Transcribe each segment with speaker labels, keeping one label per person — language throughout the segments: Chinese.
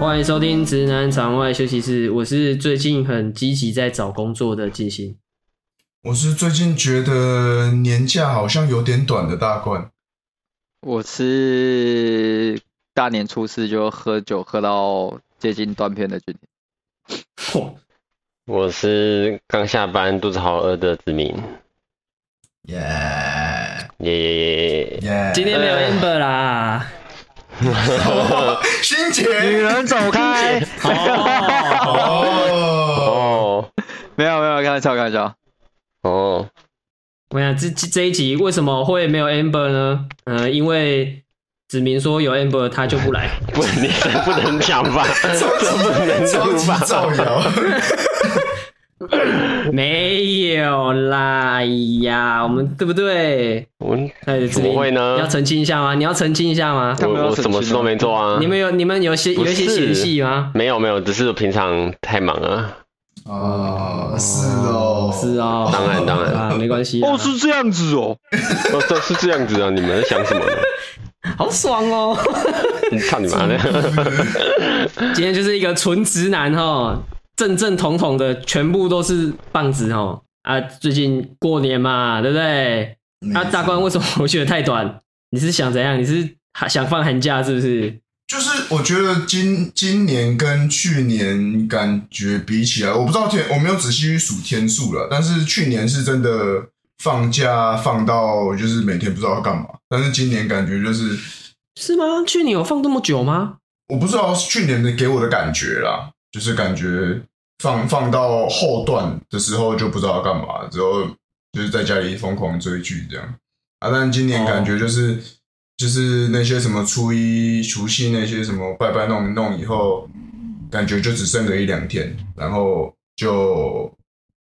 Speaker 1: 欢迎收听《直男场外休息室》，我是最近很积极在找工作的静心。
Speaker 2: 我是最近觉得年假好像有点短的大冠，
Speaker 3: 我是大年初四就喝酒喝到接近断片的军，
Speaker 1: 嚯，
Speaker 4: 我是刚下班，肚子好饿的子明，
Speaker 2: 耶
Speaker 4: 耶耶耶！
Speaker 2: 耶！
Speaker 1: 今天没有
Speaker 4: 哎
Speaker 1: amber 啦。
Speaker 2: 心
Speaker 3: 女
Speaker 2: 姐
Speaker 3: 人走开！
Speaker 1: 哦，
Speaker 2: 哦，
Speaker 4: 哦
Speaker 3: 没有没有，开玩笑开玩笑，
Speaker 4: 哦，
Speaker 1: 我想这这这一集为什么会没有 amber 呢？呃，因为子明说有 amber 他就不 来。
Speaker 4: 不，你这不能讲吧？
Speaker 2: 超级超级 造谣，
Speaker 1: 没有啦，哎呀，我们对不对？
Speaker 4: 我
Speaker 1: 哎，子
Speaker 4: 怎么
Speaker 1: 明
Speaker 4: 会呢
Speaker 1: 你要澄清一下吗？你要澄清一下吗？
Speaker 3: 干嘛
Speaker 4: 我
Speaker 3: 要
Speaker 4: 我
Speaker 3: 生
Speaker 4: 什么
Speaker 3: 气
Speaker 4: 事都
Speaker 3: 呢
Speaker 4: 没做啊！
Speaker 1: 你们有你们有些有
Speaker 4: 不
Speaker 1: 一些嫌
Speaker 4: 是
Speaker 1: 隙吗？
Speaker 4: 没有没有，只是平常太忙啊了。
Speaker 2: 哦，是哦，
Speaker 1: 是，哦，
Speaker 4: 当然当然
Speaker 1: 啊，没关系啊。
Speaker 3: 这样子哦，
Speaker 4: 哦，这是这样子啊？你们在想什么呢？
Speaker 1: 好爽哦！
Speaker 4: 你操你妈的！
Speaker 1: 今天就是一个纯直男哈，正正统统的，全部都是棒子哦。啊，最近过年嘛，对不对？啊，大关为什么我觉得太短？你是想怎样？你是想放寒假是不是？
Speaker 2: 就是我觉得今今年跟去年感觉比起来，我不知道天，我没有仔细去数天数了，但是去年是真的放假放到就是每天不知道要干嘛，但是今年感觉就是
Speaker 1: 是吗？去年有放这么久吗？
Speaker 2: 我不知道去年的给我的感觉啦，就是感觉放放到后段的时候就不知道要干嘛，之后就是在家里疯狂追剧这样啊。但今年感觉就是、就是那些什么初一、除夕那些什么拜拜弄一弄以后，感觉就只剩个一两天，然后就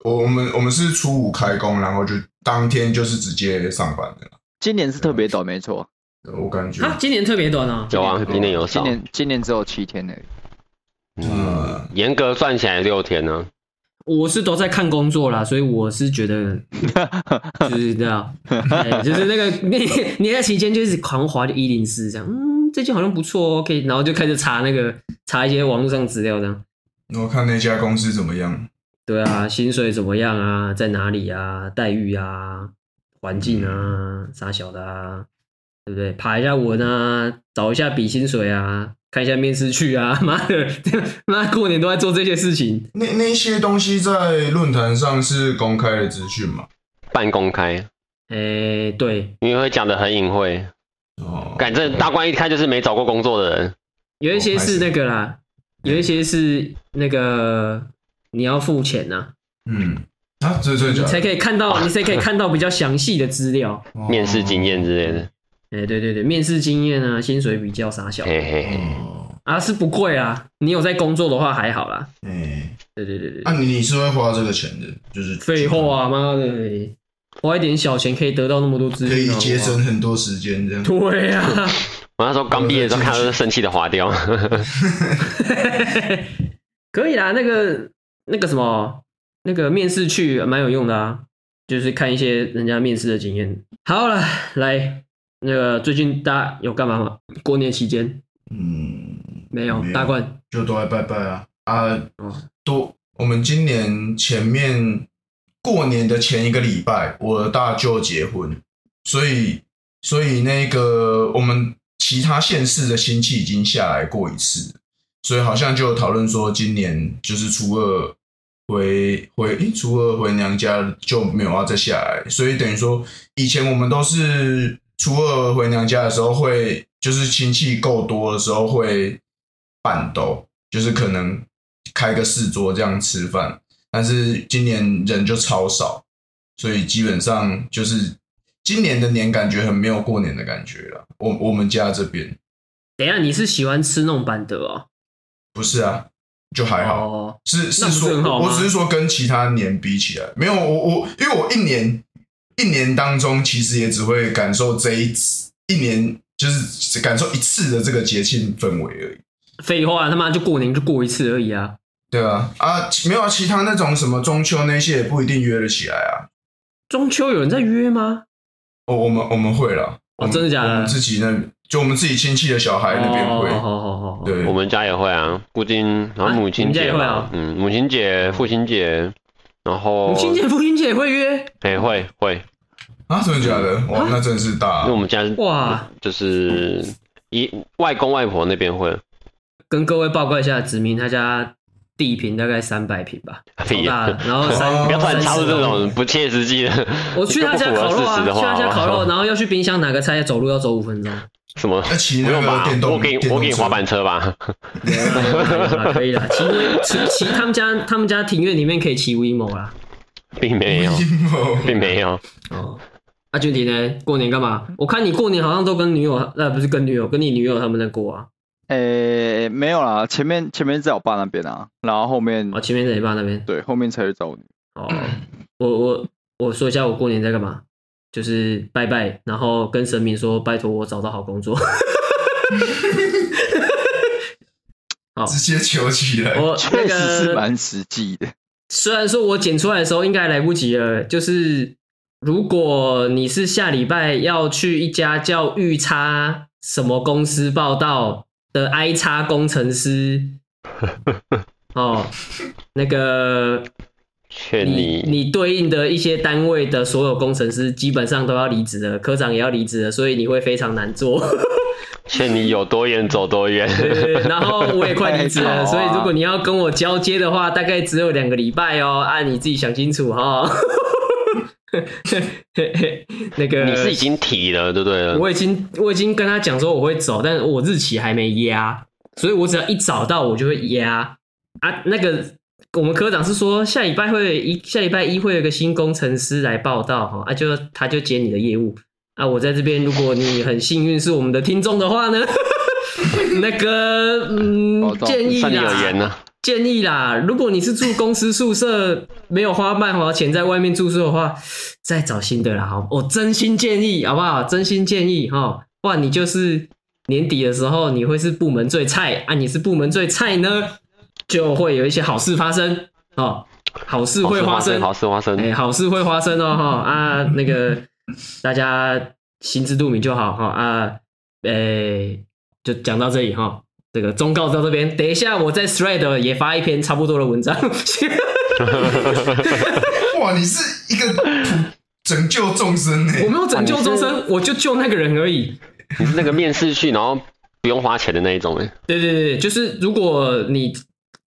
Speaker 2: 我我们我们是初五开工，然后就当天就是直接上班的啦。
Speaker 3: 今年是特别短，没错，
Speaker 2: 我感觉，
Speaker 1: 啊，今年特别短哦。
Speaker 4: 有啊，今年有
Speaker 3: 今
Speaker 4: 少。
Speaker 3: 年今年只有七天而已。
Speaker 4: 嗯，严格算起来六天啊呢。
Speaker 1: 我是都在看工作啦，所以我是觉得就是这 样，对啊哎就是那个你你在期间就一直狂滑就一零四这样，嗯，最近好像不错哦，可以，然后就开始查那个查一些网络上资料这样。
Speaker 2: 那我看那家公司怎么样。
Speaker 1: 对啊，薪水怎么样啊？在哪里啊？待遇啊？环境啊？啥小的啊？对不对？爬一下文啊，找一下比薪水啊，看一下面试去啊！ 妈的，妈过年都在做这些事情。
Speaker 2: 那那些东西在论坛上是公开的资讯嘛？
Speaker 4: 半公开，
Speaker 1: 哎，对，
Speaker 4: 因为会讲的很隐晦。
Speaker 2: 哦，
Speaker 4: 感这大官一看就是没找过工作的人。
Speaker 1: 有一些是那个啦，有一些是那个你要付钱呐、
Speaker 2: 嗯，啊，这这
Speaker 1: 你
Speaker 2: 假
Speaker 1: 才可
Speaker 2: 的
Speaker 1: 以看到，你才可以看到比较详细的资料。
Speaker 2: 哦
Speaker 4: 面试经验之类的，
Speaker 1: 哎、对对对，面试经验啊，薪水比较傻小
Speaker 4: 嘿嘿嘿。
Speaker 2: 哦，
Speaker 1: 啊，是不贵啊。你有在工作的话还好啦。
Speaker 2: 哎，
Speaker 1: 对对对对
Speaker 2: 那
Speaker 1: 对，
Speaker 2: 你你是会花这个钱的，就是
Speaker 1: 废话啊，妈的，花一点小钱可以得到那么多资
Speaker 2: 可
Speaker 1: 讯、
Speaker 2: 以
Speaker 1: 啊，
Speaker 2: 节省很多时间这样。
Speaker 1: 好不好。对啊，
Speaker 4: 我那时候刚毕业的时候，看到就生气的 划掉。
Speaker 1: 可以啦。啊那个那个什么，那个面试去蛮有用的啊，就是看一些人家面试的经验。好了，来，那个最近大家有干嘛吗？过年期间
Speaker 2: 嗯，
Speaker 1: 没有
Speaker 2: 没有
Speaker 1: 大冠
Speaker 2: 就都来拜拜啊啊
Speaker 1: 哦，
Speaker 2: 都我们今年前面过年的前一个礼拜，我的大舅结婚，所以所以那个我们其他县市的亲戚已经下来过一次，所以好像就有讨论说，今年就是初二回回，诶，初二回娘家就没有要再下来，所以等于说以前我们都是初二回娘家的时候会，就是亲戚够多的时候会办斗，就是可能开个四桌这样吃饭，但是今年人就超少，所以基本上就是今年的年感觉很没有过年的感觉了。我我们家这边
Speaker 1: 等一下，你是喜欢吃那种板德哦？
Speaker 2: 不是啊，就还好。
Speaker 1: 哦，
Speaker 2: 是
Speaker 1: 那
Speaker 2: 是
Speaker 1: 不是很好
Speaker 2: 说，
Speaker 1: 吗
Speaker 2: 我只是说跟其他年比起来，没有我我，因为我一年一年当中，其实也只会感受这一次一年，就是只感受一次的这个节庆氛围而已。
Speaker 1: 废话，他妈就过年就过一次而已啊。
Speaker 2: 对啊，啊，其没有啊其他那种什么中秋那些也不一定约得起来啊。
Speaker 1: 中秋有人在约吗？
Speaker 2: 哦，我们我们会了，
Speaker 1: 哦真的假的
Speaker 2: 我们自己那就我们自己亲戚的小孩那边会，
Speaker 1: 哦好好好好，
Speaker 2: 对，
Speaker 4: 我们家也会啊，固定，然后母
Speaker 1: 啊
Speaker 4: 亲
Speaker 1: 你们家
Speaker 4: 节
Speaker 1: 也会
Speaker 4: 嘛、
Speaker 1: 啊
Speaker 4: 嗯，母亲节、父亲节，然后
Speaker 1: 母亲节、父亲节会约，
Speaker 4: 哎、会会，
Speaker 2: 啊，真的假的？哇，那真是大
Speaker 4: 嗯因为我们家
Speaker 1: 哇，
Speaker 4: 就是一外公外婆那边会，
Speaker 1: 跟各位报告一下，子明他家地坪大概三百平吧，
Speaker 4: 屁
Speaker 1: 好大的，哦然后
Speaker 2: 哦
Speaker 1: 三
Speaker 4: 哎 不要突然
Speaker 1: 三
Speaker 4: 插
Speaker 1: 四
Speaker 4: 入这
Speaker 1: 栋
Speaker 4: 种不切实际的，
Speaker 1: 我去他家烤肉啊，
Speaker 4: 就不符合事实的
Speaker 1: 去
Speaker 4: 话
Speaker 1: 他家烤
Speaker 4: 好
Speaker 1: 肉，
Speaker 4: 不
Speaker 1: 然后要去冰箱拿个菜，走路要走五分钟。
Speaker 4: 什么？
Speaker 2: 那骑
Speaker 4: 不
Speaker 2: 那
Speaker 4: 用
Speaker 2: 个
Speaker 4: 吧
Speaker 2: 电，动，
Speaker 4: 我给
Speaker 2: 电
Speaker 4: 你我
Speaker 2: 动
Speaker 4: 给你
Speaker 2: 车啊
Speaker 4: 滑板 车吧，
Speaker 1: 没有啦没有啦可以啦，骑 骑骑他们家他们家庭院里面可以骑 WeMo 啦。
Speaker 4: 并没有，
Speaker 2: Emo
Speaker 4: 并没有，
Speaker 1: 哦，阿俊廷呢？过年干嘛？我看你过年好像都跟女友，呃，不是跟女友，跟你女友他们在过啊。
Speaker 3: 诶、没有啦，前面前面在我爸那边啊，然后后面、
Speaker 1: 哦，前面在你爸那边。
Speaker 3: 对后面才去找我女。
Speaker 1: 哦，我我我说一下我过年在干嘛，就是拜拜，然后跟神明说拜托我找到好工作。
Speaker 2: 直接求起来，
Speaker 1: 我
Speaker 4: 哦
Speaker 1: 那
Speaker 3: 确
Speaker 1: 个
Speaker 3: 实是蛮实际 的。
Speaker 1: 虽然说我剪出来的时候应该来不及了，就是如果你是下礼拜要去一家叫预差什么公司报道的 I 叉工程师， 哦，那个
Speaker 4: 劝
Speaker 1: 你
Speaker 4: 你
Speaker 1: 你对应的一些单位的所有工程师基本上都要离职了，科长也要离职了，所以你会非常难做。
Speaker 4: 劝你有多远走多远，
Speaker 1: 对然后我也快离职了，
Speaker 3: 太吵啊
Speaker 1: 所以如果你要跟我交接的话，大概只有两个礼拜哦，啊，你自己想清楚哈、 哦。那个
Speaker 4: 你是已经提了，对不对了？
Speaker 1: 我已经我已经跟他讲说我会走，但我日期还没压，所以我只要一找到我就会压啊。那个我们科长是说下礼拜会一下礼拜一会有一个新工程师来报道哈，啊就他就接你的业务啊。我在这边，如果你很幸运是我们的听众的话呢， 那个
Speaker 3: 报
Speaker 1: 嗯
Speaker 3: 道
Speaker 1: 建议
Speaker 4: 算你有
Speaker 1: 啦
Speaker 4: 缘。呢、啊
Speaker 1: 建议啦，如果你是住公司宿舍，没有花半毛钱在外面住宿的话，再找新的啦。好，我真心建议，好不好？真心建议哈，不然你就是年底的时候，你会是部门最菜啊。你是部门最菜呢，就会有一些好事发生哦，好事
Speaker 4: 好
Speaker 1: 会
Speaker 4: 事
Speaker 1: 发
Speaker 4: 花
Speaker 1: 生，
Speaker 4: 好事花生，
Speaker 1: 哎、好事会发生哦，哈啊，那个大家心知肚明就好哈啊，哎、就讲到这里哈，这个忠告到这边，等一下我在 Thread 也发一篇差不多的文章， 哎
Speaker 2: 哇，你是一个普拯救众生呢、
Speaker 1: 我没有拯救终身，我就救那个人而已。
Speaker 4: 你是那个面试去，然后不用花钱的那一种哎、
Speaker 1: 对对对，就是如果你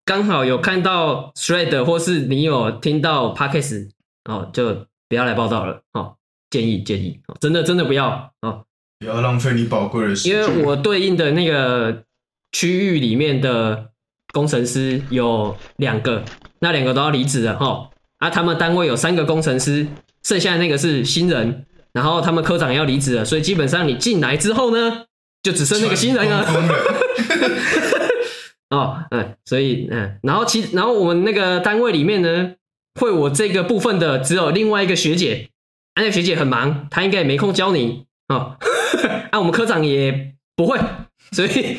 Speaker 1: 刚好有看到 Thread 或是你有听到 Podcast 哦，就不要来报道了哦，建议建议，哦真的真的不要哦。
Speaker 2: 不要浪费你宝贵的时
Speaker 1: 因
Speaker 2: 间。
Speaker 1: 为我对应的那个区域里面的工程师有两个，那两个都要离职了哈。啊，他们单位有三个工程师，剩下的那个是新人，然后他们科长要离职了，所以基本上你进来之后呢，就只剩那个新人啊了。
Speaker 2: 成功了，
Speaker 1: 哦，嗯，所以嗯，然后其然后我们那个单位里面呢，会我这个部分的只有另外一个学姐，啊，那个学姐很忙，她应该也没空教你哦。 啊，我们科长也不会，所以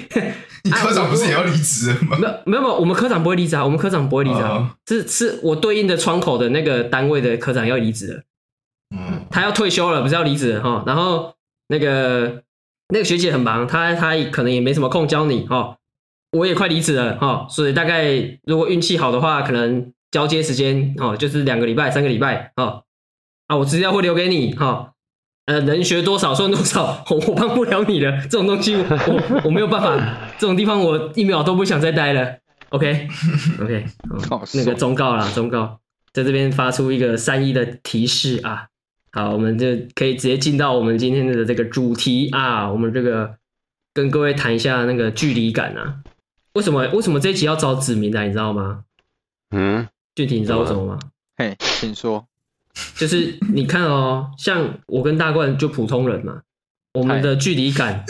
Speaker 2: 你科长不是也要离职了吗？
Speaker 1: 没有没有没有，我们科长不会离职啊，我们科长不会离职
Speaker 2: 哦
Speaker 1: 啊，是是我对应的窗口的那个单位的科长要离职了，
Speaker 2: 嗯，
Speaker 1: 他要退休了，不是要离职了哈。然后那个那个学姐很忙，她她可能也没什么空教你哦。我也快离职了哈，所以大概如果运气好的话，可能交接时间哦，就是两个礼拜、三个礼拜哦。啊，我资料会留给你哈、呃，能学多少算多少， 我我帮不了你了，这种东西我我我没有办法，这种地方我一秒都不想再待了。OK OK，、
Speaker 3: 好
Speaker 1: 那个
Speaker 3: 爽
Speaker 1: 忠告啦，忠告，在这边发出一个善意的提示啊。好，我们就可以直接进到我们今天的这个主题啊，我们这个跟各位谈一下那个距离感啊。为什么为什么这一集要找子明来，啊你知道吗？
Speaker 4: 嗯，
Speaker 1: 具体你知道为什么吗？
Speaker 3: 嘿，请说。
Speaker 1: 就是你看哦，像我跟大冠就普通人嘛，我们的距离感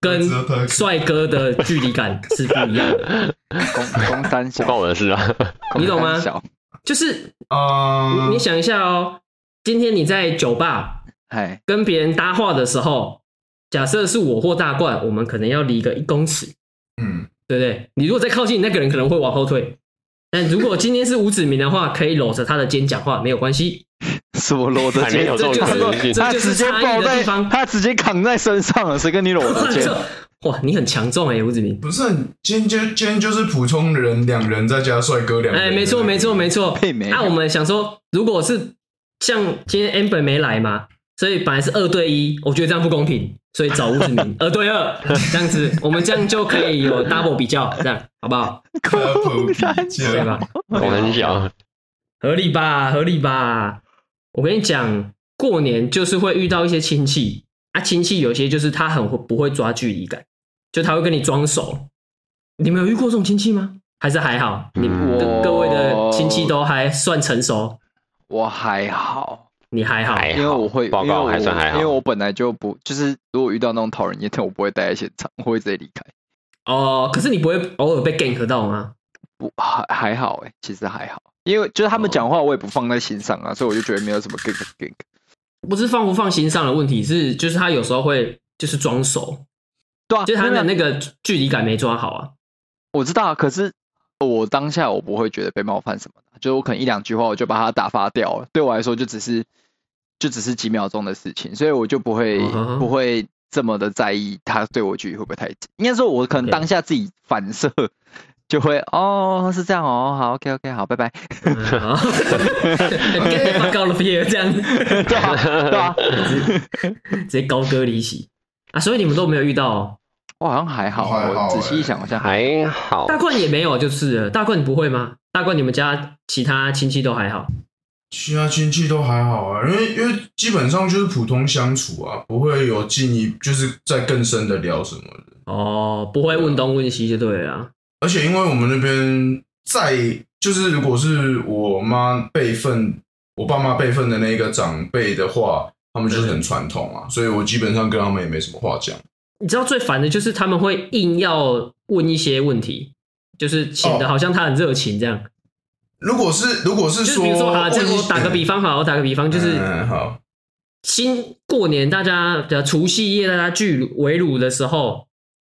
Speaker 1: 跟帅哥的距离感是不一样的。
Speaker 3: 公公三
Speaker 4: 不关
Speaker 3: 小，
Speaker 4: 我的事啊。
Speaker 1: 你懂吗
Speaker 3: 公三小，
Speaker 1: 就是
Speaker 2: 啊，
Speaker 1: 你你想一下哦，今天你在酒吧
Speaker 3: 嘿，
Speaker 1: 跟别人搭话的时候，假设是我或大冠，我们可能要离个一公尺，
Speaker 2: 嗯，
Speaker 1: 对不对？你如果再靠近，那个人可能会往后退。但如果今天是吴子明的话，可以搂着他的肩讲话，没有关系。
Speaker 3: 是我裸着
Speaker 4: 还没
Speaker 3: 肩
Speaker 4: 有，
Speaker 1: 这
Speaker 4: 这
Speaker 1: 就
Speaker 4: 种可能
Speaker 1: 是
Speaker 4: 性
Speaker 1: 这
Speaker 3: 他
Speaker 1: 就是
Speaker 3: 直接
Speaker 1: 差
Speaker 3: 抱
Speaker 1: 异的
Speaker 3: 在
Speaker 1: 地方。
Speaker 3: 他直接扛在身上了，谁跟你 裸 着肩？
Speaker 1: 这哇，你很强壮哎、欸，吴子明。
Speaker 2: 不是很，今天就今天就是普通人两人再加帅哥两人，
Speaker 1: 哎，没错，没错，没错。
Speaker 3: 配没
Speaker 1: 那、我们想说，如果是像今天 Amber 没来嘛，所以本来是二对一，我觉得这样不公平，所以找吴子 明二对二这样子，我们这样就可以有 double 比较，这样好不好？
Speaker 2: 科普比较
Speaker 1: 对啊吧？
Speaker 4: 我很小，
Speaker 1: 合理吧，合理吧。我跟你讲，过年就是会遇到一些亲戚啊，亲戚有些就是他很会不会抓距离感，就他会跟你装熟。你们有遇过这种亲戚吗？还是还好？你
Speaker 4: 嗯
Speaker 1: 各
Speaker 3: 我
Speaker 1: 各位的亲戚都还算成熟，
Speaker 3: 我还好，
Speaker 1: 你还好？
Speaker 4: 还
Speaker 3: 因为
Speaker 4: 好
Speaker 3: 我会
Speaker 4: 哎报
Speaker 3: 因为
Speaker 4: 告
Speaker 3: 我
Speaker 4: 还算还好，
Speaker 3: 因为我本来就不就是如果遇到那种讨人厌的，我不会待在现场，我会直接离开。
Speaker 1: 哦，可是你不会偶尔被 gank 到吗？
Speaker 3: 不还还好哎、其实还好，因为就是他们讲话我也不放在心上啊，所以我就觉得没有什么 gig gig。
Speaker 1: 不是放不放心上的问题，是就是他有时候会就是装熟，
Speaker 3: 对啊，
Speaker 1: 就是他
Speaker 3: 没有
Speaker 1: 的
Speaker 3: 没有
Speaker 1: 那个距离感没抓好 啊。
Speaker 3: 我知道啊，可是我当下我不会觉得被冒犯什么的，就是我可能一两句话我就把它打发掉了，对我来说就只是就只是几秒钟的事情，所以我就不会、
Speaker 1: 嗯哼
Speaker 3: 不会这么的在意他对我距离会不会太近。应该说，我可能
Speaker 1: OK
Speaker 3: 当下自己反射就会哦是这样哦，好 OK OK 好，拜拜。
Speaker 1: 嗯 好 get the fuck out of here，这样
Speaker 3: 对 啊对啊，
Speaker 1: 直接高歌离席啊！所以你们都没有遇到、哦，
Speaker 3: 我好像还好，啊
Speaker 2: 我还好
Speaker 3: 我仔细一
Speaker 2: 欸
Speaker 3: 想好像还
Speaker 4: 还好
Speaker 1: 大，冠也没有，就是了大冠你不会吗？大冠你们家其他亲戚都还好，
Speaker 2: 其他亲戚都还好啊，因为因为基本上就是普通相处啊，不会有进一就是在更深的聊什么的。
Speaker 1: 哦，不会问东问西就对了啊。
Speaker 2: 而且因为我们那边在就是如果是我妈辈分，我爸妈辈分的那个长辈的话，他们就是很传统啊，所以我基本上跟他们也没什么话讲。
Speaker 1: 你知道最烦的就是他们会硬要问一些问题，就是显得
Speaker 2: 哦
Speaker 1: 好像他很热情这样。
Speaker 2: 如果是如果是
Speaker 1: 哦就是
Speaker 2: 说，
Speaker 1: 比如说，好，这个我打个比方，好，我打个比方，
Speaker 2: 嗯，
Speaker 1: 就是
Speaker 2: 嗯好，
Speaker 1: 新过年大家的除夕夜大家聚围炉的时候，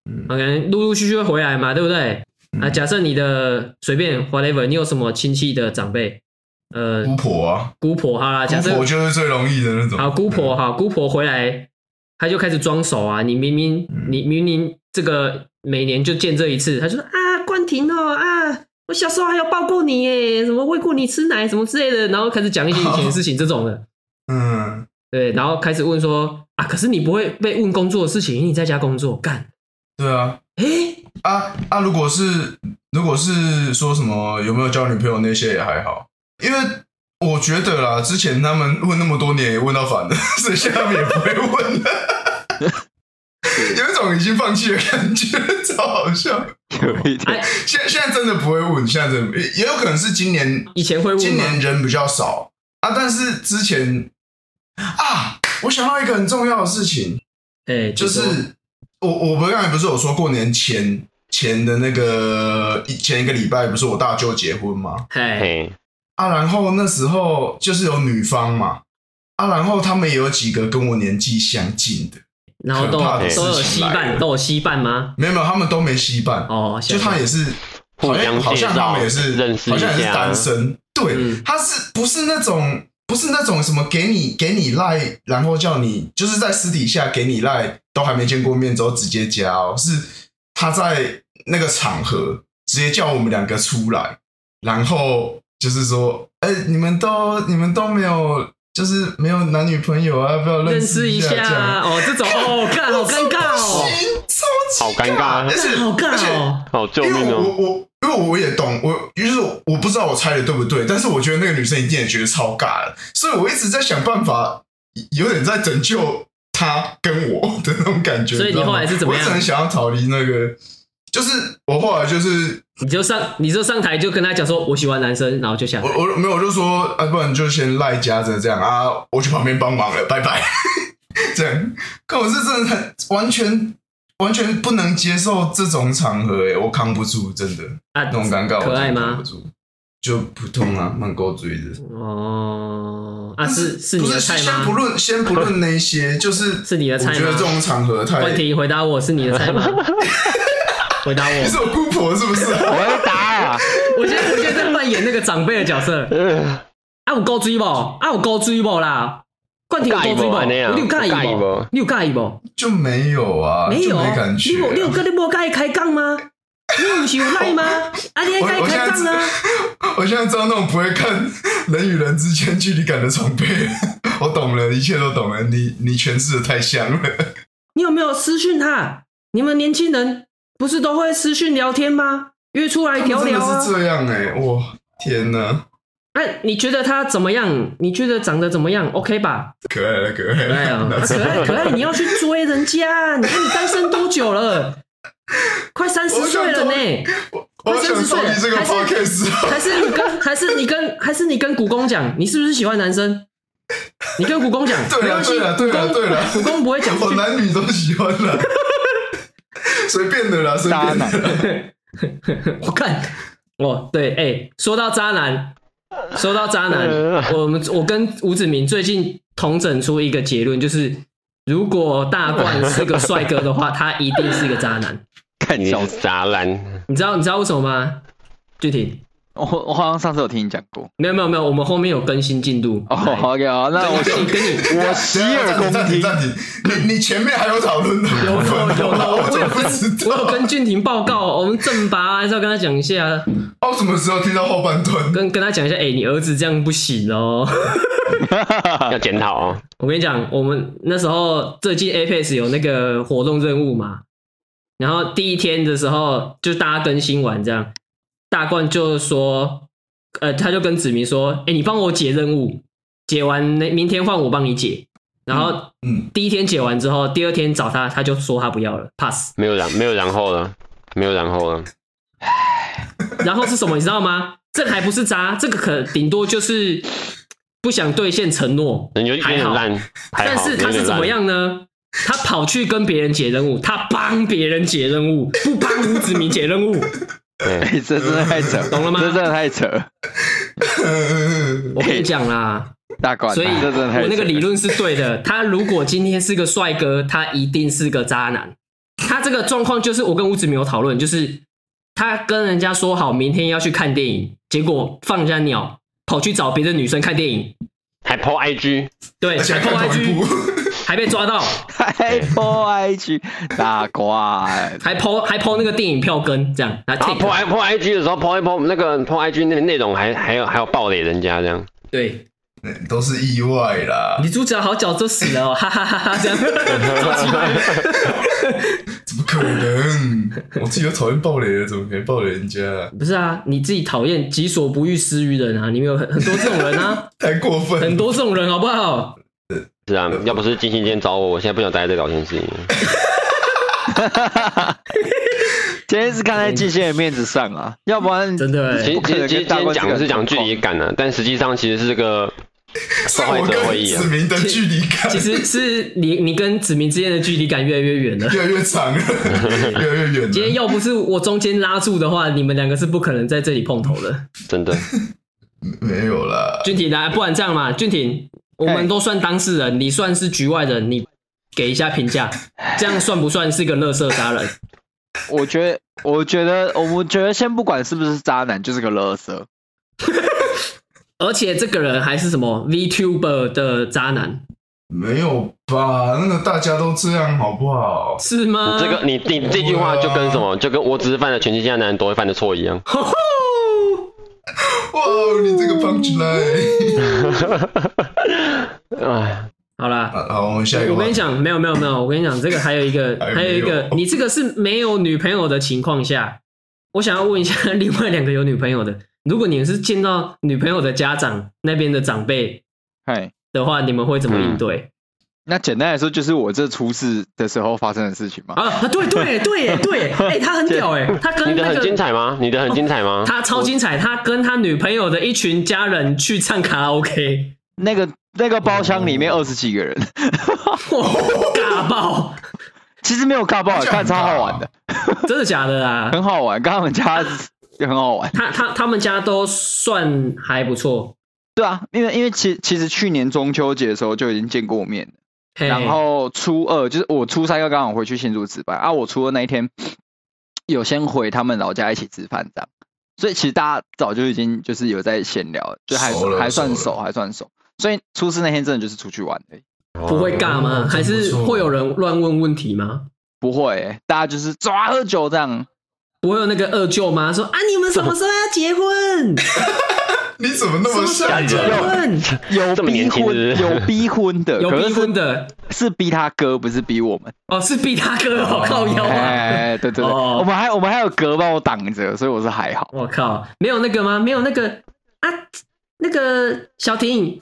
Speaker 1: 啊
Speaker 2: 嗯
Speaker 1: 可能陆陆续续会回来嘛，对不对？啊，
Speaker 2: 嗯
Speaker 1: 假设你的随便 whatever，你有什么亲戚的长辈，呃，
Speaker 2: 姑婆啊，
Speaker 1: 姑婆好啦，假
Speaker 2: 姑
Speaker 1: 设
Speaker 2: 婆就是嗯最容易的那种。
Speaker 1: 好姑婆好姑婆回来，她就开始装熟啊，你明明
Speaker 2: 嗯
Speaker 1: 你明明这个每年就见这一次，她就说啊冠廷哦啊。我小时候还有抱过你耶，什么喂过你吃奶什么之类的，然后开始讲一些以前的事情这种 的，
Speaker 2: 嗯。
Speaker 1: 对，然后开始问说啊，可是你不会被问工作的事情，因为你在家工作干，
Speaker 2: 对啊，
Speaker 1: 诶，
Speaker 2: 啊啊！如果是如果是说什么有没有交女朋友那些也还好，因为我觉得啦，之前他们问那么多年也问到烦了，所以现在他们也不会问了， 有一种已经放弃的感觉， 超好笑。
Speaker 3: 有一点
Speaker 1: 哎，
Speaker 2: 现在现在真的不会问，现在真的也有可能是今年
Speaker 1: 以前会问吗？
Speaker 2: 今年人比较少啊，但是之前啊，我想到一个很重要的事情，
Speaker 1: 哎，
Speaker 2: 就是
Speaker 1: 请说
Speaker 2: 我我不是刚才不是有说过年前前的那个一前一个礼拜不是我大舅结婚吗？
Speaker 1: 嘿，
Speaker 4: 嘿，
Speaker 2: 啊，然后那时候就是有女方嘛，啊，然后他们也有几个跟我年纪相近的，
Speaker 1: 然后都
Speaker 2: 可怕的
Speaker 1: 有
Speaker 2: 事情
Speaker 1: 都有稀
Speaker 2: 来
Speaker 1: 饭，
Speaker 2: 了
Speaker 1: 都有稀饭吗？
Speaker 2: 没有没有，他们都没稀饭，
Speaker 1: 哦，
Speaker 2: 就他也是
Speaker 4: 互
Speaker 2: 好像
Speaker 4: 相
Speaker 2: 好
Speaker 4: 介
Speaker 2: 像他
Speaker 4: 绍
Speaker 2: 们也是
Speaker 4: 认识
Speaker 2: 好
Speaker 4: 一
Speaker 2: 像也是
Speaker 4: 下
Speaker 2: 单身，对，
Speaker 1: 嗯
Speaker 2: 他是不是那种不是那种什么给你给你赖，然后叫你就是在私底下给你赖，都还没见过面之后直接加哦，是他在那个场合直接叫我们两个出来，然后就是说，哎、你们都你们都没有。就是没有男女朋友啊，要不要
Speaker 1: 认
Speaker 2: 识
Speaker 1: 识一
Speaker 2: 下？这
Speaker 1: 下
Speaker 2: 样
Speaker 1: 哦，这种 哦，干好尴尬
Speaker 2: 不
Speaker 1: 哦，
Speaker 2: 行
Speaker 4: 好
Speaker 2: 超级
Speaker 4: 尴尬
Speaker 2: 而且
Speaker 1: 干好
Speaker 2: 而
Speaker 1: 尬
Speaker 2: 且
Speaker 1: 哦，
Speaker 4: 好救
Speaker 2: 因为
Speaker 4: 命
Speaker 2: 我
Speaker 4: 哦！
Speaker 2: 我因为我也懂，我就是我不知道我猜的对不对，但是我觉得那个女生一定也觉得超尬的，所以我一直在想办法，有点在拯救她跟我的那种感觉。
Speaker 1: 所以你
Speaker 2: 知道吗
Speaker 1: 后来是怎么样
Speaker 2: 我一直很想要逃离那个，就是我后来就是
Speaker 1: 你就上你就上台就跟他讲说，我喜欢男生，然后就下
Speaker 2: 我
Speaker 1: 台。
Speaker 2: 我没有我就说啊，不然就先赖夹着这样啊，我去旁边帮忙了，拜拜。 这样，可我是真的很完全完全不能接受这种场合、欸，我扛不住，真的。
Speaker 1: 啊
Speaker 2: 那，种尴尬，
Speaker 1: 可爱吗
Speaker 2: 我真的扛不住？就普通啊，蛮够追的。
Speaker 1: 哦，啊
Speaker 2: 但
Speaker 1: 是是
Speaker 2: 不
Speaker 1: 你
Speaker 2: 是
Speaker 1: 的菜
Speaker 2: 先不
Speaker 1: 吗？
Speaker 2: 论先不论 那些，就是
Speaker 1: 是你的菜吗
Speaker 2: 我觉得这种场合太，
Speaker 1: 问
Speaker 2: 你
Speaker 1: 题回答我是你的菜吗？ 回答我，
Speaker 2: 是我姑
Speaker 1: 哎
Speaker 2: 婆是不是？
Speaker 3: 我要答啊！
Speaker 1: 我现在我现在在扮演那个长辈的角色，
Speaker 4: 呃
Speaker 1: 啊有高追无？啊有高追无啦？冠廷有高追
Speaker 4: 有介意无
Speaker 1: 无？你有介
Speaker 4: 有介
Speaker 1: 意
Speaker 4: 意
Speaker 1: 无
Speaker 4: 无？
Speaker 1: 你有介意无？
Speaker 2: 就没有啊，
Speaker 1: 没有
Speaker 2: 就
Speaker 1: 啊，
Speaker 2: 没感
Speaker 1: 你
Speaker 2: 觉、
Speaker 1: 无你有
Speaker 2: 啊。
Speaker 1: 跟你无介意开杠吗？你有是有赖 吗？啊，你
Speaker 2: 我
Speaker 1: 爱
Speaker 2: 我
Speaker 1: 开
Speaker 2: 现
Speaker 1: 开
Speaker 2: 在
Speaker 1: 杠啊？
Speaker 2: 我现在知道那种不会看人与人之间距离感的长辈， 我懂了，一切都懂了。你你诠释的太像了。
Speaker 1: 你有没有私讯他？你们年轻人不是都会私讯聊天吗？约出来 聊聊
Speaker 2: 他
Speaker 1: 啊
Speaker 2: 们真的！是这样哎、哇，天哪，
Speaker 1: 哎、你觉得他怎么样？你觉得长得怎么样？OK 吧？
Speaker 2: 可爱了，可爱
Speaker 1: 可爱啊
Speaker 2: 了，，
Speaker 1: 啊可爱可爱，你要去追人家。你看你单身多久 了？快三十岁了呢，
Speaker 2: 我我想收集这个
Speaker 1: 还是
Speaker 2: podcast，啊
Speaker 1: 还是你跟还是你跟还是你跟古公讲，你是不是喜欢男生？你跟古公讲，没
Speaker 2: 对
Speaker 1: 关
Speaker 2: 了，
Speaker 1: 系
Speaker 2: 对，了，
Speaker 1: 古
Speaker 2: 对了，
Speaker 1: 公古
Speaker 2: 对了，
Speaker 1: 公不会讲这
Speaker 2: 我
Speaker 1: 句。
Speaker 2: 男女都喜欢了， 随便的啦，随
Speaker 3: 渣
Speaker 2: 便
Speaker 3: 男
Speaker 2: 的啦。
Speaker 1: 我看，哦，对，哎、说到渣男，说到渣 男，我们我跟吴子明最近统整出一个结论，就是如果大冠是个帅哥的话，他一定是个渣男。
Speaker 3: 看
Speaker 4: 你
Speaker 3: 小
Speaker 4: 是渣 男，
Speaker 1: 你知道你知道为什么吗？具体
Speaker 3: 我我好像上次有听你讲过。
Speaker 1: 没有没有没有，我们后面有更新进度。
Speaker 3: 哦、
Speaker 1: 来
Speaker 3: o k 好，那 我
Speaker 1: 跟你跟你
Speaker 3: 我洗耳恭
Speaker 2: 暂停，
Speaker 3: 听。
Speaker 2: 暂停，你 你前面还有讨论的
Speaker 1: 有
Speaker 2: 部分
Speaker 1: 有
Speaker 2: 吗，
Speaker 1: 有有，
Speaker 2: 我
Speaker 1: 我
Speaker 2: 怎
Speaker 1: 有
Speaker 2: 么不知
Speaker 1: 跟我有
Speaker 2: 道？
Speaker 1: 跟俊廷报告，我们正拔还是要跟他讲一下，
Speaker 2: 我什么时候听到后半段？
Speaker 1: 跟跟他讲一下，哎、你儿子这样不行哦。
Speaker 4: 要检讨哦。
Speaker 1: 我跟你讲，我们那时候最近 Apex 有那个活动任务嘛，然后第一天的时候就大家更新完这样，大冠就说，呃，他就跟子明说，哎、你帮我解任务，解完那明天换我帮你解。然后
Speaker 2: 嗯，
Speaker 1: 第一天解完之后，第二天找他，他就说他不要了，pass。
Speaker 4: 没有然没有然后了，没有然后了。
Speaker 1: 然后是什么，你知道吗？这个还不是渣，这个可顶多就是不想兑现承诺，
Speaker 4: 人有有
Speaker 1: 还
Speaker 4: 点
Speaker 1: 好。
Speaker 4: 烂，还
Speaker 1: 但
Speaker 4: 好
Speaker 1: 是他是怎么？样呢？他跑去跟别人解任务，他帮别人解任务，不帮吴子明解任务，
Speaker 4: 有点烂
Speaker 3: 哎、这真的太扯，
Speaker 1: 懂了吗
Speaker 3: 这真的太扯，
Speaker 1: 我跟你讲 啦，
Speaker 3: 大管。
Speaker 1: 所以
Speaker 3: 这真的太扯
Speaker 1: 我那个 理论是对的。他如果今天是个帅哥，他一定是个渣男。他这个状况就是我跟吴子明有讨论，就是他跟人家说好明天要去看电影，结果放人家鸟，跑去找别的女生看电影，
Speaker 4: 还 PO IG，
Speaker 1: 对，
Speaker 2: 而且还
Speaker 1: 还
Speaker 2: 看
Speaker 1: 破
Speaker 2: 同一
Speaker 1: IG，
Speaker 2: 部，
Speaker 1: 还被抓到，
Speaker 3: 还 po IG 大管，
Speaker 1: 还 PO 还 PO 那个电影票根，这样，然
Speaker 4: 然后 PO 啊 I
Speaker 1: 后
Speaker 4: PO IG 的时候 PO 一 PO 那个 PO IG 那个内容还还有还有暴雷人家 这样，
Speaker 1: 对，
Speaker 2: 都是意外啦，
Speaker 1: 女主角好脚就死了、哦，哈哈哈哈！这样 超奇怪的。
Speaker 2: 怎么可能？我自己都讨厌暴雷了，怎么可以暴雷人家？
Speaker 1: 不是啊，你自己讨厌己所不欲施于人啊，你们有很很多这种人 啊，
Speaker 2: 太过分了
Speaker 1: 很。多这种人好不好？
Speaker 4: 是啊，要不是金星今天找我，我现在不想待在这个聊天室里。
Speaker 3: 今天是看在金星的面子上啊，要不然
Speaker 1: 真的、
Speaker 4: 其
Speaker 1: 欸，
Speaker 4: 实
Speaker 3: 不可
Speaker 4: 其
Speaker 3: 能
Speaker 4: 实其实
Speaker 3: 跟大
Speaker 4: 今
Speaker 3: 冠
Speaker 4: 天讲的是讲距离感啊，但实际上其实是这个
Speaker 2: 是
Speaker 4: 受害
Speaker 2: 我
Speaker 4: 者会
Speaker 2: 跟
Speaker 4: 议啊
Speaker 2: 子。明的距离感
Speaker 1: 其实是你你跟子明之间的距离感越来越远 了。
Speaker 2: 越来越长了，越来越远
Speaker 1: 今天
Speaker 2: 了。
Speaker 1: 要不是我中间拉住的话，你们两个是不可能在这里碰头的。
Speaker 4: 真的，
Speaker 2: 没有啦，
Speaker 1: 俊廷来，不然这样嘛，俊廷，我们都算当事人，你算是局外人，你给一下评价，这样算不算是个乐色杀人？
Speaker 3: 我觉得，我觉得，我们觉得先不管是不是渣男，就是个垃圾。
Speaker 1: 而且这个人还是什么 VTuber 的渣男，
Speaker 2: 没有吧？那个大家都这样，好不好？
Speaker 1: 是吗？
Speaker 3: 嗯
Speaker 4: 你这个你你这句话就跟什么，就跟我只是犯了全天下男人都会犯的错 一样。
Speaker 1: 吼吼，
Speaker 2: 哇，你这个 punch
Speaker 4: 嗯
Speaker 2: line！
Speaker 4: 哎，
Speaker 1: 好啦，
Speaker 2: 好，我们啊下一个
Speaker 1: 我
Speaker 2: 话
Speaker 1: 跟你
Speaker 2: 题。
Speaker 1: 讲，没有没有没有，我跟你讲，这个还有一个，
Speaker 2: 还没有
Speaker 1: 还有一个，你这个是没有女朋友的情况下，我想要问一下另外两个有女朋友的，如果你们是见到女朋友的家长那边的长辈
Speaker 3: 嘿，
Speaker 1: 的话，你们会怎么应对？
Speaker 3: 那简单来说，就是我这出事的时候发生的事情嘛。
Speaker 1: 啊啊，对对对 对，哎、他很屌哎、他
Speaker 4: 嗯你
Speaker 1: 跟
Speaker 4: 的
Speaker 1: 那
Speaker 4: 很精
Speaker 1: 个。
Speaker 4: 彩吗？你的很精彩吗？
Speaker 1: 他超精彩，他跟他女朋友的一群家人去唱卡拉 OK，
Speaker 3: 那个那个包厢里面
Speaker 1: 哦
Speaker 3: 二十几个人，
Speaker 1: 哇，
Speaker 2: 哦
Speaker 1: 尬爆！
Speaker 3: 其实没有尬爆，
Speaker 2: 这样
Speaker 3: 看
Speaker 2: 很
Speaker 3: 超
Speaker 2: 大啊
Speaker 3: 好玩的，
Speaker 1: 真的假的啊？
Speaker 3: 很好玩。跟他们家也很好玩。
Speaker 1: 他他他们家都算还不错，
Speaker 3: 对啊，因为因为其其实去年中秋节的时候就已经见过面了，
Speaker 1: 嘿
Speaker 3: 然后初二就是我初三又刚好 回去新竹值班啊，我初二那一天有先回他们老家一起吃饭这样，所以其实大家早就已经就是有在闲聊了，就还
Speaker 2: 熟了
Speaker 3: 还算
Speaker 2: 熟
Speaker 3: 熟，还算熟。所以出事那天真的就是出去玩而已，
Speaker 1: 不会尬吗？
Speaker 2: 哦
Speaker 1: 还
Speaker 2: 真
Speaker 1: 是
Speaker 2: 不错
Speaker 1: 会有人乱问问题吗？
Speaker 3: 不会欸、大家就是走啊喝酒这样。
Speaker 1: 不会有那个二舅妈说啊，你们什么时候要结婚？
Speaker 2: 你怎么那
Speaker 1: 什
Speaker 2: 么
Speaker 1: 么时候要
Speaker 2: 像
Speaker 1: 结
Speaker 2: 人？
Speaker 1: 婚？
Speaker 3: 有
Speaker 4: 这么
Speaker 3: 逼
Speaker 4: 年轻
Speaker 3: 婚，
Speaker 4: 是不是
Speaker 3: 有逼婚 的，
Speaker 1: 有
Speaker 3: 可
Speaker 1: 逼
Speaker 3: 是
Speaker 1: 婚的
Speaker 3: 是是逼他哥，不是逼我们。
Speaker 1: 哦，是逼他哥哦，靠腰啊！
Speaker 3: 哎、对对对，
Speaker 1: 哦
Speaker 3: 我们还我们还有哥帮我挡着，所以我是还好。
Speaker 1: 我靠，没有那个吗？没有那个啊，那个小婷，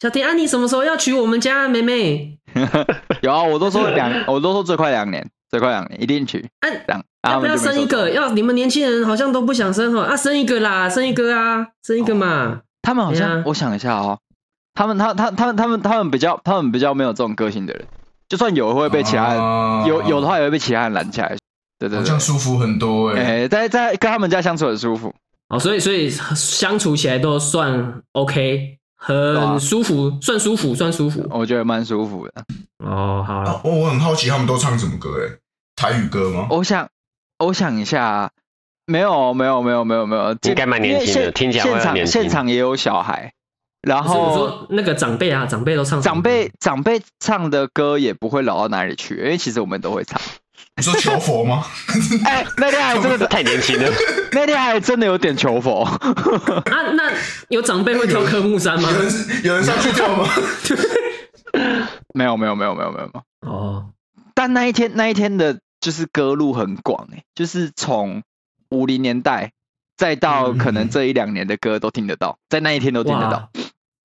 Speaker 1: 小婷啊，你什么时候要娶我们家妹妹？
Speaker 3: 有啊，我都说两，我都说最快两年，最快两年一定去。
Speaker 1: 啊
Speaker 3: 这样，啊
Speaker 1: 要不要
Speaker 3: 他们就没
Speaker 1: 生一
Speaker 3: 说
Speaker 1: 个？要你们年轻人好像都不想生哈，啊，生一个啦，生一个啊，生一个嘛。
Speaker 3: 他们好像，
Speaker 1: 对啊
Speaker 3: 我想一下哦，他们他他他们他们他们比较他们比较没有这种个性的人，就算有会被其他人、
Speaker 4: 哦
Speaker 2: 啊
Speaker 3: 有有的话也会被其他人拦起来。对对
Speaker 2: 好
Speaker 3: 对
Speaker 2: 像，舒服很多哎、
Speaker 3: 哎、在在跟他们家相处很舒服，
Speaker 1: 哦，所以所以相处起来都算 OK，
Speaker 3: 啊
Speaker 1: 很舒服，算舒服，算舒服。
Speaker 3: 我觉得蛮舒服的。
Speaker 1: 哦，好
Speaker 2: 啊
Speaker 1: 了，
Speaker 2: 我、我很好奇他们都唱什么歌哎、台语歌吗？
Speaker 3: 我想我想一下啊，没有没有没有没有没有，
Speaker 4: 应该蛮年轻
Speaker 3: 因
Speaker 4: 的
Speaker 3: 为现
Speaker 4: 听起来会
Speaker 3: 现
Speaker 4: 很
Speaker 3: 场
Speaker 4: 年轻
Speaker 3: 现场也有小孩，然
Speaker 1: 不是我
Speaker 3: 后
Speaker 1: 说那个长辈啊，长辈都唱什么
Speaker 3: 长辈长辈唱的歌也不会老到哪里去，因为其实我们 都会唱。
Speaker 2: 你说求佛 吗？
Speaker 3: 哎、那天还真
Speaker 4: 这
Speaker 3: 的，
Speaker 4: 太年轻了，
Speaker 3: 那天还真的有点求佛。
Speaker 1: 啊，那有长辈会跳科目
Speaker 3: 啊
Speaker 1: 三吗？
Speaker 2: 有人有人上去跳吗？
Speaker 3: 没有没有没有没有没有没有。
Speaker 1: 哦，
Speaker 3: 但那一天那一天的就是歌路很广哎、就是从五零年代再到
Speaker 1: 嗯
Speaker 3: 可能这一两年的歌都听得到，在那一天都听得到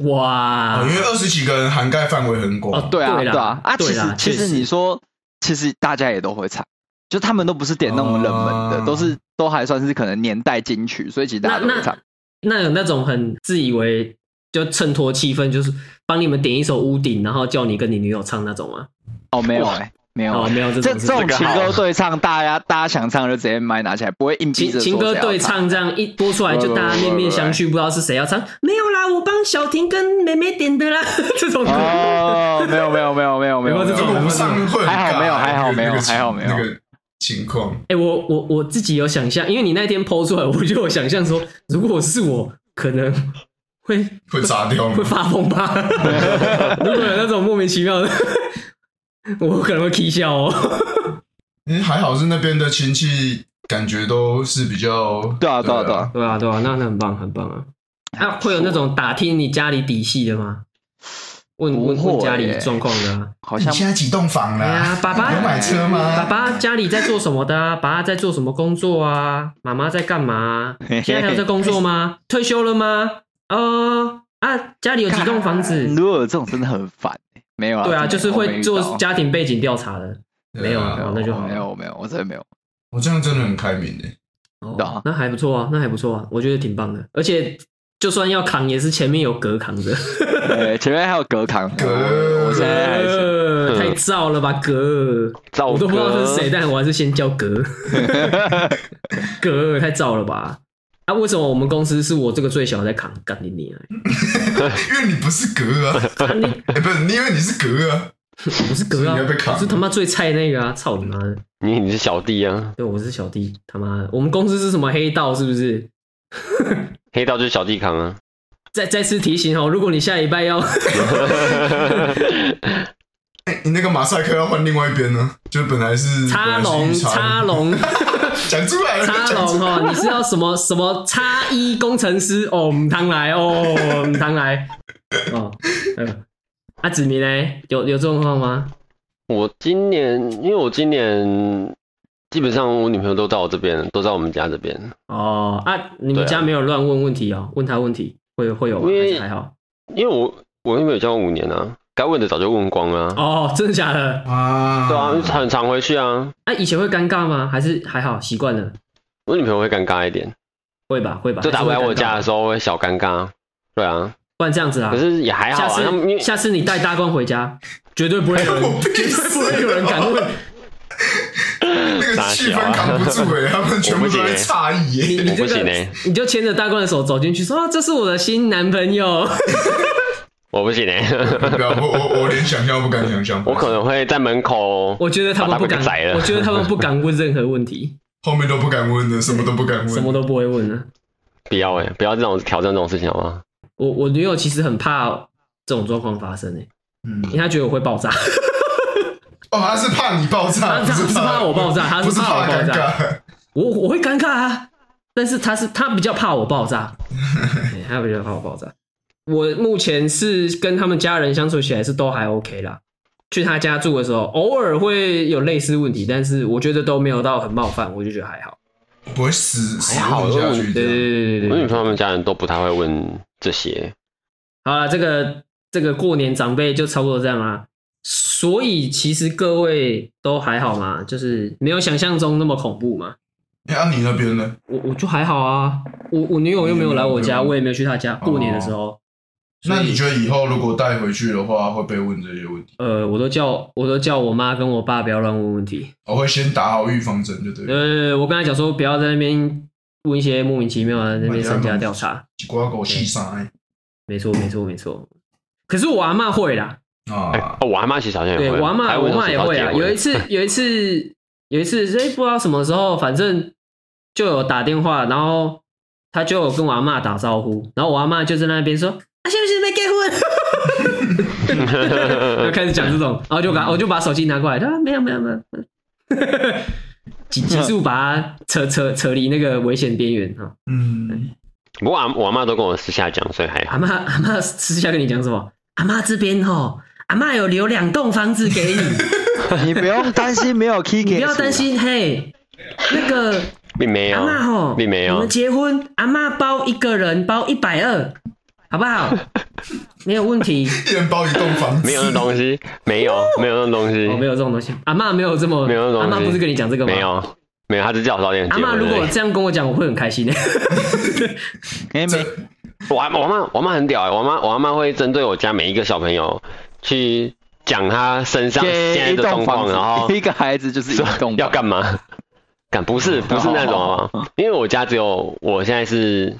Speaker 1: 哇。哇
Speaker 2: 哦，因为二十几个人涵盖范围很广、
Speaker 1: 哦
Speaker 3: 啊对啊
Speaker 1: 对啦
Speaker 3: 啊啊！其
Speaker 1: 对
Speaker 3: 实
Speaker 1: 啦
Speaker 3: 其实
Speaker 1: 确实
Speaker 3: 你说，其实大家也都会唱，就他们都不是点那种冷门的，
Speaker 2: 哦
Speaker 3: 都是都还算是可能年代金曲，所以其实大
Speaker 1: 那
Speaker 3: 家都会唱
Speaker 1: 那。那有那种很自以为就衬托气氛，就是帮你们点一首《屋顶》，然后叫你跟你女友唱那种吗？
Speaker 3: 哦，没有哎、没有、
Speaker 1: 哦，
Speaker 3: 欸。
Speaker 1: 没有这
Speaker 3: 这
Speaker 1: 种
Speaker 3: 这
Speaker 1: 是
Speaker 3: 种
Speaker 4: 这个
Speaker 3: 情
Speaker 4: 好
Speaker 3: 歌对唱，大家大家想唱就直接麦拿起来，不会硬逼
Speaker 1: 情
Speaker 3: 着
Speaker 1: 情
Speaker 3: 说
Speaker 1: 歌
Speaker 3: 谁要
Speaker 1: 对
Speaker 3: 唱。
Speaker 1: 唱这样一播出来，就大家面面相觑，不知道是谁要唱。没有啦，我帮小婷跟妹妹点的啦， 这种歌。
Speaker 3: 哦，没有没有没有没有没有
Speaker 1: 有没有这
Speaker 3: 没
Speaker 1: 种
Speaker 3: 有
Speaker 2: 如果不上会很尬欸
Speaker 3: 还好没有还好没有
Speaker 2: 那个情
Speaker 3: 还好没有
Speaker 2: 那个情况。
Speaker 1: 哎、我我我自己有想象，因为你那天抛出来，我就有想象说，如果是我，可能会
Speaker 2: 会炸掉
Speaker 1: 会
Speaker 2: 吗？
Speaker 1: 发疯 吧。如果有那种莫名其妙的，我可能会 k 笑哦。
Speaker 2: 因为还好是那边的亲戚，感觉都是比较
Speaker 3: 对啊对啊对啊，
Speaker 1: 对啊，对啊，那那很棒，很棒啊。啊，会有那种打听你家里底细的吗？问
Speaker 3: 不
Speaker 1: 问
Speaker 3: 会
Speaker 1: 问家
Speaker 3: 耶
Speaker 1: 里状况的啊。
Speaker 3: 好
Speaker 2: 你
Speaker 3: 像
Speaker 2: 现在几栋房
Speaker 1: 哎
Speaker 2: 啦
Speaker 1: 呀？爸爸
Speaker 2: 你有买车吗？
Speaker 1: 爸爸家里在做什么的啊？爸爸在做什么工作啊？妈妈在干嘛、 啊？现在还有在工作吗？退休了吗？哦、啊，家里有几栋房子？
Speaker 3: 如果有这种真的很烦、欸，没有啦
Speaker 1: 对啊，
Speaker 3: 真的
Speaker 1: 就是
Speaker 3: 我没
Speaker 1: 会
Speaker 3: 遇
Speaker 1: 做
Speaker 3: 到
Speaker 1: 家庭背景调查的。没有
Speaker 2: 啊
Speaker 1: 啊，那就好
Speaker 3: 没有没有，我真的没有。
Speaker 2: 我这样真的很开明欸诶。
Speaker 1: 哦
Speaker 3: 对啊
Speaker 1: 那还不错啊，那还不错啊，我觉得挺棒的。而且就算要扛，也是前面有隔扛 着。
Speaker 3: 对，哎前面还有隔堂，
Speaker 2: 隔
Speaker 3: 我我现在还是
Speaker 1: 呃
Speaker 3: 嗯
Speaker 1: 太燥了吧，哥！
Speaker 4: 赵
Speaker 1: 我都不知道
Speaker 4: 哥
Speaker 1: 这是谁，但我还是先叫 哥。哥太燥了吧？啊，为什么我们公司是我这个最小在扛？干你你啊！
Speaker 2: 因为你不是哥啊，
Speaker 1: 干你
Speaker 2: 哎，不是，你以为你是哥啊？
Speaker 1: 我是哥啊
Speaker 2: 所以你要被，扛
Speaker 1: 我是他妈最菜那个啊！操你妈的！
Speaker 4: 你你是小弟啊，
Speaker 1: 对，我是小弟，他妈的，我们公司是什么黑道是不是？
Speaker 4: 黑道就是小弟 扛啊。
Speaker 1: 再再次提醒哦，如果你下礼拜要，
Speaker 2: 哎你那个马赛克要换另外一边呢，就本来是
Speaker 1: 插龙插，龙
Speaker 2: 本来是 讲出 来了，
Speaker 1: 插
Speaker 2: 讲出
Speaker 1: 龙
Speaker 2: 来
Speaker 1: 哦，你是要什么什么叉一工程师哦，唔汤来哦，唔汤 来哦，嗯，啊子明呢？有有状况吗？
Speaker 4: 我今年，因为我今年基本上我女朋友都在我这边，都在我们家这边，
Speaker 1: 哦啊，你
Speaker 4: 对
Speaker 1: 们
Speaker 4: 啊
Speaker 1: 家没有乱问问题哦，问他问题会会有吗？
Speaker 4: 因
Speaker 1: 还
Speaker 4: 为
Speaker 1: 是还好？
Speaker 4: 因为我我女朋友交往五年啊，该问的早就问光了啊、
Speaker 1: 哦，真的假的？
Speaker 2: 啊，
Speaker 4: 对啊，很常回去啊。
Speaker 1: 啊，以前会尴尬吗？还是还好习惯了？
Speaker 4: 我女朋友会尴尬一点，
Speaker 1: 会吧，会吧。
Speaker 4: 就打回来我家
Speaker 1: 啊还
Speaker 4: 的
Speaker 1: 是会尴尬，
Speaker 4: 时候会小尴尬。对啊，
Speaker 1: 不然这样子啦。
Speaker 4: 可是也还好
Speaker 1: 下
Speaker 4: 啊，他们因
Speaker 1: 次
Speaker 4: 为
Speaker 1: 下次你带大光回家，绝对不会有人，
Speaker 2: 我
Speaker 1: 绝
Speaker 2: 必
Speaker 1: 对不
Speaker 2: 死
Speaker 1: 会有人敢 问。
Speaker 2: 那个
Speaker 4: 傻
Speaker 2: 气
Speaker 4: 小
Speaker 2: 氛扛
Speaker 4: 啊
Speaker 2: 不，住 哎，他们全部都在诧异
Speaker 1: 你
Speaker 2: 耶。
Speaker 1: 你
Speaker 4: 我
Speaker 1: 这
Speaker 4: 不
Speaker 1: 个
Speaker 4: 行欸
Speaker 1: 你就牵着大光的手走进去，说啊，这是我的新男朋 友。
Speaker 4: 我不行哎、
Speaker 2: 不要，啊我我我连想象都不敢想象。
Speaker 4: 我可能会在门口，
Speaker 1: 我觉得他们不敢
Speaker 4: 把大光给宰，了
Speaker 1: 我觉得他们不敢问任何问题，
Speaker 2: 后面都不敢问了，什么都不敢问。
Speaker 1: 什么都不会问了。啊
Speaker 4: 不要哎、不要这种挑战这种事情好吗？
Speaker 1: 我我女友其实很怕这种状况发生诶、
Speaker 2: 嗯，
Speaker 1: 因为她觉得我会爆炸，
Speaker 2: 哦，他是怕你爆炸，
Speaker 1: 他他
Speaker 2: 不
Speaker 1: 不是怕我爆炸他
Speaker 2: 不
Speaker 1: 是
Speaker 2: 是
Speaker 1: 怕我
Speaker 2: 怕
Speaker 1: 爆
Speaker 2: 尴
Speaker 1: 炸
Speaker 2: 尬。
Speaker 1: 我我会尴尬啊，但是她是她比较怕我爆炸，对她比较怕我爆炸。我目前是跟他们家人相处起来是都还 OK 啦。去他家住的时候，偶尔会有类似问题，但是我觉得都没有到很冒犯，我就觉得还好。
Speaker 2: 不会死死
Speaker 4: 还好
Speaker 2: 混下
Speaker 1: 对对
Speaker 2: 去这样。
Speaker 1: 对对对
Speaker 4: 我女
Speaker 1: 对，
Speaker 4: 朋友他们家人都不太会问这些，
Speaker 1: 好了，这个这个过年长辈就差不多这样啦。所以其实各位都还好嘛，就是没有想象中那么恐怖嘛。
Speaker 2: 哎啊，你那边呢？
Speaker 1: 我我就还好啊，我我女友又没哦有来我家，我也没有去她家。过年的时候，所以
Speaker 2: 那你觉得以后如果带回去的话，会被问这些问题？
Speaker 1: 呃，我都叫我都叫我妈跟我爸不要乱问问题。
Speaker 2: 我会先打好预防针，就对了。
Speaker 1: 呃，我跟她讲说不要在那边问一些莫名其妙的那边身家调查。
Speaker 2: 一瓜狗气啥的
Speaker 1: 没错，没错，没错。可是我阿嬷会啦，
Speaker 4: 哎、
Speaker 2: 啊？
Speaker 4: 哦我阿妈其实好像也
Speaker 1: 对
Speaker 4: 会，
Speaker 1: 我阿
Speaker 4: 还
Speaker 1: 嬷
Speaker 4: 问
Speaker 1: 我
Speaker 4: 什么
Speaker 1: 妈也
Speaker 4: 时候
Speaker 1: 会
Speaker 4: 结
Speaker 1: 啊。
Speaker 4: 婚
Speaker 1: 有一次， 有一次，有一次，哎、不知道什么时候，反正就有打电话，然后她就有跟我阿嬷打招呼，然后我阿嬷就在那边说：“啊，现在现在结婚。”
Speaker 4: 呃
Speaker 1: 就开始讲这种，
Speaker 4: 嗯
Speaker 1: 然后就把我就把手机拿过来，他啊说没有没有没 有，急急速把它扯扯扯离那个危险边缘啊！
Speaker 2: 嗯，
Speaker 4: 不过我阿我阿妈都跟我私下讲，所以还好
Speaker 1: 阿。妈阿妈私下跟你讲什么？阿妈这边哦，阿妈有留两栋房子给 你，
Speaker 3: 你不用担心没有 K
Speaker 1: 你
Speaker 3: K，
Speaker 1: 不要担。心嘿。那个
Speaker 4: 并没有
Speaker 1: 阿妈吼，，
Speaker 4: 并没
Speaker 1: 我
Speaker 4: 有
Speaker 1: 们，结婚，阿妈包一个人包一百二，好不好？ 没有问题，
Speaker 2: 一人包一栋房子，
Speaker 4: 没有那东西，没有，没有那东西，
Speaker 1: 我、哦没有这种东西。阿妈没有这么，
Speaker 4: 没有那种
Speaker 1: 阿妈不是跟你讲这个吗？
Speaker 4: 没有，没有，他只叫我早点
Speaker 1: 阿
Speaker 4: 结
Speaker 1: 妈
Speaker 4: 婚
Speaker 1: 如果
Speaker 4: 而已。
Speaker 1: 这样跟我讲，我会很开心的。
Speaker 3: 哎没，
Speaker 4: 我阿我阿妈我阿妈很屌哎、我阿妈我阿妈会针对我家每一个小朋友去讲他身上现在
Speaker 3: 给一
Speaker 4: 的状
Speaker 3: 栋
Speaker 4: 况，然后
Speaker 3: 房子，一个孩子 哦就是一
Speaker 4: 说
Speaker 3: 栋，
Speaker 4: 要干嘛？干不是不是那种啊，
Speaker 3: 哦
Speaker 4: 因为我家只有我现在是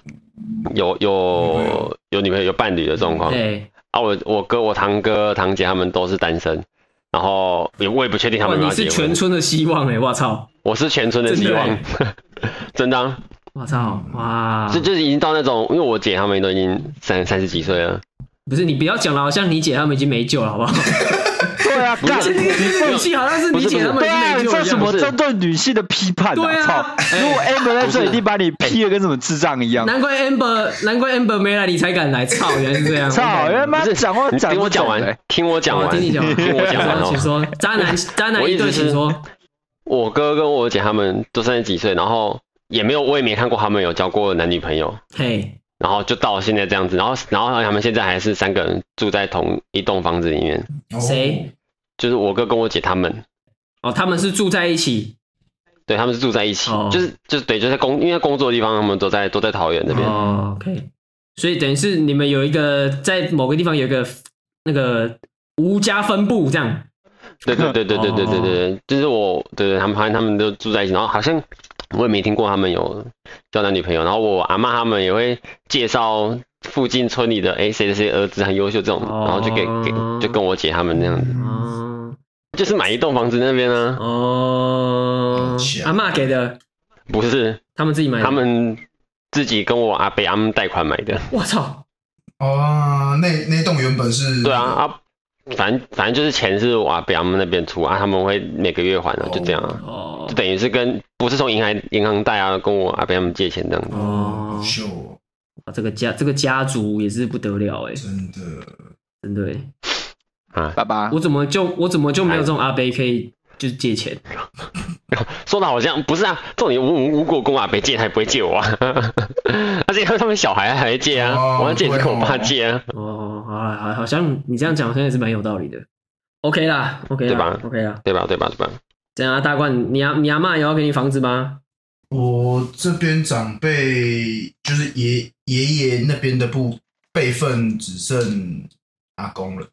Speaker 4: 有有有女朋友有伴侣的 状况
Speaker 1: 对，
Speaker 4: 啊，我我哥我堂哥堂姐他们都是单身，然后也我也不确定他
Speaker 1: 哇，
Speaker 4: 们有没
Speaker 1: 你
Speaker 4: 有结
Speaker 1: 是
Speaker 4: 婚。
Speaker 1: 全村的希望哎、欸！我操，
Speaker 4: 我是全村的希 望，真的啊，
Speaker 1: 我操，哇！
Speaker 4: 这就是已经到那种，因为我姐他们都已经三三十几岁了，
Speaker 1: 不是你不要讲了，好像你姐他们已经没救了，好不好？
Speaker 3: 对啊，干
Speaker 1: 这个语气好像是你姐他们已
Speaker 3: 对
Speaker 1: 经
Speaker 3: 啊，
Speaker 1: 没
Speaker 3: 你
Speaker 1: 救了
Speaker 3: 这
Speaker 1: 一
Speaker 3: 什
Speaker 1: 样。
Speaker 3: 么针对女性的批判
Speaker 1: 对啊
Speaker 3: 操！如果 Amber 在这里，一定把你批的跟什么智障一样。
Speaker 1: 难怪 Amber，难怪 Amber 没来，你才敢来，操！原来是这样，
Speaker 3: 操！他妈
Speaker 4: 不是
Speaker 3: 讲话
Speaker 4: 你
Speaker 3: 讲
Speaker 4: 听我讲
Speaker 3: 不懂欸
Speaker 4: 完，哦听我 讲
Speaker 1: 我
Speaker 4: 完，
Speaker 1: 听你讲完，
Speaker 4: 听我讲 完
Speaker 1: 说请
Speaker 4: 哦。
Speaker 1: 说，渣男，渣男
Speaker 4: 我
Speaker 1: 一
Speaker 4: 一直
Speaker 1: 对，
Speaker 4: 是
Speaker 1: 请说，
Speaker 4: 我哥跟我姐他们都三十几岁，然后也没有，我也没看过他们有交过男女朋友，
Speaker 1: 嘿，
Speaker 4: 然后就到现在这样子，然后然后他们现在还是三个人住在同一栋房子里面，
Speaker 2: 哦
Speaker 1: 谁？
Speaker 4: 就是我哥跟我姐他们，
Speaker 1: 哦，他们是住在一起，
Speaker 4: 对，他们是住在一起，
Speaker 1: 哦
Speaker 4: 就是就是对，就在工，因为工作的地方他们都在都在桃园那边，
Speaker 1: 哦，OK，所以等于是你们有一个在某个地方有一个那个无家分布这样，
Speaker 4: 对对对对对对
Speaker 1: 哦
Speaker 4: 对对，对，就是我对对，他们好像他们都住在一起，然后好像我也没听过他们有交男女朋友，然后我阿嬷他们也会介绍附近村里的哎谁谁谁儿子很优秀这种，然后就给给就跟我姐他们那样子，
Speaker 2: 嗯
Speaker 1: 哦
Speaker 4: 就是买一栋房子那边啊，
Speaker 1: 哦
Speaker 2: 好强，
Speaker 1: 阿嬷给的，
Speaker 4: 不是
Speaker 1: 他们自己买的，
Speaker 4: 他们自己跟我阿伯他们贷款买的，
Speaker 1: 我操，
Speaker 2: 哦，那那栋原本是
Speaker 4: 对啊啊，反正反正就是钱是我阿伯他们那边出啊，他们会每个月还啊，就这样啊，
Speaker 1: 哦
Speaker 4: 就等于是跟不是从银行银行贷啊，跟我阿伯他们借钱这样子。
Speaker 2: 哦，
Speaker 1: 哦
Speaker 2: 好，秀哦，
Speaker 1: 哇这个家这个家族也是不得了哎，
Speaker 2: 真的，
Speaker 1: 真的哎，
Speaker 4: 啊，
Speaker 3: 爸爸
Speaker 1: 我，怎 么就我怎么就没有这种阿伯可以就是借钱？
Speaker 4: 哎说的好像不是啊，重点如如果跟我阿伯借，他也不会借我啊， 而且他们小孩还会借啊，
Speaker 2: 哦
Speaker 4: 我要借也是跟我爸
Speaker 2: 对哦
Speaker 4: 借啊，
Speaker 1: 哦，好啦好，好像你这样讲好像也是蛮有道理的。OK 啦，OK
Speaker 4: 对吧
Speaker 1: 啦，OK 啦，
Speaker 4: 对吧？对吧？对吧？
Speaker 1: 这样啊，大冠，你阿你阿嬷也要给你房子吗？
Speaker 2: 我这边长辈就是爷爷爷那边的部辈分只剩阿公了。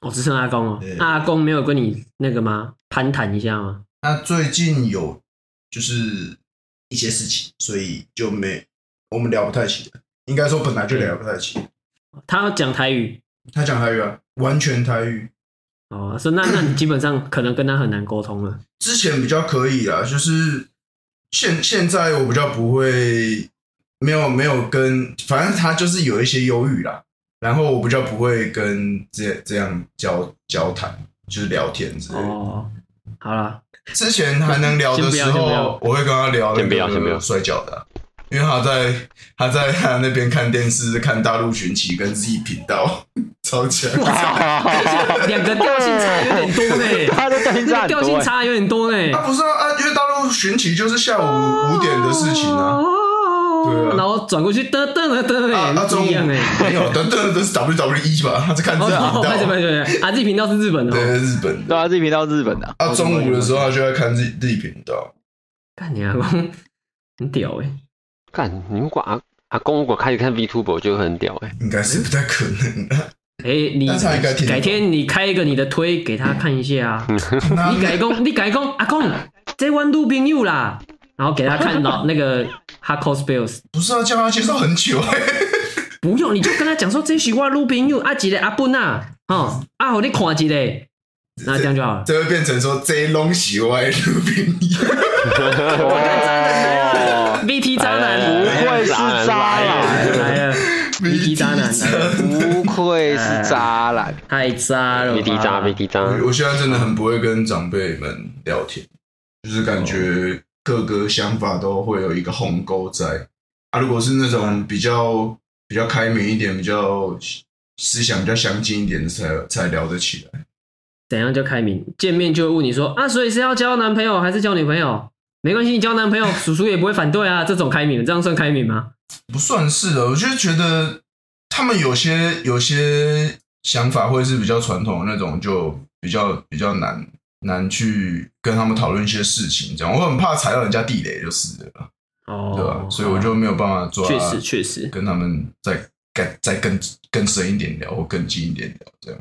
Speaker 1: 哦，只剩阿公哦
Speaker 2: 对。
Speaker 1: 那阿公没有跟你那个吗？攀谈一下吗？
Speaker 2: 那最近有就是一些事情，所以就没我们聊不太起来。应该说本来就聊不太起来。
Speaker 1: 他讲台语
Speaker 2: 他讲台语啊，完全台语。
Speaker 1: 哦，说那那你基本上可能跟他很难沟通了。
Speaker 2: 之前比较可以啦，就是现现在我比较不会没有没有跟，反正他就是有一些忧郁啦。然后我比较不会跟这这样交交谈，就是聊天之类的。
Speaker 1: 哦，好啦，
Speaker 2: 之前还能聊的
Speaker 1: 先
Speaker 2: 时
Speaker 1: 不要先不要
Speaker 2: 候，我会跟他聊那
Speaker 4: 先不要先不要
Speaker 2: 个摔跤的啊、因为他在他在他那边看电视，看大陆寻奇跟 Z 频道， 超强。
Speaker 1: 两个调性差有点多呢，
Speaker 4: 他的调性差
Speaker 1: 这个调
Speaker 4: 很
Speaker 1: 性
Speaker 4: 多欸，
Speaker 1: 差有点多呢。
Speaker 2: 啊，不是啊，啊，因为大陆寻奇就是下午五点的事情
Speaker 1: 哦
Speaker 2: 啊。对啊
Speaker 1: 然后转过去噔噔了噔
Speaker 2: 啊，
Speaker 1: 哎，
Speaker 2: 啊中
Speaker 1: 不
Speaker 2: 午
Speaker 1: 一样哎。
Speaker 2: 没有，等等，这是 WWE 吧？他在看这个
Speaker 1: 哦，
Speaker 2: 频
Speaker 1: 拍什么
Speaker 2: 道，
Speaker 1: 拍什么？啊，这频道是日本的
Speaker 2: 对，
Speaker 1: 哦。
Speaker 2: 日本的。
Speaker 3: 对啊，这频道是日本的啊、
Speaker 2: 啊，中午的时候他就在看自己自己频道。
Speaker 1: 干你阿公，很屌哎。
Speaker 4: 干，你如果阿阿公如果开始看 VTuber，我觉得很屌哎。
Speaker 2: 应该是不太可能的、
Speaker 1: 哎，你
Speaker 2: 但是他应该听得懂
Speaker 1: 改天你开一个你的推给他看一下啊。
Speaker 2: 那
Speaker 1: 你改讲，你改讲，阿公，这弯路朋友啦，然后给他看老那个 Hardcore Spells，
Speaker 2: 不是啊，叫他介绍很久、欸，
Speaker 1: 不用，你就跟他讲说这是我女朋友，啊，一个阿本啊，哦，啊，好你看一个，那这样就好了。
Speaker 2: 这会变成说这东西我爱路边
Speaker 3: 哦，
Speaker 1: VT 渣
Speaker 4: 来
Speaker 1: 男
Speaker 4: 来
Speaker 3: 不
Speaker 4: 来
Speaker 3: 愧是渣男，
Speaker 1: 来了，VT 渣男
Speaker 3: 不愧是渣男，
Speaker 1: 太渣了吧
Speaker 4: VT 渣，VT 渣，
Speaker 2: 我现在真的很不会跟长辈们聊天，就是感觉各个想法都会有一个鸿沟在。啊，如果是那种比较比较开明一点、比较思想比较相近一点的，才才聊得起来。
Speaker 1: 怎样就开明？见面就会问你说啊，所以是要交男朋友还是交女朋友？没关系，你交男朋友，叔叔也不会反对啊。这种开明，这样算开明吗？
Speaker 2: 不算是啊，我就觉得他们有些有些想法会是比较传统的那种，就比较比较难难去跟他们讨论一些事情。这样，我很怕踩到人家地雷，就是了，
Speaker 1: 哦，
Speaker 2: 对吧、所以我就没有办法抓。
Speaker 1: 确实确实，
Speaker 2: 跟他们再再再更更深一点聊，或更近一点聊，这样。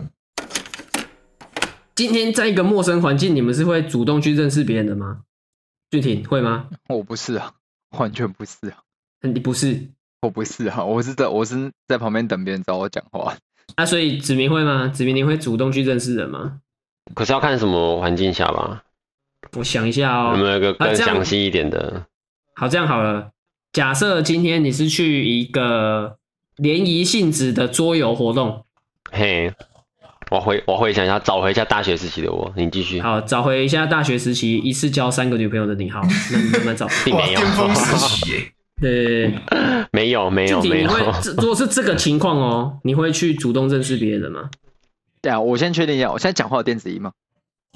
Speaker 1: 今天在一个陌生环境，你们是会主动去认识别人的吗？俊廷会吗？
Speaker 3: 我不是啊，完全不是啊，
Speaker 1: 你不是
Speaker 3: 我不是啊，我是在我是在旁边等别人找我讲话，
Speaker 1: 啊，所以子明会吗？子明你会主动去认识人吗？
Speaker 4: 可是要看什么环境下吧，
Speaker 1: 我想一下
Speaker 4: 有
Speaker 1: 哦
Speaker 4: 没。有一个
Speaker 1: 啊
Speaker 4: 更
Speaker 1: 这样
Speaker 4: 详细一点的？
Speaker 1: 好，这样好了，假设今天你是去一个联谊性质的桌游活动，
Speaker 4: 嘿，我回我回想一下，找回一下大学时期的我。你继续，
Speaker 1: 好，找回一下大学时期一次交三个女朋友的你。好，那你慢慢找。
Speaker 4: 并
Speaker 2: 哇，
Speaker 4: 没有
Speaker 2: 巅，峰时期耶！
Speaker 1: 对对对，
Speaker 4: 没有，没
Speaker 1: 俊
Speaker 4: 有，
Speaker 1: 廷
Speaker 4: 没
Speaker 1: 你
Speaker 4: 有。
Speaker 1: 会，这如果是这个情况哦，你会去主动认识别人吗？
Speaker 3: 对啊，我先确定一下，我现在讲话有电子音吗？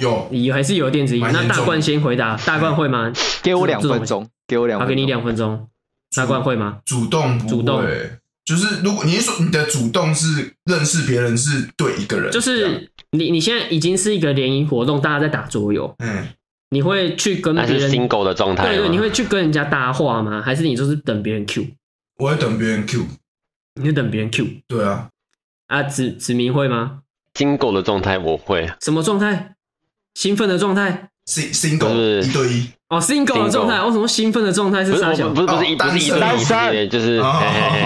Speaker 2: 有
Speaker 1: 你还是有电子音？
Speaker 2: 蛮
Speaker 1: 那
Speaker 2: 严重的
Speaker 1: 大冠先回答，大冠会吗？
Speaker 3: 给我两
Speaker 1: 这种
Speaker 3: 分钟，给我两
Speaker 1: 好，
Speaker 3: 分钟，
Speaker 1: 给你两分钟。大冠会吗？
Speaker 2: 主动不会
Speaker 1: 主动
Speaker 2: 就是如果你是说你的主动是认识别人，是对一个人，
Speaker 1: 就
Speaker 2: 这样
Speaker 1: 是你你现在已经是一个联谊活动，大家在打桌游，
Speaker 2: 嗯，
Speaker 1: 你会去跟
Speaker 4: 那
Speaker 1: 别
Speaker 4: 是
Speaker 1: 人
Speaker 4: single 的状态吗，
Speaker 1: 对对，你会去跟人家搭话吗？还是你就是等别人 Q？
Speaker 2: 我会等别人 Q。
Speaker 1: 你就等别人 Q
Speaker 2: 对啊，
Speaker 1: 啊？子子明会吗？
Speaker 4: single 的状态，我会
Speaker 1: 什么状态？兴奋的状态？
Speaker 2: Sing-
Speaker 4: 不
Speaker 2: single
Speaker 4: 是
Speaker 2: 一对一，
Speaker 1: 哦，single 的
Speaker 4: Single
Speaker 1: 状态？为什么兴奋的状态
Speaker 4: 不
Speaker 1: 是
Speaker 4: 是
Speaker 1: 傻
Speaker 4: 我
Speaker 1: 小？
Speaker 4: 不是不是一
Speaker 2: 哦
Speaker 4: 不是一对
Speaker 2: 单
Speaker 4: 一
Speaker 3: 身
Speaker 4: 之类的，就是
Speaker 2: 哦
Speaker 4: 嘿嘿嘿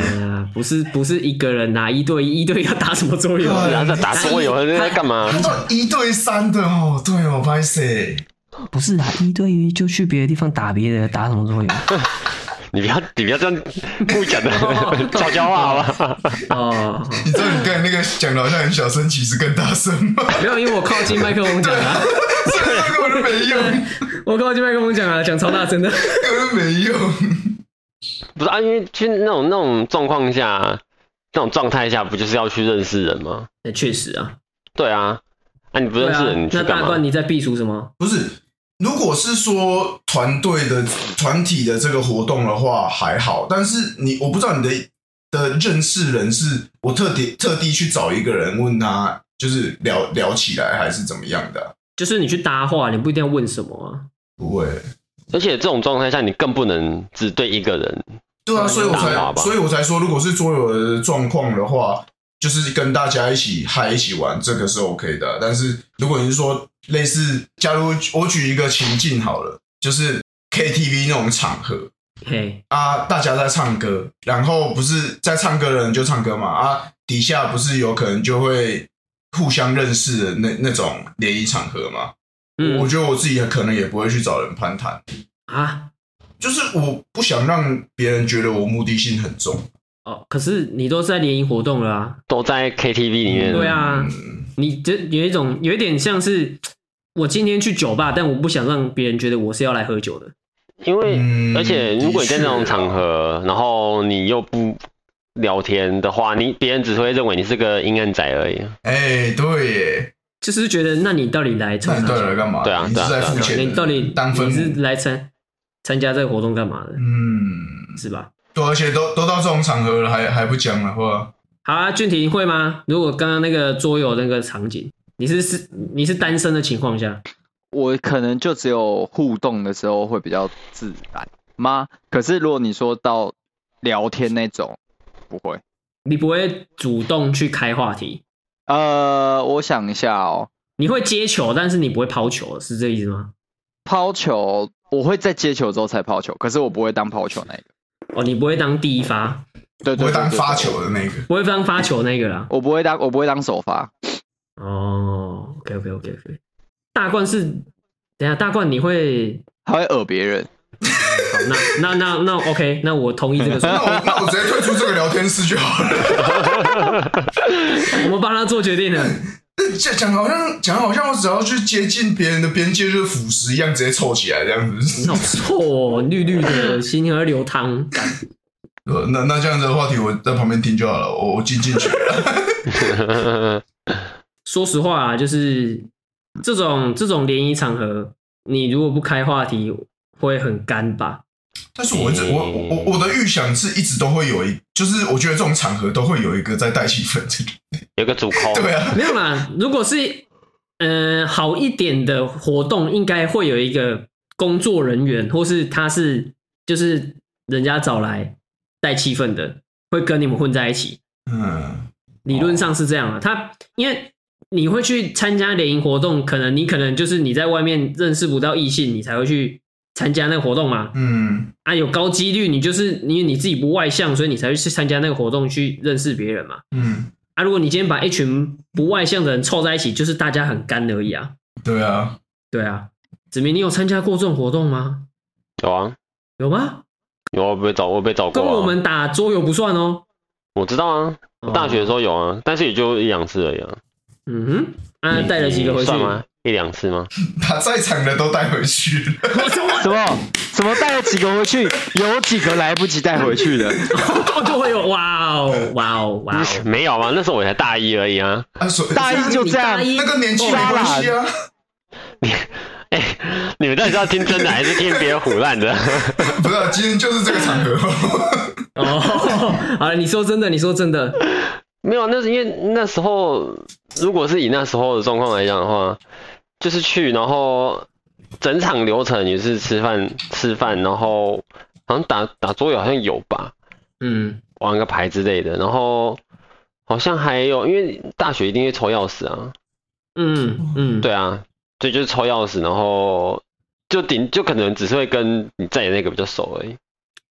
Speaker 4: 嘿嘿
Speaker 1: 啊，不是不是一个人呐、一对一，一对一要打什么桌游？啊
Speaker 2: 对
Speaker 4: 然后在打桌游，那在干嘛？
Speaker 2: 哦一对三的哦，对哦，拍谁？
Speaker 1: 不是啊，一对一就去别的地方打别的，打什么桌游？啊
Speaker 4: 你不要你不要这样不讲的 悄悄话好吧？
Speaker 1: 哦，
Speaker 2: 你知道你刚才那个讲的好像很小声，其实更大声吗？
Speaker 1: 没有，因为我靠近麦克风讲 啊，
Speaker 2: 所以那个我就没用，
Speaker 1: 我靠近麦克风讲啊，讲超大声的。
Speaker 2: 根本没用。
Speaker 4: 不是啊，因为其实那种那种状况下，那种状态下，不就是要去认识人吗？
Speaker 1: 那确实啊，
Speaker 4: 对啊，啊你不认识
Speaker 1: 对
Speaker 4: 人，
Speaker 1: 啊
Speaker 4: 你，去
Speaker 1: 那
Speaker 4: 干
Speaker 1: 大
Speaker 4: 嘛
Speaker 1: 冠？你在避暑什么？
Speaker 2: 不是，如果是说团队的团体的这个活动的话还好，但是你我不知道你的的认识人是我特地特地去找一个人问他，就是聊聊起来还是怎么样的啊、
Speaker 1: 就是你去搭话，你不一定要问什么啊。
Speaker 2: 不会，
Speaker 4: 而且这种状态下，你更不能只对一个人。
Speaker 2: 对啊，所以我
Speaker 4: 大麻
Speaker 2: 才
Speaker 4: 吧
Speaker 2: 所以我才说，如果是桌游的状况的话，就是跟大家一起嗨一起玩，这个是 OK 的。啊但是如果你是说类似，假如我举一个情境好了，就是 KTV 那种场合，
Speaker 1: 嘿，
Speaker 2: 啊，大家在唱歌，然后不是在唱歌的人就唱歌嘛，啊，底下不是有可能就会互相认识的那那种联谊场合嘛。
Speaker 1: 嗯
Speaker 2: 我觉得我自己可能也不会去找人攀谈，
Speaker 1: 啊，
Speaker 2: 就是我不想让别人觉得我目的性很重。
Speaker 1: 哦，可是你都是在联谊活动了啊，
Speaker 4: 都在 KTV 里面。
Speaker 1: 对啊，
Speaker 2: 嗯，
Speaker 1: 你这有一种有一点像是我今天去酒吧，但我不想让别人觉得我是要来喝酒的。
Speaker 4: 因为
Speaker 2: 嗯
Speaker 4: 而且如果你在那种
Speaker 2: 的确啊
Speaker 4: 场合，然后你又不聊天的话，你别人只会认为你是个阴暗仔而已。
Speaker 2: 哎、对耶，
Speaker 1: 就是觉得，那你到底来冲
Speaker 2: 那
Speaker 1: 啥
Speaker 2: 你
Speaker 1: 小？
Speaker 2: 到底来干嘛？
Speaker 4: 对啊
Speaker 2: 你是在
Speaker 4: 对啊
Speaker 2: 付
Speaker 4: 对啊
Speaker 2: 钱的，
Speaker 1: 你到底
Speaker 2: 当分
Speaker 1: 你是
Speaker 2: 母？
Speaker 1: 来参参加这个活动干嘛的？
Speaker 2: 嗯，
Speaker 1: 是吧？
Speaker 2: 对，而且都都到这种场合了，还还不讲的话，
Speaker 1: 好啊，俊廷会吗？如果刚刚那个桌游那个场景，你是是你是单身的情况下，
Speaker 3: 我可能就只有互动的时候会比较自然吗？可是如果你说到聊天那种，不会。
Speaker 1: 你不会主动去开话题，
Speaker 3: 呃，我想一下哦，
Speaker 1: 你会接球，但是你不会抛球，是这意思吗？
Speaker 3: 抛球我会在接球之后才抛球，可是我不会当抛球那一个。
Speaker 1: 哦，你不会当第一发，
Speaker 3: 对
Speaker 2: 不
Speaker 3: 对
Speaker 2: 会
Speaker 3: 对
Speaker 2: 当
Speaker 3: 对
Speaker 2: 发
Speaker 3: 对
Speaker 2: 球的那个。
Speaker 1: 不会当发球那个啦。
Speaker 3: 我不会当，我不会当首发。
Speaker 1: 哦，OK OK OK OK，大冠是，等一下大冠你会，
Speaker 3: 他会饵别人，
Speaker 1: 好，那那那那 OK，那我同意这个说
Speaker 2: 那
Speaker 1: 法，
Speaker 2: 我那我直接退出这个聊天室就好了。
Speaker 1: 我们帮他做决定了。
Speaker 2: 讲讲好像讲好像我只要去接近别人的边界，就是腐蚀一样，直接凑起来这样
Speaker 1: 你
Speaker 2: 子。
Speaker 1: 好臭哦，绿绿的，心里还会流汤。干
Speaker 2: 呃那那这样子的话题，我在旁边听就好了，我我进进去了。
Speaker 1: 说实话、啊，就是这种这种联谊场合，你如果不开话题，会很干吧？
Speaker 2: 但是我一直我我我我的预想是一直都会有一，就是我觉得这种场合都会有一个在带气氛的，
Speaker 4: 有个主抠，
Speaker 2: 对啊，
Speaker 1: 没有啦，如果是呃好一点的活动，应该会有一个工作人员，或是他是就是人家找来带气氛的，会跟你们混在一起。
Speaker 2: 嗯，
Speaker 1: 理论上是这样啊。他因为你会去参加联谊活动，可能你可能就是你在外面认识不到异性，你才会去参加那个活动嘛。
Speaker 2: 嗯，
Speaker 1: 啊，有高几率你就是因为你自己不外向，所以你才会去参加那个活动去认识别人嘛。
Speaker 2: 嗯，
Speaker 1: 啊，如果你今天把一群不外向的人凑在一起，就是大家很干而已啊。
Speaker 2: 对啊，
Speaker 1: 对啊，子明，你有参加过这种活动吗？
Speaker 4: 有啊，
Speaker 1: 有吗？
Speaker 4: 有啊，我被找我被找过、
Speaker 1: 跟
Speaker 4: 啊。
Speaker 1: 我们哦打桌游不算哦。
Speaker 4: 我知道啊，我大学的时候有啊，但是也就一两次而已啊。
Speaker 1: 嗯哼，啊，
Speaker 4: 你
Speaker 1: 带了几个回
Speaker 4: 你
Speaker 1: 去？
Speaker 4: 算吗？一两次吗？
Speaker 2: 把在场的都带回去了。
Speaker 3: 什么什么带了几个回去，有几个来不及带回去的。
Speaker 1: 就会有哇哦哇哦哇哦！ 哦
Speaker 4: 没有啊，那时候我才大一而已啊。
Speaker 2: 啊，所以
Speaker 3: 大一就这样
Speaker 1: 你大一
Speaker 2: 那个年纪没关系啊，
Speaker 4: 哎、你们到底是要听真的还是听别人胡乱的？
Speaker 2: 不是啊、今天就是这个场合。
Speaker 1: 哦，好了，你说真的，你说真的，
Speaker 4: 没有，啊那是因为那时候，如果是以那时候的状况来讲的话，就是去，然后整场流程也是吃饭、吃饭，然后好像打打桌游好像有吧，
Speaker 1: 嗯，
Speaker 4: 玩个牌之类的，然后好像还有，因为大学一定会抽钥匙啊，
Speaker 1: 嗯嗯，，
Speaker 4: 对啊，所以就是抽钥匙，然后就顶就可能只是会跟你在的那个比较熟而已。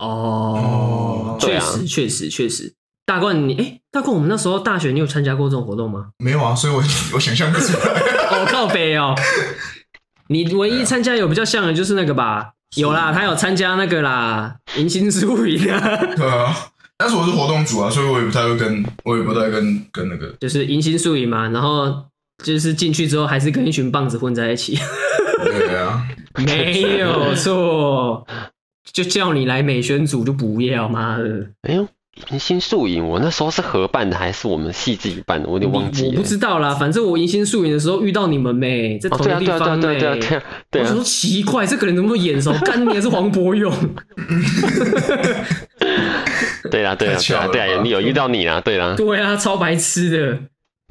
Speaker 1: 哦，
Speaker 4: 对
Speaker 1: 确
Speaker 4: 啊
Speaker 1: 实确实确实。大冠你，哎，大冠，我们那时候大学，你有参加过这种活动吗？
Speaker 2: 没有啊，所以我 我想象不出来。
Speaker 1: 哦，靠北哦，你唯一参加有比较像的就是那个吧？有啦，他有参加那个啦，迎新宿营啊，
Speaker 2: 对啊，但是我是活动组啊，所以我也不太会跟，我也不太跟跟那个。
Speaker 1: 就是迎新宿营嘛，然后就是进去之后还是跟一群棒子混在一 起，
Speaker 2: 对啊，
Speaker 1: 没有错，就叫你来美宣组就不要，妈的。
Speaker 4: 哎呦，迎新宿营，我那时候是合办的还是我们系自己办的？我有点忘记
Speaker 1: 我
Speaker 4: 了
Speaker 1: 不。知道啦，反正我迎新宿营的时候遇到你们没、在
Speaker 4: 哦，
Speaker 1: 同一
Speaker 4: 对
Speaker 1: 个地
Speaker 4: 啊，对啊，对啊，
Speaker 1: 方
Speaker 4: 对啊，
Speaker 1: 没、
Speaker 4: 对啊，对啊，对
Speaker 1: 我想
Speaker 4: 啊
Speaker 1: 说，奇怪，这个人怎么那么眼熟？干你还是黄伯 勇？
Speaker 4: 对啊，对啊，对啊，对啊，你有遇到你啦，对啦。
Speaker 1: 对啊，超白痴的。欸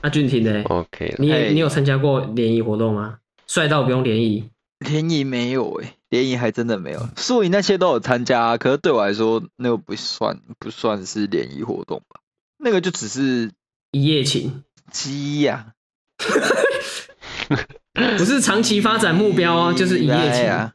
Speaker 1: 阿俊廷呢、
Speaker 4: OK，
Speaker 1: 你也
Speaker 3: 哎
Speaker 1: 你有参加过联谊活动吗？帅到不用联谊，
Speaker 3: 联谊没有诶、联谊还真的没有。宿营那些都有参加、啊，可是对我来说，那个不算不算是联谊活动吧？那个就只是
Speaker 1: 一夜情，
Speaker 3: 鸡呀、
Speaker 1: 不是长期发展目标啊，就是一夜
Speaker 3: 哎
Speaker 1: 情。
Speaker 3: 呀。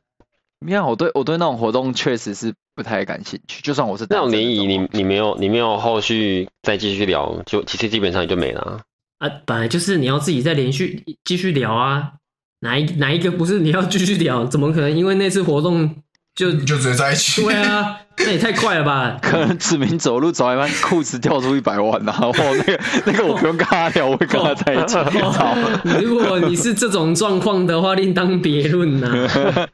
Speaker 3: 没有，我对我对那种活动确实是不太感兴趣。就算我是
Speaker 4: 那种
Speaker 3: 单身
Speaker 4: 联
Speaker 3: 的
Speaker 4: 谊，
Speaker 3: 状
Speaker 4: 你你没有你没有后续再继续聊，就其实基本上也就没了啊。
Speaker 1: 啊，本来就是你要自己再连续继续聊啊，哪一哪一个不是你要继续聊？怎么可能因为那次活动就
Speaker 2: 你就直接在一起。
Speaker 1: 对啊，那也太快了吧！
Speaker 3: 可能子明走路走一半，裤子掉出一百万 呐、啊！哇，那个那个我不用跟他聊，我会跟他在一起。操！
Speaker 1: 哦如果你是这种状况的话，另当别论呐。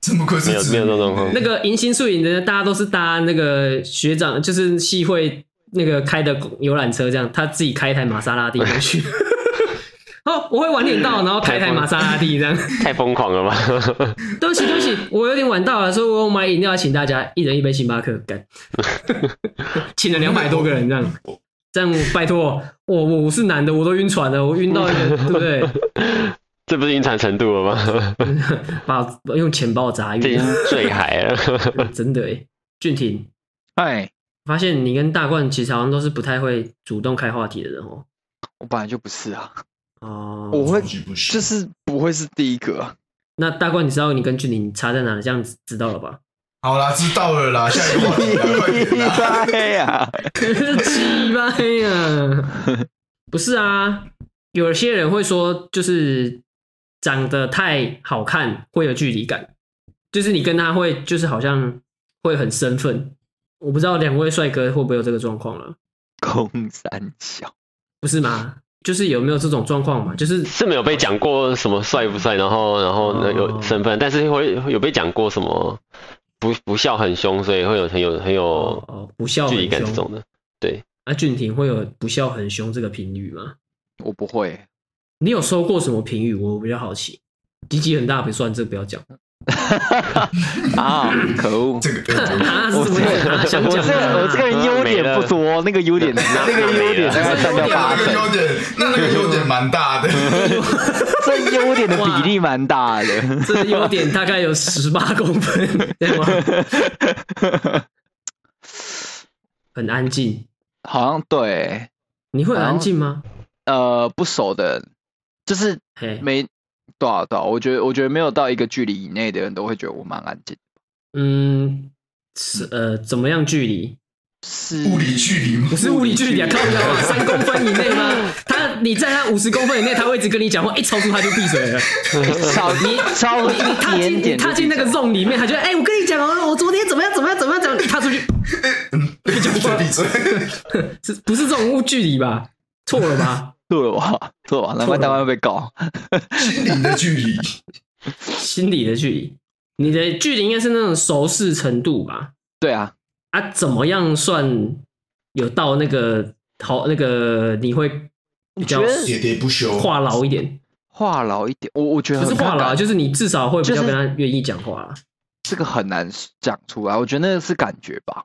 Speaker 2: 这么快是
Speaker 4: 没有
Speaker 2: 指
Speaker 4: 没有这种状况
Speaker 1: 那个迎新宿营的，大家都是搭那个学长，就是系会那个开的游览车，这样他自己开一台玛莎拉蒂过去。 哦，我会晚点到，然后开一台玛莎拉蒂这样。
Speaker 4: 太疯狂了吧？
Speaker 1: 对不起，对不起，我有点晚到了，所以我有买饮料，请大家一人一杯星巴克，干，请了两百多个人这样，这样拜托，我我我是男的，我都晕船了，我晕到一个，对不对？
Speaker 4: 这不是晕船程度了吗？
Speaker 1: 把用钱包砸
Speaker 4: 这已
Speaker 1: 晕
Speaker 4: 经，坠海了。
Speaker 1: 真的哎，俊廷，
Speaker 3: 哎，
Speaker 1: 发现你跟大冠其实好像都是不太会主动开话题的人哦。
Speaker 3: 我本来就不是啊，
Speaker 1: 哦，
Speaker 3: 我会
Speaker 2: 超级不行
Speaker 3: 就是不会是第一 个啊。
Speaker 1: 那大冠，你知道你跟俊廷差在哪里？这样子知道了吧？
Speaker 2: 好啦，知道了啦，下一个话题啦，快点 啦！
Speaker 3: 对呀，
Speaker 1: 鸡巴呀！不是啊，有些人会说，就是长得太好看会有距离感，就是你跟他会，就是好像会很生分。我不知道两位帅哥会不会有这个状况了，
Speaker 3: 空三小，
Speaker 1: 不是吗？就是有没有这种状况嘛？就是
Speaker 4: 是没有被讲过什么帅不帅，然后然后
Speaker 1: 哦
Speaker 4: 呢有身份，但是会有被讲过什么不不笑很凶，所以会有很有很有
Speaker 1: 哦，不笑
Speaker 4: 距离
Speaker 1: 很
Speaker 4: 感这种
Speaker 1: 凶。
Speaker 4: 的。
Speaker 1: 啊，俊廷会有不笑很凶这个评语吗？
Speaker 3: 我不会。
Speaker 1: 你有收过什么评语？我比较好奇。鸡鸡很大不算，这个不 要讲。
Speaker 3: 啊，可恶！
Speaker 2: 这个
Speaker 1: 啊，是什么意思？啊，想
Speaker 3: 我
Speaker 1: 讲
Speaker 3: 这
Speaker 1: 啊
Speaker 3: 个我这个人优点不多，那个优点那个优点大概占掉八
Speaker 2: 那个优
Speaker 3: 成，
Speaker 2: 点，那那个优点蛮大的。
Speaker 3: 这优点的比例蛮大的。
Speaker 1: 这优点大概有十八公分，对吗？很安静，
Speaker 3: 好像对，
Speaker 1: 你会很安静吗？
Speaker 3: 呃，不熟的人，就是
Speaker 1: 嘿，
Speaker 3: 没多少多少，啊我觉得我觉得没有到一个距离以内的人都会觉得我蛮安静，
Speaker 1: 嗯，是呃，怎么样距离？
Speaker 3: 是
Speaker 2: 物理距 离吗
Speaker 1: 不？是物理距离啊，靠腰啊，三公分以内吗？他你在他五十公分以内，他会一直跟你讲话，一超出他就闭嘴了。
Speaker 3: 少你超
Speaker 1: 你你踏
Speaker 3: 一
Speaker 1: 进
Speaker 3: 点
Speaker 1: 你
Speaker 3: 点
Speaker 1: 踏进那个 zone 里面，他就哎、我跟你讲哦，我昨天怎么样怎么样怎么样怎么样，一踏出去，
Speaker 2: 闭嘴！
Speaker 1: 是不是这种物距离吧？错了吧？
Speaker 3: 做了吧，做了吧，难怪台湾会被告。
Speaker 2: 心灵的距离，
Speaker 1: 心理的距离，你的距离应该是那种熟视程度吧？
Speaker 3: 对啊，
Speaker 1: 啊，怎么样算有到那个好那个你会比较
Speaker 3: 我觉得
Speaker 2: 喋喋不休。
Speaker 1: 话痨一点？
Speaker 3: 话痨一点，我我觉得
Speaker 1: 不是
Speaker 3: 很
Speaker 1: 话痨啊，
Speaker 3: 尴尬
Speaker 1: 就是你至少会比较
Speaker 3: 就是
Speaker 1: 跟他愿意讲话啦。
Speaker 3: 这个很难讲出来，我觉得那个是感觉吧。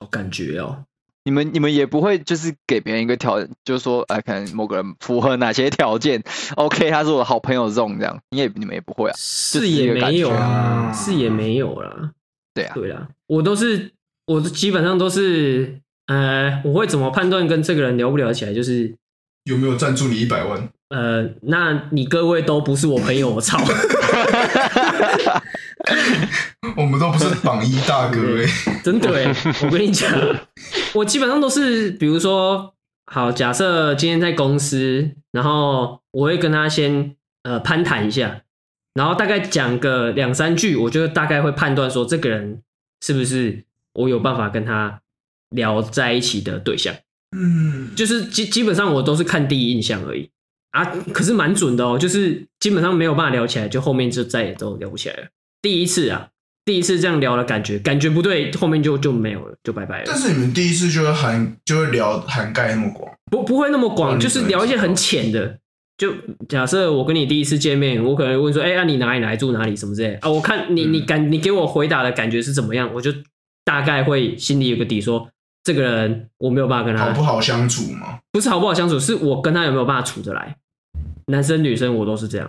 Speaker 1: 我感觉哦，
Speaker 3: 你们你们也不会就是给别人一个条，就是说，哎、可能某个人符合哪些条件，OK，他是 我的好朋友这种这样，你也你们也不会啊，
Speaker 1: 是也没有啊，
Speaker 2: 就是
Speaker 1: 是
Speaker 2: 一个感觉啊
Speaker 1: 也没有啦。
Speaker 3: 对啊，
Speaker 1: 对啦，我都是我基本上都是呃，我会怎么判断跟这个人聊不聊得起来？就是
Speaker 2: 有没有赞助你一百万？
Speaker 1: 呃，那你各位都不是我朋友，我操！
Speaker 2: 我们都不是榜一大哥哎，
Speaker 1: 真的欸我跟你讲，我基本上都是，比如说，好，假设今天在公司，然后我会跟他先呃攀谈一下，然后大概讲个两三句，我就大概会判断说这个人是不是我有办法跟他聊在一起的对象，
Speaker 2: 嗯，
Speaker 1: 就是基基本上我都是看第一印象而已啊，可是蛮准的哦，就是基本上没有办法聊起来，就后面就再也都聊不起来了。第一次啊，第一次这样聊的感觉，感觉不对，后面就就没有了，就拜拜了
Speaker 2: 但。是你们第一次就会涵，就会聊涵盖那么广，
Speaker 1: 不不会那么
Speaker 2: 哦
Speaker 1: 广，
Speaker 2: 你
Speaker 1: 就是
Speaker 2: 可能
Speaker 1: 聊一些
Speaker 2: 知道
Speaker 1: 很浅的。就假设我跟你第一次见面，我可能问说，哎、呀、你哪里来，住哪里，什么之类的啊？我看你你感你给我回答的感觉是怎么样，我就大概会心里有个底说这个人我没有办法跟他
Speaker 4: 嗯
Speaker 2: 好不好相处嘛？
Speaker 1: 不是好不好相处，是我跟他有没有办法处得来。男生女生我都是这样，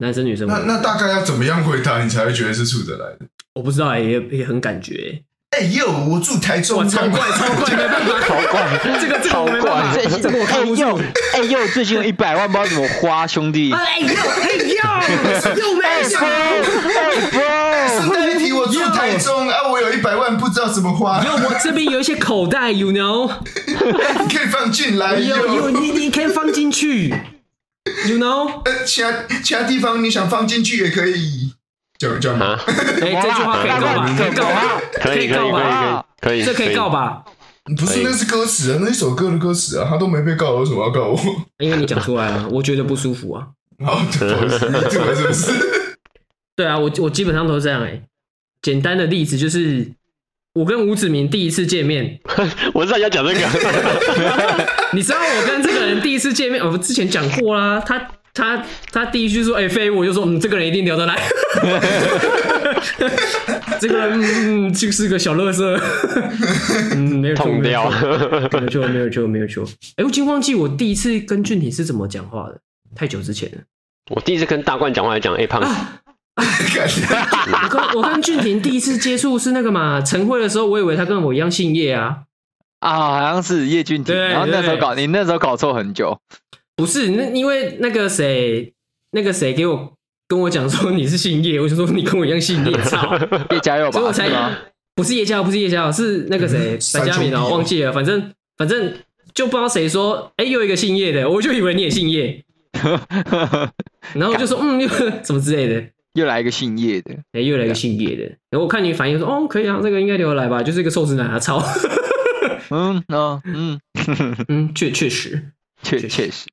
Speaker 1: 男生女生我
Speaker 2: 那
Speaker 1: 都
Speaker 2: 那大概要怎么样回答你才会觉得是处得来的？
Speaker 1: 我不知道、欸，也也很感 觉、
Speaker 2: 哎呦，我住台
Speaker 1: 欸，哇，
Speaker 2: 中，
Speaker 1: 超
Speaker 2: 干嘛
Speaker 1: 怪超怪，没办法，
Speaker 3: 超怪，
Speaker 1: 这个这个
Speaker 3: 超
Speaker 1: 我没办
Speaker 3: 怪，
Speaker 1: 法，这个我
Speaker 3: 哎
Speaker 1: 看不住。
Speaker 3: 呦，哎呦，最近有一百万不知道怎么花，兄弟，
Speaker 1: 哎呦哎呦，又没
Speaker 3: 哎
Speaker 1: 想
Speaker 3: 哥，哎
Speaker 2: 顺带一提，我住台中啊，我有一百万，不知道怎么
Speaker 3: 哎
Speaker 2: 花，
Speaker 1: 那我这边有一些口袋，you know，
Speaker 2: 你可以放进来
Speaker 3: 哎
Speaker 1: 有有
Speaker 2: 哟。
Speaker 1: 你你可以放进去，you know，
Speaker 2: 呃其他其他地方你想放进去也可以。就就
Speaker 4: 啊，
Speaker 1: 哎，这句话可以告吧？可以啊告吧？
Speaker 4: 可以可以
Speaker 1: 告
Speaker 4: 可
Speaker 1: 吧？
Speaker 4: 以可以，
Speaker 1: 这可以告？吧？
Speaker 2: 不
Speaker 4: 可
Speaker 2: 是
Speaker 4: 以
Speaker 2: 那是歌词啊，那一首歌的歌词啊，他都没被告，为什么要告我？
Speaker 1: 因为你讲出来了，我觉得不舒服啊。
Speaker 2: 然后就不好意思，你吐了是不是？
Speaker 1: 对啊，我我基本上都是这样哎、简单的例子就是，我跟吴子明第一次见面，
Speaker 4: 我知道你要讲这个，
Speaker 1: 你知道我跟这个人第一次见面，我之前讲过啦，他他他第一句说哎飞、我就说嗯这个人一定聊得来， 这个人嗯就是个小乐色，嗯没有错
Speaker 4: 痛
Speaker 1: 没有
Speaker 4: 掉
Speaker 1: 错。没有错，没有错，没有错。哎，我已经忘记我第一次跟俊廷是怎么讲话的，太久之前了。
Speaker 4: 我第一次跟大冠讲话，还讲 A 胖子，
Speaker 2: 感 觉
Speaker 1: 我跟我跟俊廷第一次接触是那个嘛晨会的时候，我以为他跟我一样姓叶啊，
Speaker 3: 啊，好像是叶俊廷，
Speaker 1: 对
Speaker 3: 然后那时候
Speaker 1: 对
Speaker 3: 搞你那时候搞错很久，
Speaker 1: 不是那因为那个谁那个谁给我跟我讲说你是姓叶，我 就说你跟我一样姓 叶，操！
Speaker 3: 叶嘉佑吧，
Speaker 1: 所以我才
Speaker 3: 是吗？
Speaker 1: 不是叶嘉，不是叶嘉，是那个谁
Speaker 2: 嗯
Speaker 1: 白嘉敏
Speaker 2: 三
Speaker 1: 啊，
Speaker 2: 兄弟哦
Speaker 1: 忘记了，反正反正就不知道谁说，哎，又一个姓叶的，我就以为你也姓叶，然后我就说嗯，又 什么之类的。
Speaker 3: 又来一个姓叶的，
Speaker 1: 哎、又来一个姓叶的，然后我看你反应说，哦，可以啊，这个应该留得来吧，就是一个瘦子男啊，操，
Speaker 3: 嗯嗯嗯，
Speaker 1: 嗯，确确实，
Speaker 3: 确确实，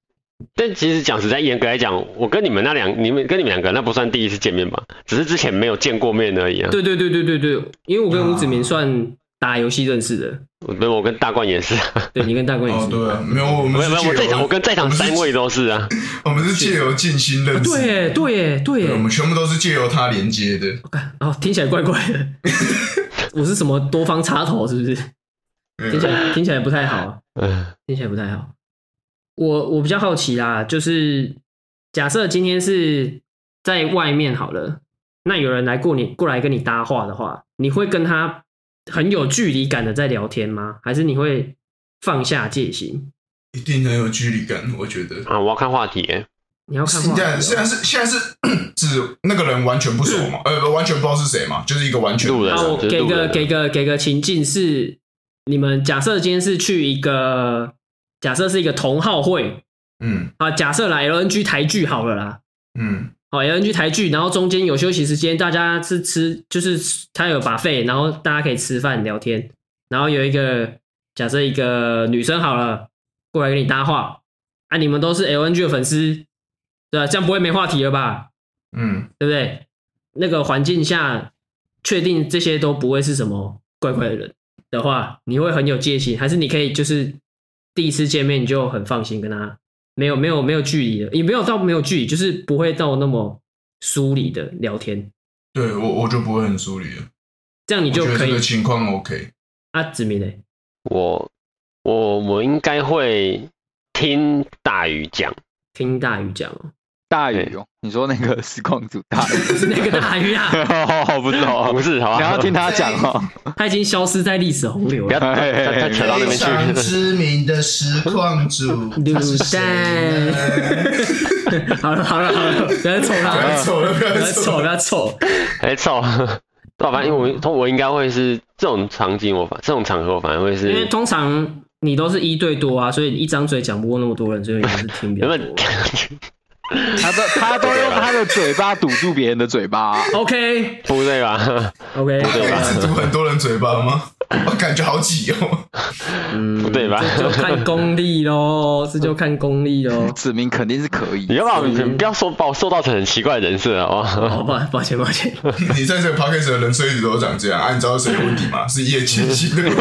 Speaker 4: 但其实讲实在，严格来讲，我跟你们那两，你们跟你们两个那不算第一次见面吧，只是之前没有见过面而已啊。
Speaker 1: 对对对对对对，因为我跟吴子明算打游戏认识的，
Speaker 4: 我不是我跟大冠也是啊，
Speaker 1: 对你跟大冠也
Speaker 2: 哦
Speaker 1: 是，
Speaker 2: 对啊，没有我
Speaker 4: 没
Speaker 2: 们是
Speaker 4: 有没有，我
Speaker 2: 借
Speaker 4: 在场，
Speaker 2: 由
Speaker 4: 我跟在场三位啊都是啊。
Speaker 2: 我们是借由静心认识，
Speaker 1: 对耶对耶对
Speaker 2: 对，我
Speaker 1: 耶
Speaker 2: 们，全部都是借由他连接的，
Speaker 1: 哦，听起来怪怪的， 我是什么多方插头是不是？听起
Speaker 2: 嗯
Speaker 1: 来听起来不太好、啊，
Speaker 4: 嗯，
Speaker 1: 听起来不太好。我我比较好奇啦，就是假设今天是在外面好了，那有人来过你过来跟你搭话的话，你会跟他很有距离感的在聊天吗？还是你会放下戒心？
Speaker 2: 一定很有距离感，我觉得。
Speaker 4: 啊，我要看话题耶，
Speaker 1: 你要看
Speaker 2: 现
Speaker 1: 话题
Speaker 2: 在
Speaker 1: 哦
Speaker 2: 现在是现在是 指那个人完全不熟嘛，呃，完全不知道是谁嘛，就是一个完全
Speaker 4: 路人
Speaker 1: 那
Speaker 4: 啊，
Speaker 1: 我
Speaker 4: 就是
Speaker 1: 给
Speaker 4: 路人
Speaker 1: 个
Speaker 4: 啊
Speaker 1: 给个给个情境是，你们假设今天是去一个假设是一个同好会
Speaker 2: 嗯
Speaker 1: 啊，假设啦 LNG 台剧好了啦，
Speaker 2: 嗯
Speaker 1: 好 LNG 台剧，然后中间有休息时间，大家是吃，就是他有把费，然后大家可以吃饭聊天，然后有一个假设一个女生好了过来跟你搭话，啊，你们都是 LNG 的粉丝，对吧、这样不会没话题了吧？
Speaker 2: 嗯，
Speaker 1: 对不对？那个环境下，确定这些都不会是什么怪怪的人的话，你会很有戒心，还是你可以就是第一次见面你就很放心跟他没有没有没有距离的，也没有到没有距离，就是不会到那么疏离的聊天，
Speaker 2: 对我我就不会很疏离了，
Speaker 1: 这样你
Speaker 2: 我
Speaker 1: 就
Speaker 2: 觉得
Speaker 1: 可
Speaker 2: 这
Speaker 1: 以
Speaker 2: 个情况 OK，
Speaker 1: 啊，子明嘞，
Speaker 4: 我我我应该会听大宇讲，
Speaker 1: 听大鱼讲 哦，
Speaker 3: 大宇哦，你说那个 实况组大宇，
Speaker 1: 不 是那个大鱼啊，
Speaker 3: 不是哦，
Speaker 4: 不是好吧？
Speaker 3: 你要听他讲 哦，
Speaker 1: 他已经消失在历史洪流
Speaker 4: 不要
Speaker 1: 了。
Speaker 4: 他他扯到那边
Speaker 2: 非常
Speaker 4: 去。
Speaker 2: 知名的实况 主
Speaker 1: 卤
Speaker 2: 他是谁呢
Speaker 1: 好了好了好了，不要再丑
Speaker 2: 不
Speaker 1: 他
Speaker 2: 要
Speaker 1: 了，
Speaker 2: 走了，不
Speaker 1: 不要
Speaker 2: 要
Speaker 1: 再
Speaker 2: 走
Speaker 1: 丑
Speaker 2: 了，
Speaker 1: 不要再丑。
Speaker 4: 哎操！对，反正我我应该会是这种场景，我反这种场合我反而会
Speaker 1: 因为
Speaker 4: 是
Speaker 1: 通常你都是一对多啊，所以一张嘴讲不过那么多人，所以你就是听比较
Speaker 4: 原
Speaker 1: 多。
Speaker 4: 本
Speaker 3: 他都他都用他的嘴巴堵住别人的嘴巴啊，。
Speaker 1: OK
Speaker 4: 不对吧？
Speaker 1: OK，
Speaker 4: 对吧
Speaker 2: 一直堵哎很多人嘴巴吗？ 我感觉好挤哦，
Speaker 1: 嗯，
Speaker 4: 不对吧
Speaker 1: 这就看功力喽，这就看功力喽
Speaker 3: 子明肯定是可以
Speaker 4: 你，要把我不要说把我塑造成很奇怪的人设好不好？
Speaker 1: 好吧，哦抱歉抱歉，
Speaker 2: 你在这个 podcast 的人设一直都长这样，啊，你知道谁有问题吗？是叶千玺的问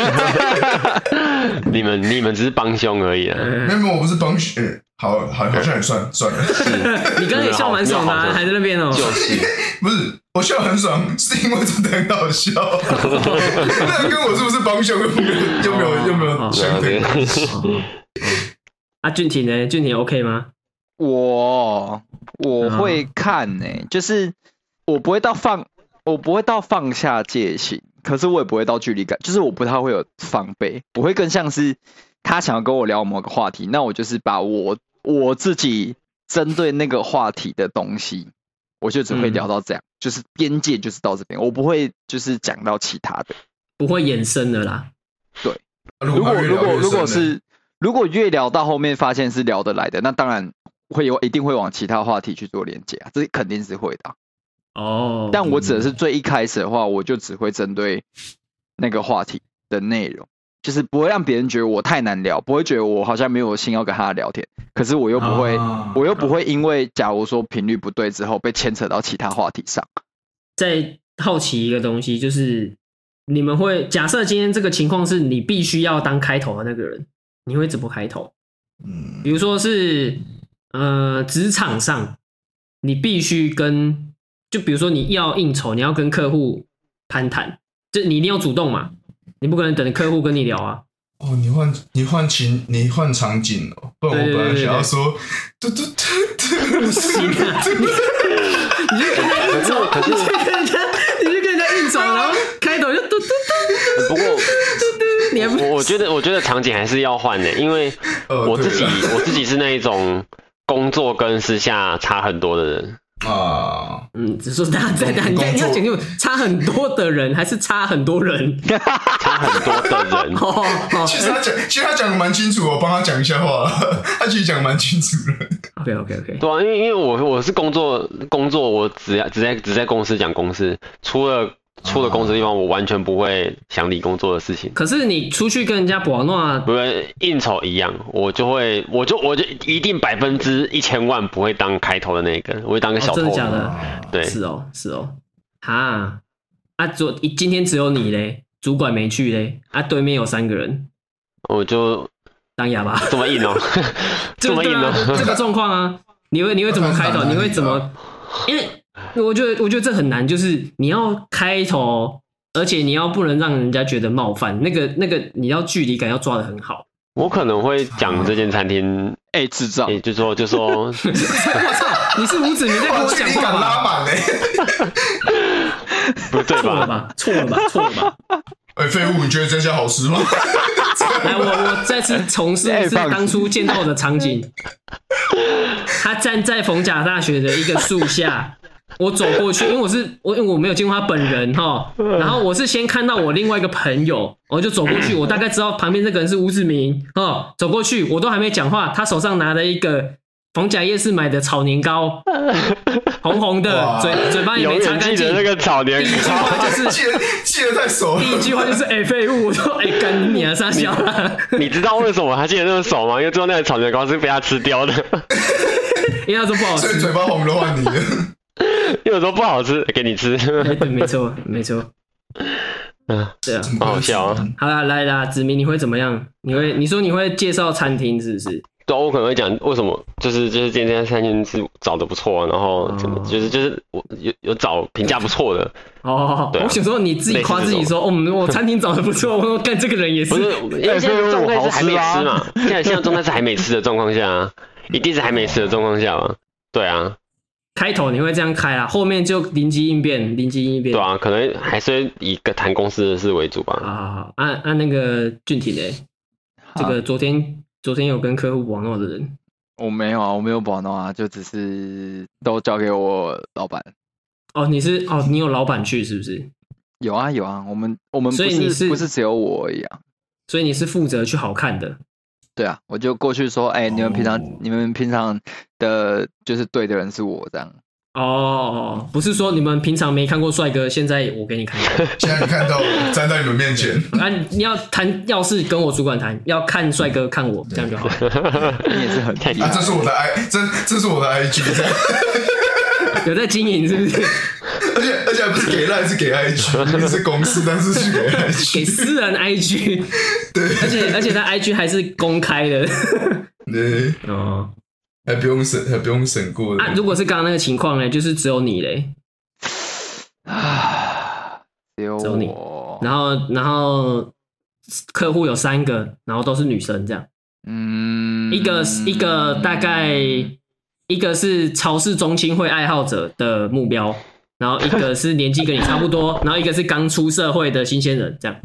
Speaker 2: 题。
Speaker 4: 你们你们只是帮凶而已啊！
Speaker 1: 呃
Speaker 2: 没有没有，我不是帮学，嗯好好好像也
Speaker 1: 嗯
Speaker 2: 算算了，
Speaker 1: 你刚刚也笑蛮爽的、
Speaker 4: 没
Speaker 1: 啊，
Speaker 4: 有好没有
Speaker 1: 还在那边哦、
Speaker 4: 就是
Speaker 2: 不是我笑很爽，是因为真的很好 笑。那跟我是不是帮凶又没有又没有又没有
Speaker 4: 啊
Speaker 2: 相对？
Speaker 1: 哦 啊，俊廷呢？俊廷 OK 吗？
Speaker 3: 我我会看呢、欸就是我不会到放，我不会到放下戒心，可是我也不会到距离感，就是我不太会有防备，我会更像是他想要跟我聊某个话题，那我就是把我我自己针对那个话题的东西，我就只会
Speaker 1: 嗯
Speaker 3: 聊到这样，就是边界就是到这边，我不会就是讲到其他的。
Speaker 1: 不会延伸的啦。
Speaker 3: 如果
Speaker 2: 越
Speaker 3: 如
Speaker 2: 聊
Speaker 3: 果
Speaker 2: 越
Speaker 3: 如
Speaker 2: 深了
Speaker 3: 果是如果越聊到后面发现是聊得来的，那当然会有一定会往其他话题去做连接啊，这肯定是会的啊、
Speaker 1: 哦，
Speaker 3: 但我指的是
Speaker 1: 嗯
Speaker 3: 最一开始的话，我就只会针对那个话题的内容，就是不会让别人觉得我太难聊，不会觉得我好像没有心要跟他聊天，可是我又不会，
Speaker 2: 啊
Speaker 3: 我又不会因为假如说频率不对之后被牵扯到其他话题上。
Speaker 1: 再好奇一个东西，就是你们会假设今天这个情况是你必须要当开头的那个人，你会怎么开头？
Speaker 2: 嗯
Speaker 1: 比如说是呃职场上，你必须跟就比如说你要应酬，你要跟客户攀谈，就你一定要主动嘛，你不可能等客户跟你聊啊。
Speaker 2: 哦，你换你换情你换场景哦，不然
Speaker 1: 对
Speaker 2: 我
Speaker 1: 对
Speaker 2: 本来
Speaker 1: 对
Speaker 2: 想要
Speaker 1: 对
Speaker 2: 说，嘟嘟嘟
Speaker 1: 不行啊！你你就跟人家应酬，
Speaker 4: 可是
Speaker 1: 你就跟人家，你就跟人家应酬，然后开头就嘟嘟嘟
Speaker 4: 不过
Speaker 1: 嘟嘟，你还不
Speaker 4: 我我觉得我觉得场景还是要换的，因为
Speaker 2: 嘟，呃
Speaker 4: 我自己
Speaker 2: 对了
Speaker 4: 我自己是那一种工作跟私下差很多的人，
Speaker 2: 啊，
Speaker 1: 嗯，只是说大家在大你看你要讲究差很多的人，还是差很多人？。
Speaker 4: 差很多的 人
Speaker 1: 哦哦
Speaker 2: 其实他讲其实他讲的蛮清楚，我帮他讲一下话， 他其实讲得蛮清楚的。
Speaker 1: ，OK OK OK，
Speaker 4: 对啊，因为因为我我是工作工作，我只只在只在公司讲公司，除了除了公司的地方，我完全不会想理工作的事情。
Speaker 1: 可是你出去跟人家玩闹，
Speaker 4: 不然应酬一样，我就会，我就我就一定百分之一千万不会当开头的那个，我会当个小
Speaker 1: 哦
Speaker 4: 偷。
Speaker 1: 真的假的？
Speaker 2: 啊
Speaker 4: 对，
Speaker 1: 是哦是哦，哈啊，昨今天只有你嘞，主管没去嘞，啊，对面有三个人
Speaker 4: 我就
Speaker 1: 当哑巴，
Speaker 4: 这么硬哦、 这么硬
Speaker 1: 对
Speaker 4: 哦、
Speaker 1: 啊，这个状况啊，你会你会怎么 开头？你会怎么？因为我觉得我觉得这很难，就是你要开头，而且你要不能让人家觉得冒犯，那个那个你要距离感要抓的很好。
Speaker 4: 我可能会讲这间餐厅，
Speaker 3: 哎、智障
Speaker 4: 也、！就说 就说，
Speaker 1: 我操！你是五指，你在跟
Speaker 2: 哇，
Speaker 1: 我
Speaker 2: 距
Speaker 1: 讲
Speaker 2: 离
Speaker 1: 话
Speaker 2: 感 拉
Speaker 1: 吧？
Speaker 2: 满嘞！
Speaker 4: 不对
Speaker 1: 错了
Speaker 4: 吧？
Speaker 1: 吧？ 错了吧？错了吧？
Speaker 2: 哎，废物，你觉得这家好吃吗？
Speaker 1: 来，我我再次重述
Speaker 3: 哎
Speaker 1: 是
Speaker 3: 放
Speaker 1: 当初见到的场景。他站在逢甲大学的一个树下，我走过去，因为我是我因为我没有见过他本人哈，然后我是先看到我另外一个朋友，我就走过去，我大概知道旁边这个人是吴志明哦，走过去我都还没讲话，他手上拿了一个逢甲夜市买的炒年糕，红红的，
Speaker 2: 哇
Speaker 1: 嘴嘴巴也
Speaker 4: 永
Speaker 1: 没擦
Speaker 4: 远
Speaker 1: 干
Speaker 4: 记
Speaker 1: 净
Speaker 4: 得。那个 炒年
Speaker 1: 第一句
Speaker 4: 糕，
Speaker 1: 话就是
Speaker 2: 记得记得太熟了
Speaker 1: 第。一句话就是哎废物，我说哎干你娘傻笑啦，
Speaker 4: 你知道为什么他记得那么熟吗？因为最后那个炒年糕是被他吃掉的，
Speaker 1: 因为他说不好
Speaker 2: 所以
Speaker 1: 吃，
Speaker 2: 嘴巴红的换你的，
Speaker 4: 因为我说不好吃，给你吃，
Speaker 1: 哎对， 没错没错，
Speaker 4: 嗯，
Speaker 1: 对啊。
Speaker 4: 好好笑啊！
Speaker 1: 好啦，来啦，子明你会怎么样？你会你说你会介绍餐厅是不是？
Speaker 4: 对啊，我可能会讲为什么，就是就是今天餐厅是找的不错啊，然后
Speaker 3: 嗯
Speaker 4: 怎么、
Speaker 1: 哦
Speaker 4: 就是就是我有有找评价不错 的，
Speaker 1: 哦，
Speaker 4: 对啊
Speaker 1: 我想说你自己夸自己说，哦，我们我餐厅找的不 错，我说干这个人也是
Speaker 4: 不，是因为现在状态是还没吃
Speaker 3: 好啊
Speaker 4: 嘛， 现在现在状态是还没吃的状况下、啊，一定是还没吃的状况下嘛，对啊，
Speaker 1: 开头你会这样开啊，后面就灵机应变，灵机应变。
Speaker 4: 对啊，可能还是会以个谈公司的事为主吧。
Speaker 1: 好好好，按按那个俊体嘞，这个昨天昨天有跟客户网络的人，
Speaker 3: 啊我没有啊，我没有保弄啊，就只是都交给我老板。
Speaker 1: 哦，你是哦，你有老板去是不是？
Speaker 3: 有啊有啊，我们我们不
Speaker 1: 所以你
Speaker 3: 是
Speaker 1: 是
Speaker 3: 不是只有我而已啊？
Speaker 1: 所以你是负责去好看的，
Speaker 3: 对啊，我就过去说，哎、你们平常、
Speaker 2: 哦
Speaker 3: 你们平常的就是对的人是我这样。
Speaker 1: 哦，不是说你们平常没看过帅哥，现在我给你看。
Speaker 2: 现在你看到我站在你们面前，
Speaker 1: 啊，你要谈，要是跟我主管谈，要看帅哥看我，这样就好了。
Speaker 4: 你
Speaker 3: 也 是很
Speaker 4: 太
Speaker 3: 厉
Speaker 2: 啊，
Speaker 3: 害
Speaker 2: 这是我的 i，这这是我的 IG，这样
Speaker 1: 有在经营是不是？
Speaker 2: 而且而且还不是给赖，是给 IG，是公司，但是是给
Speaker 1: 给
Speaker 2: IG，
Speaker 1: 私人 IG，而且而且他 IG 还是公开的。
Speaker 2: 对，
Speaker 1: 哦，
Speaker 2: 还不用审，还不用审过的
Speaker 1: 啊，，如果是刚刚那个情况呢，就是只有你嘞，
Speaker 3: 啊，只有
Speaker 1: 只有你
Speaker 3: 我。
Speaker 1: 然后然后客户有三个，然后都是女生这样。
Speaker 3: 嗯，
Speaker 1: 一个一个大概一个是超市中心会爱好者的目标，然后一个是年纪跟你差不多，然后一个是刚出社会的新鲜人，这样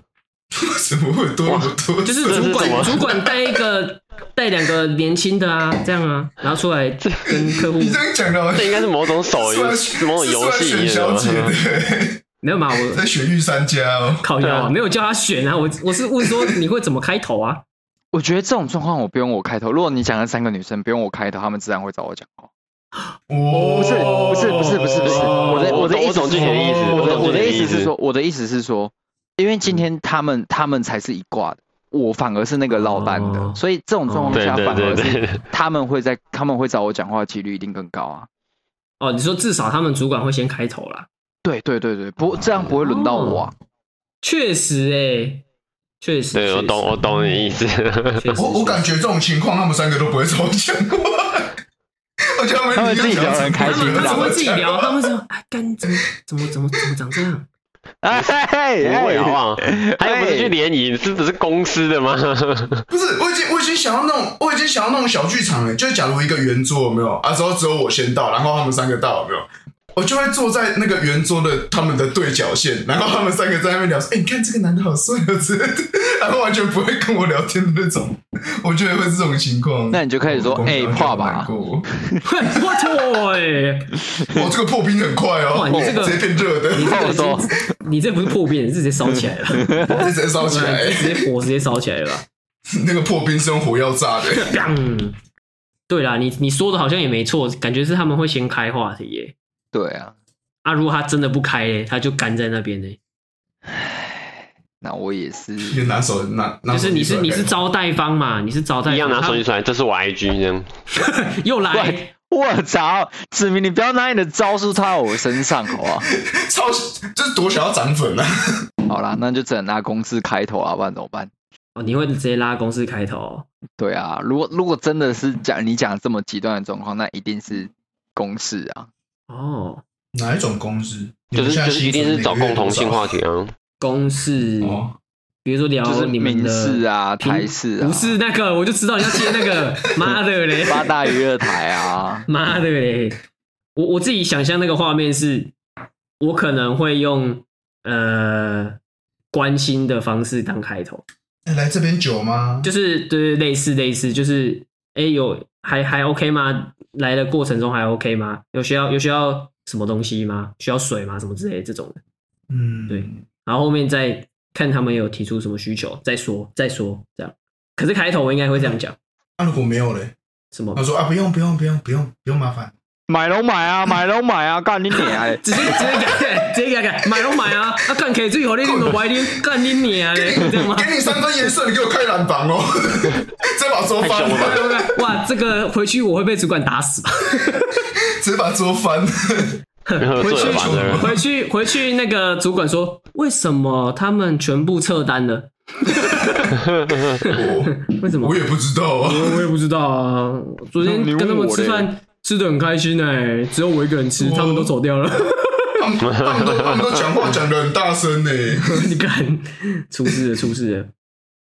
Speaker 2: 为什么会多那么多？
Speaker 1: 就是
Speaker 4: 这是
Speaker 1: 主
Speaker 4: 什么
Speaker 1: 管主管带一个带两个年轻的啊，这样啊，然后出来跟客户
Speaker 2: 你这样讲的好
Speaker 4: 这
Speaker 2: 像
Speaker 4: 应该是某种手游，
Speaker 2: 是
Speaker 4: 哦某种游
Speaker 2: 是
Speaker 4: 戏
Speaker 2: 选
Speaker 4: 一
Speaker 2: 小
Speaker 4: 样
Speaker 2: 姐
Speaker 4: 的。
Speaker 2: 的，
Speaker 1: 没有嘛，
Speaker 2: 在
Speaker 1: 我
Speaker 2: 选御三家哦。
Speaker 1: 靠腰啊，没有叫他选啊，我我是问说你会怎么开头啊？
Speaker 3: 我觉得这种状况我不用我开头，如果你讲了三个女生，不用我开头，她们自然会找我讲话。哦不是不是不是不是不是，
Speaker 1: 哦
Speaker 3: 我的
Speaker 4: 我
Speaker 3: 的
Speaker 4: 懂
Speaker 3: 意
Speaker 4: 我
Speaker 3: 思
Speaker 4: 懂
Speaker 3: 是
Speaker 4: 具体的意思，
Speaker 2: 哦
Speaker 3: 我
Speaker 4: 我
Speaker 3: 的
Speaker 4: 懂
Speaker 3: 我
Speaker 4: 具
Speaker 3: 的
Speaker 4: 体
Speaker 3: 意思
Speaker 4: 思
Speaker 3: 是说，，我的意思是说，因为今天他们他们才是一挂的，我反而是那个落单
Speaker 1: 哦
Speaker 3: 的，所以这种状况
Speaker 4: 对
Speaker 3: 下
Speaker 4: 对
Speaker 3: 反而
Speaker 4: 对
Speaker 3: 是
Speaker 4: 对，
Speaker 3: 他们会在他们会找我讲话的几率一定更高啊。
Speaker 1: 哦，你说至少他们主管会先开头啦，
Speaker 3: 对对对对，不这样不会轮到我啊。
Speaker 1: 确实哎、确实，
Speaker 4: 对我
Speaker 1: 确
Speaker 4: 懂
Speaker 1: 实
Speaker 4: 我懂你意思，
Speaker 1: 确实
Speaker 2: 我我感觉这种情况，他们三个都不会找我讲话。我觉得
Speaker 3: 他
Speaker 2: 们
Speaker 3: 们
Speaker 2: 一定
Speaker 3: 自己
Speaker 2: 要
Speaker 3: 聊得
Speaker 2: 讲
Speaker 3: 很开
Speaker 1: 他
Speaker 2: 自己
Speaker 1: 们
Speaker 3: 心
Speaker 1: 他
Speaker 2: 的
Speaker 1: 们怎
Speaker 3: 这
Speaker 1: 么自
Speaker 3: 样
Speaker 1: 己 聊？
Speaker 2: 讲
Speaker 1: 他们说哎，干怎么怎么怎么怎么长这样？
Speaker 3: 哎
Speaker 4: 不会好不好？还有不是
Speaker 3: 哎
Speaker 4: 去联谊，是不是公司的 吗？
Speaker 2: 不是，我已经我已经想要那种，我已经想要那种小剧场了。就是假如一个圆桌有没有啊？之后只有我先到，然后他们三个到有没有？我就会坐在那个圆桌的他们的对角线，然后他们三个在那边聊说：“哎、你看这个男的好帅啊！”之类的， 然后完全不会跟我聊天的那种。我觉得会是这种情况。
Speaker 3: 那你就可以说
Speaker 2: 我
Speaker 3: 哎
Speaker 2: 我
Speaker 3: 怕吧
Speaker 2: 我难过
Speaker 1: 我错哎，
Speaker 2: 哇，这个破冰很快哦，
Speaker 1: 哇你这个
Speaker 2: 直接变热的，
Speaker 1: 你这个
Speaker 3: 我懂
Speaker 1: 是你这不是破冰，你是直接烧起来了，
Speaker 2: 直接 烧起 来，
Speaker 1: 直接火直接烧起来了吧。
Speaker 2: 那个破冰是用火药炸的。
Speaker 1: 砰对啦，你你说的好像也没错，感觉是他们会先开话题耶。
Speaker 3: 对啊，
Speaker 1: 啊，如果他真的不开嘞，他就干在那边嘞。
Speaker 3: 那我也是。
Speaker 2: 你就拿手拿，拿
Speaker 1: 就
Speaker 2: 手
Speaker 1: 是你
Speaker 2: 机出
Speaker 1: 是
Speaker 2: 来
Speaker 1: 你
Speaker 2: 看
Speaker 1: 是招待方嘛，你是招待方
Speaker 4: 一样拿手机
Speaker 1: 他
Speaker 4: 出来，这是我 IG 这样。
Speaker 1: 又来
Speaker 3: 啊喂。我操，子明，你不要拿你的招数套到我身上，好不好？
Speaker 2: 超就是多想要涨粉啊！
Speaker 3: 好啦，那就只能拿公司开头啊，不然怎么办？
Speaker 1: 哦，你会直接拉公司开头哦
Speaker 3: 对啊，如果如果真的是讲你讲这么极端的状况，那一定是公事啊。
Speaker 1: 哦，
Speaker 2: 哪一种公司？
Speaker 4: 就是就是一定是找共同性话题啊，
Speaker 1: 公事，
Speaker 2: 哦，
Speaker 1: 比如说聊
Speaker 3: 就是
Speaker 1: 你们
Speaker 3: 民
Speaker 1: 的
Speaker 3: 事啊、
Speaker 1: 平
Speaker 3: 台式啊，
Speaker 1: 不是那个，我就知道你要接那 个，妈的嘞，，
Speaker 3: 八大娱乐台啊
Speaker 1: 妈的嘞，我我自己想象那个画面是，我可能会用呃关心的方式当开头，
Speaker 2: 哎来这边久吗？
Speaker 1: 就是对对类似类似，就是哎有还还 OK 吗？来的过程中还 OK 吗？有需要有需要什么东西吗？需要水吗？什么之类的这种的。
Speaker 2: 嗯，
Speaker 1: 对然后后面再看他们有提出什么需求，再说再说这样。可是开头我应该会这样讲，
Speaker 2: 那啊如果没有嘞，
Speaker 1: 什么
Speaker 2: 他说啊，不用不用不用不用不用麻 烦，
Speaker 3: 买都买啊，买都买啊，干你娘！
Speaker 1: 直接直接改，直接改改，买都买啊，啊干可以最好的你都白天干你娘 嘞，这样吗？
Speaker 2: 给你三分颜色，你给我开蓝房哦， 直接把桌
Speaker 4: 太
Speaker 2: 翻
Speaker 4: 凶了吧，
Speaker 1: 哇，这个回去我会被主管打死吧？
Speaker 2: 直接把桌 翻。
Speaker 4: 喝
Speaker 1: 回
Speaker 4: 醉
Speaker 1: 去
Speaker 4: 了吧这人？
Speaker 1: 回去回去，那个主管说，为什么他们全部撤单了？
Speaker 2: 我
Speaker 1: 为什么？
Speaker 2: 我也不知道啊，
Speaker 1: 我我也不知道啊，昨天跟他们吃
Speaker 3: 你问
Speaker 1: 饭吃的很开心哎、只有我一个人吃，
Speaker 2: 我
Speaker 1: 他们都走掉了。
Speaker 2: 他们他们都他们都讲话讲的很大声呢。
Speaker 1: 你看，出事了，出事了。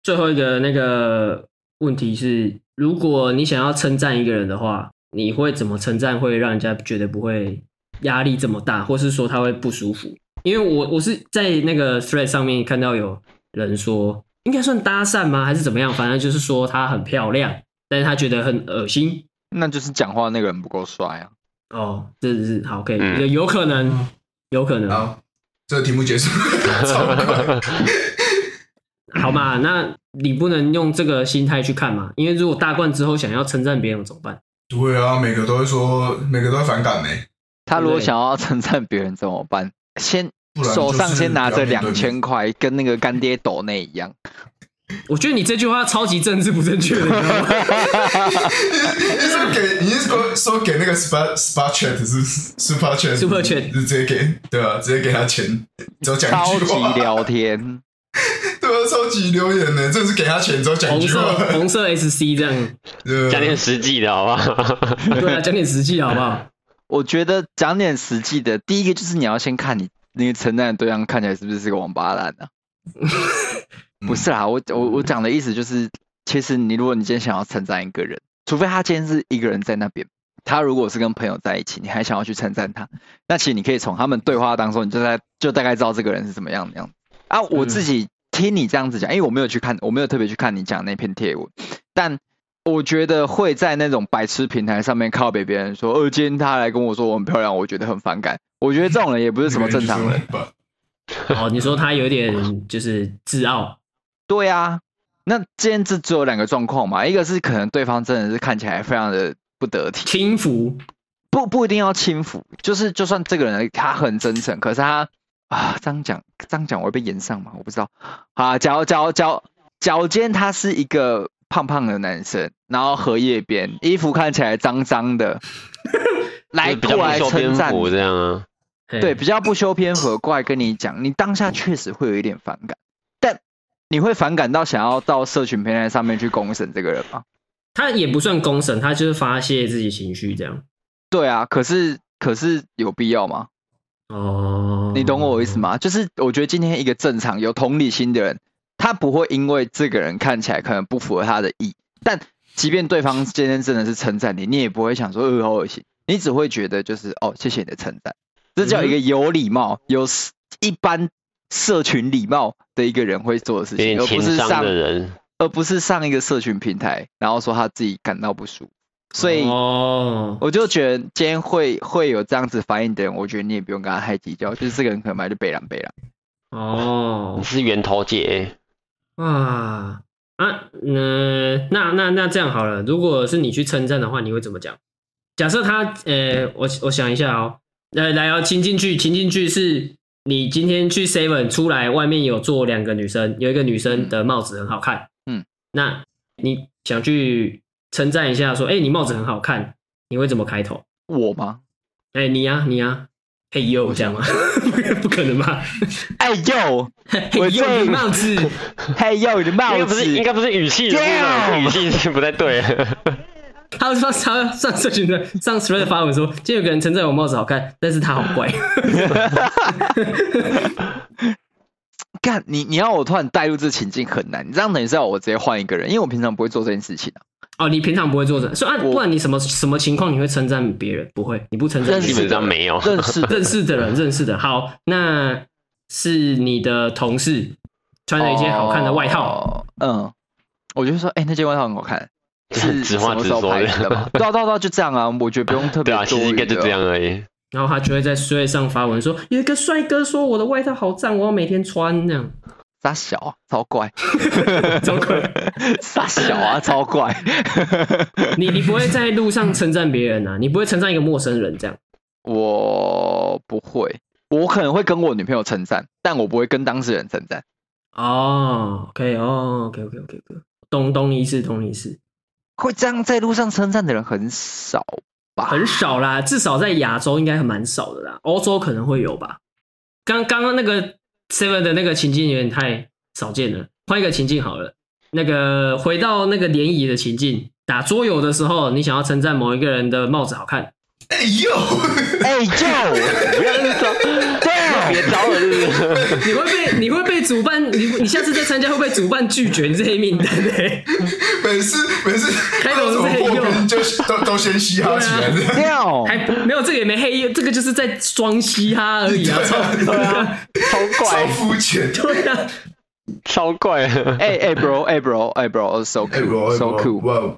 Speaker 1: 最后一个那个问题是，如果你想要称赞一个人的话，你会怎么称赞会让人家觉得不会压力这么大，或是说他会不舒服？因为我我是在那个 thread 上面看到有人说，应该算搭讪吗，还是怎么样？反正就是说她很漂亮，但是她觉得很恶心，
Speaker 3: 那就是讲话那个人不够帅啊。
Speaker 1: 哦，这是好，可以，
Speaker 4: 嗯
Speaker 1: 有有可能
Speaker 2: 嗯，
Speaker 1: 有可能，
Speaker 2: 好，这个题目结束， 超快。
Speaker 1: 好嘛？那你不能用这个心态去看嘛，因为如果大冠之后想要称赞别人怎么办？
Speaker 2: 对啊，每个都会说，每个都会反感 呢。
Speaker 3: 他如
Speaker 1: 对
Speaker 3: 果
Speaker 1: 不对
Speaker 3: 想要称赞别人怎么办？先
Speaker 2: 不然
Speaker 3: 手上
Speaker 2: 就是
Speaker 3: 先拿
Speaker 2: 不
Speaker 3: 着
Speaker 2: 要面对
Speaker 3: 两千块，跟那个干爹抖那一样。
Speaker 1: 我觉得你这句话超级政治不正确的，你知道 吗？
Speaker 2: 你是说给你是说说给那个 Spa Spa Chat 是不是 Super Chat
Speaker 1: Super Chat
Speaker 2: 是直接给对啊，直接给他钱，只要讲
Speaker 3: 超
Speaker 2: 一句
Speaker 3: 级
Speaker 2: 话，
Speaker 3: 聊天，
Speaker 2: 对啊，超级留言呢，这是给他钱之后讲
Speaker 1: 红
Speaker 2: 一句
Speaker 1: 色
Speaker 2: 话，
Speaker 1: 红色 SC 这 样，
Speaker 2: 对啊
Speaker 4: 讲点实际的好不好？
Speaker 1: 对啊，讲点实际好不好？
Speaker 3: 我觉得讲点实际的，第一个就是你要先看你那个承担的对象看起来是不是是个王八蛋啊？不是啦，我我我讲的意思就是，其实你如果你今天想要称赞一个人，除非他今天是一个人在那边，他如果是跟朋友在一起，你还想要去称赞他，那其实你可以从他们对话当中，你就在就大概知道这个人是什么样的样子啊。我
Speaker 1: 嗯
Speaker 3: 自己听你这样子讲，因为我没有去看，我没有特别去看你讲那篇贴文，但我觉得会在那种白痴平台上面靠北别人说，呃，今天他来跟我说我很漂亮，我觉得很反感。我觉得这种人也不是什么正常人。
Speaker 2: 吧？
Speaker 1: 哦，你说他有点就是自傲，
Speaker 3: 对啊，那今天这只有两个状况嘛，一个是可能对方真的是看起来非常的不得体，
Speaker 1: 轻浮，
Speaker 3: 不不一定要轻浮，就是就算这个人他很真诚，可是他啊这样讲这样讲我会被延上吗？我不知道。啊，假如假如假如假如今天他是一个胖胖的男生，然后荷叶边衣服看起来脏脏 的，来
Speaker 4: 就是比较
Speaker 3: 过来
Speaker 4: 不修
Speaker 3: 称
Speaker 4: 边
Speaker 3: 赞
Speaker 4: 幅
Speaker 3: 你
Speaker 4: 这样啊。
Speaker 1: 嘿
Speaker 3: 对，比较不修边幅，过来跟你讲，你当下确实会有一点反感，但你会反感到想要到社群平台上面去公审这个人吗？
Speaker 1: 他也不算公审，他就是发泄自己情绪这样。
Speaker 3: 对啊，可是可是有必要吗？
Speaker 1: 哦，
Speaker 3: 你懂我意思
Speaker 1: 吗？
Speaker 3: 吗？就是我觉得今天一个正常有同理心的人，他不会因为这个人看起来可能不符合他的意，但即便对方今天真的是称赞你，你也不会想说呃好恶心，你只会觉得就是哦谢谢你的称赞，这叫一个有礼貌、有 s- 一般社群礼貌的一个人会做的事
Speaker 4: 有
Speaker 3: 情，
Speaker 4: 点
Speaker 3: 而不
Speaker 4: 情
Speaker 3: 是
Speaker 4: 商
Speaker 3: 上
Speaker 4: 的人，
Speaker 3: 而不是上一个社群平台，然后说他自己感到不舒服，所以。
Speaker 1: 哦，
Speaker 3: 我就觉得今天会会有这样子反应的人，我觉得你也不用跟他太计较，就是这个人可能本来就北狼北狼。
Speaker 1: 哦
Speaker 4: 你，是源头姐，
Speaker 1: 啊啊，嗯，那那那这样好了，如果是你去称赞的话，你会怎么讲？假设他，呃，我我想一下哦，呃，来哦，亲进去，亲进去是你今天去 Seven 出来，外面有坐两个女生，有一个女生的帽子很好看，
Speaker 3: 嗯，
Speaker 1: 那你想去称赞一下，说，哎、你帽子很好看，你会怎么开头？
Speaker 3: 我吗？
Speaker 1: 哎、你呀、你呀、嘿呦，这样吗？ 不可能吧？
Speaker 3: 哎呦，
Speaker 1: 嘿
Speaker 3: 我
Speaker 1: 呦，你帽子，
Speaker 3: 哎呦，你的帽子
Speaker 4: 应该不是应该不是语气的部分，
Speaker 3: Damn！
Speaker 4: 语气是不太对。
Speaker 1: 他上上上社群的上 thread 发文说，今天有个人称赞我帽子好看，但是他好 怪。
Speaker 3: 干你你要我突然带入这情境很难，你这样等于是要我直接换一个人，因为我平常不会做这件事情啊。
Speaker 1: 哦，你平常不会做这，说啊，
Speaker 3: 我
Speaker 1: 不然你什么什么情况你会称赞别人？不会，你不称赞
Speaker 3: 认
Speaker 1: 别
Speaker 3: 识
Speaker 4: 基
Speaker 1: 人
Speaker 4: 本上没有，
Speaker 3: 认识的
Speaker 1: 认识的人，认识的。好，那是你的同事穿着一件好看的外套，
Speaker 3: 哦嗯，我就说，哎、那件外套很好看，是
Speaker 4: 直话
Speaker 3: 什么
Speaker 4: 直
Speaker 3: 时候
Speaker 4: 说
Speaker 3: 拍的
Speaker 4: 的
Speaker 3: 吗？。对啊对啊对啊，就这样啊，我觉得不用特别
Speaker 4: 对啊，其实应该就
Speaker 3: 多余的
Speaker 4: 这样而已。
Speaker 1: 然后他就会在 thread 上发文说，有一个帅哥说我的外套好赞，我要每天穿，这样
Speaker 3: 傻小啊，超 怪，
Speaker 1: 超怪。
Speaker 3: 傻小啊，超怪。
Speaker 1: 你你不会在路上称赞别人啊，你不会称赞一个陌生人这样。
Speaker 3: 我不会，我可能会跟我女朋友称赞，但我不会跟当事人称赞。
Speaker 1: 哦，OK，哦，OK，OK，OK，OK，、懂懂你意思，懂你意思，
Speaker 3: 会这样在路上称赞的人很少 吧？
Speaker 1: 很少啦，至少在亚洲应该还蛮少的啦，欧洲可能会有吧。刚刚刚那个 Seven 的那个情境有点太少见了，换一个情境好了。那个回到那个联谊的情境，打桌游的时候，你想要称赞某一个人的帽子好看，
Speaker 2: 哎呦，
Speaker 3: 哎呦，不要这
Speaker 4: 别
Speaker 3: 样，
Speaker 4: 招了，是不是？
Speaker 1: 你会被你会被主办，你你下次再参加会被主办拒绝，你是黑名单的、
Speaker 2: 每次每次
Speaker 1: 开头是
Speaker 2: 不知道怎么破
Speaker 1: 哎呦
Speaker 2: 冰就都都先嘻哈起来，
Speaker 3: 这样
Speaker 1: 还没有这个也没黑，这个就是在装嘻哈而已啊， 操！对啊，
Speaker 3: 超
Speaker 2: 超
Speaker 3: 怪。
Speaker 2: 肤浅。
Speaker 1: 对啊。
Speaker 4: 超怪。
Speaker 3: 哎哎，bro，哎 bro，哎 bro，so
Speaker 2: 哎我
Speaker 3: cool，so cool，
Speaker 2: 哇，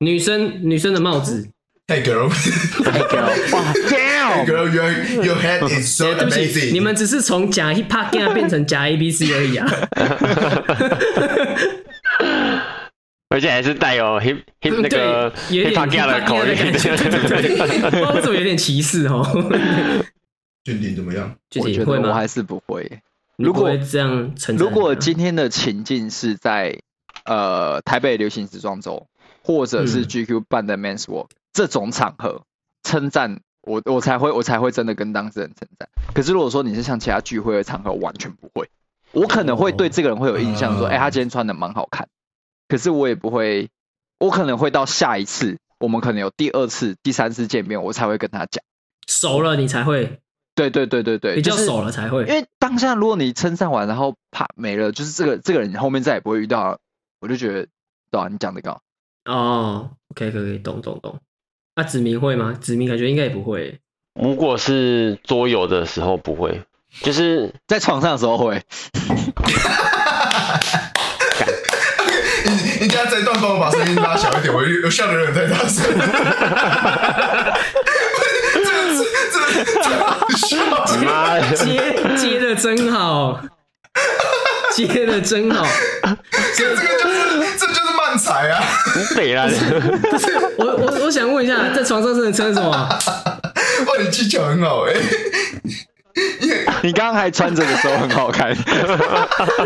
Speaker 1: 女生女生的帽子，
Speaker 2: 哎
Speaker 1: Oh
Speaker 2: girl，
Speaker 3: 哎 girl，哇 ，damn，
Speaker 2: Girl, your your head is so
Speaker 1: 对不起，
Speaker 2: amazing。
Speaker 1: 你们只是从假 hip hop 给它变成假 A B C 而已啊。
Speaker 4: 而且还是带有 hip hip 那个
Speaker 1: 对，有
Speaker 4: hip
Speaker 1: 点
Speaker 4: hop girl
Speaker 1: hip-hop
Speaker 4: 的口
Speaker 1: gang 的感觉，对对对对，不知道为什么有点歧视哦。
Speaker 2: 俊鼎怎么样？
Speaker 1: 具
Speaker 3: 我
Speaker 1: 体
Speaker 3: 觉
Speaker 1: 会
Speaker 3: 得我
Speaker 1: 吗？
Speaker 3: 还是不会。
Speaker 1: 你不会
Speaker 3: 如果
Speaker 1: 这样成，啊
Speaker 3: 如果今天的情境是在呃台北流行时装周，或者是
Speaker 1: 嗯
Speaker 3: GQ 办的 Men's Walk、这种场合，称赞我我才会我才会真的跟当事人称赞。可是如果说你是像其他聚会的场合，我完全不会。我可能会对这个人会有印象，说，
Speaker 2: 哦
Speaker 3: 哎、他今天穿的蛮好看。可是我也不会，我可能会到下一次，我们可能有第二次、第三次见面，我才会跟他讲。
Speaker 1: 熟了你才会，
Speaker 3: 对对对对对，
Speaker 1: 比较
Speaker 3: 就是
Speaker 1: 熟了才会
Speaker 3: 因。为当下如果你称赞完，然后啪没了，就是这个这个人你后面再也不会遇到了，我就觉得，对啊，你讲的刚好，
Speaker 1: 哦，OK，可以可以，懂懂懂。那子明会吗？子明感觉应该也不会。
Speaker 4: 如果是桌游的时候不会，就是
Speaker 3: 在床上的时候 会，
Speaker 2: 你你等下这一段帮我把声音拉小一点，我又我笑的有点太大声。这个是这个这个好笑，
Speaker 4: 妈的
Speaker 1: 接接的真好，接的真好。
Speaker 2: 这个就是这就是慢上踩啊！
Speaker 4: 很 北啦，
Speaker 1: 我我我想问一下，在床上是能穿什么？
Speaker 2: 哇，你技巧很好哎、
Speaker 3: 你刚刚还穿着的时候很好看，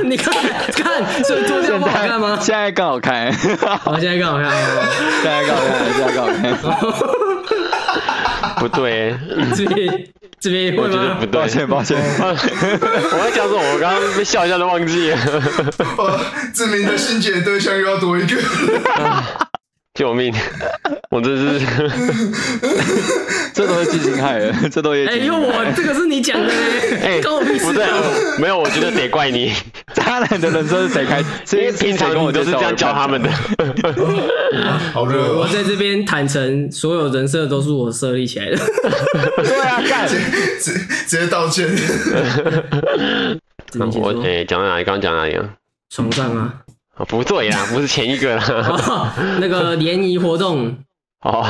Speaker 1: 你看看，所以脱掉
Speaker 3: 现
Speaker 1: 不好看吗
Speaker 3: 在？现在更好看，现
Speaker 1: 我现在更好看哦，
Speaker 3: 在更好看，现在更好看。
Speaker 4: 不对，
Speaker 1: 这边这边
Speaker 4: 我
Speaker 1: 会
Speaker 4: 觉得
Speaker 1: 吗
Speaker 4: 不？
Speaker 3: 抱
Speaker 4: 对。
Speaker 3: 歉，抱歉，
Speaker 4: 我在讲什么？我刚刚被笑一下都忘 记了，
Speaker 2: 哇，证明的心结对象又要多一个。
Speaker 4: 救命！我真是，
Speaker 3: 这都是记性害的，这都也
Speaker 1: 哎，用 我这个是你讲的
Speaker 4: 哎、
Speaker 1: 嘞，关我屁
Speaker 4: 不
Speaker 1: 事
Speaker 4: 对
Speaker 1: 啊！，
Speaker 4: 没有，我觉得得怪你，
Speaker 3: 渣男的人生是谁开？
Speaker 4: 因
Speaker 3: 是
Speaker 4: 为平常
Speaker 3: 谁跟
Speaker 4: 你
Speaker 3: 我
Speaker 4: 都是
Speaker 3: 介
Speaker 4: 这
Speaker 3: 绍
Speaker 4: 样教他们的。
Speaker 2: 好热
Speaker 1: 我
Speaker 2: 哦、
Speaker 1: 在这边坦诚，所有人设都是我设立起 来的。
Speaker 3: 对啊，干，
Speaker 2: 直直接道歉。
Speaker 1: 只能先
Speaker 4: 我
Speaker 1: 说
Speaker 4: 哎，讲、到哪里？刚刚讲哪里了？
Speaker 1: 床上 啊，
Speaker 4: 啊不对啦，不是前一个 啦。
Speaker 1: 哦那个联谊活动
Speaker 4: 哦，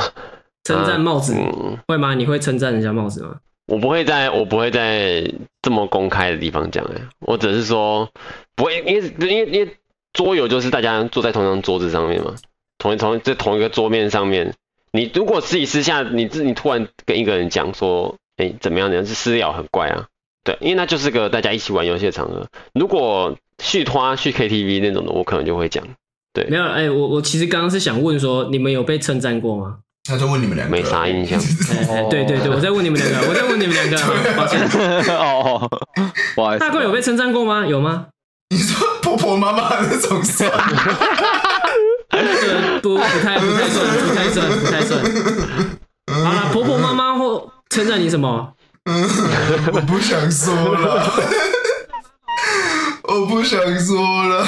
Speaker 1: 称赞帽子
Speaker 4: 嗯，
Speaker 1: 会吗？你会称赞人家帽子吗？
Speaker 4: 我不会在我不会在这么公开的地方讲哎、我只是说不会，因为因为因为桌游就是大家坐在同一张桌子上面嘛，同一同在同一个桌面上面。你如果自己私下你自你突然跟一个人讲说，哎、怎么样呢？是私聊很怪啊，对，因为那就是个大家一起玩游戏的场合。如果续拖去 KTV 那种的，我可能就会讲对
Speaker 1: 没有，哎，我我其实刚刚是想问说，你们有被称赞过吗？
Speaker 2: 他就问你们两个，
Speaker 4: 没啥印象。
Speaker 1: 哎
Speaker 4: 哦
Speaker 1: 哎对对对，我在问你们 两个，我在问你们两个，抱歉。
Speaker 3: 哦，不好意思，
Speaker 1: 大贵有被称赞过吗？有吗？
Speaker 2: 你说婆婆妈妈那种事，
Speaker 1: 这不不太不太算，不太算，不太算。好了，婆婆妈妈或称赞你什么？
Speaker 2: 我不想说了，我不想说了，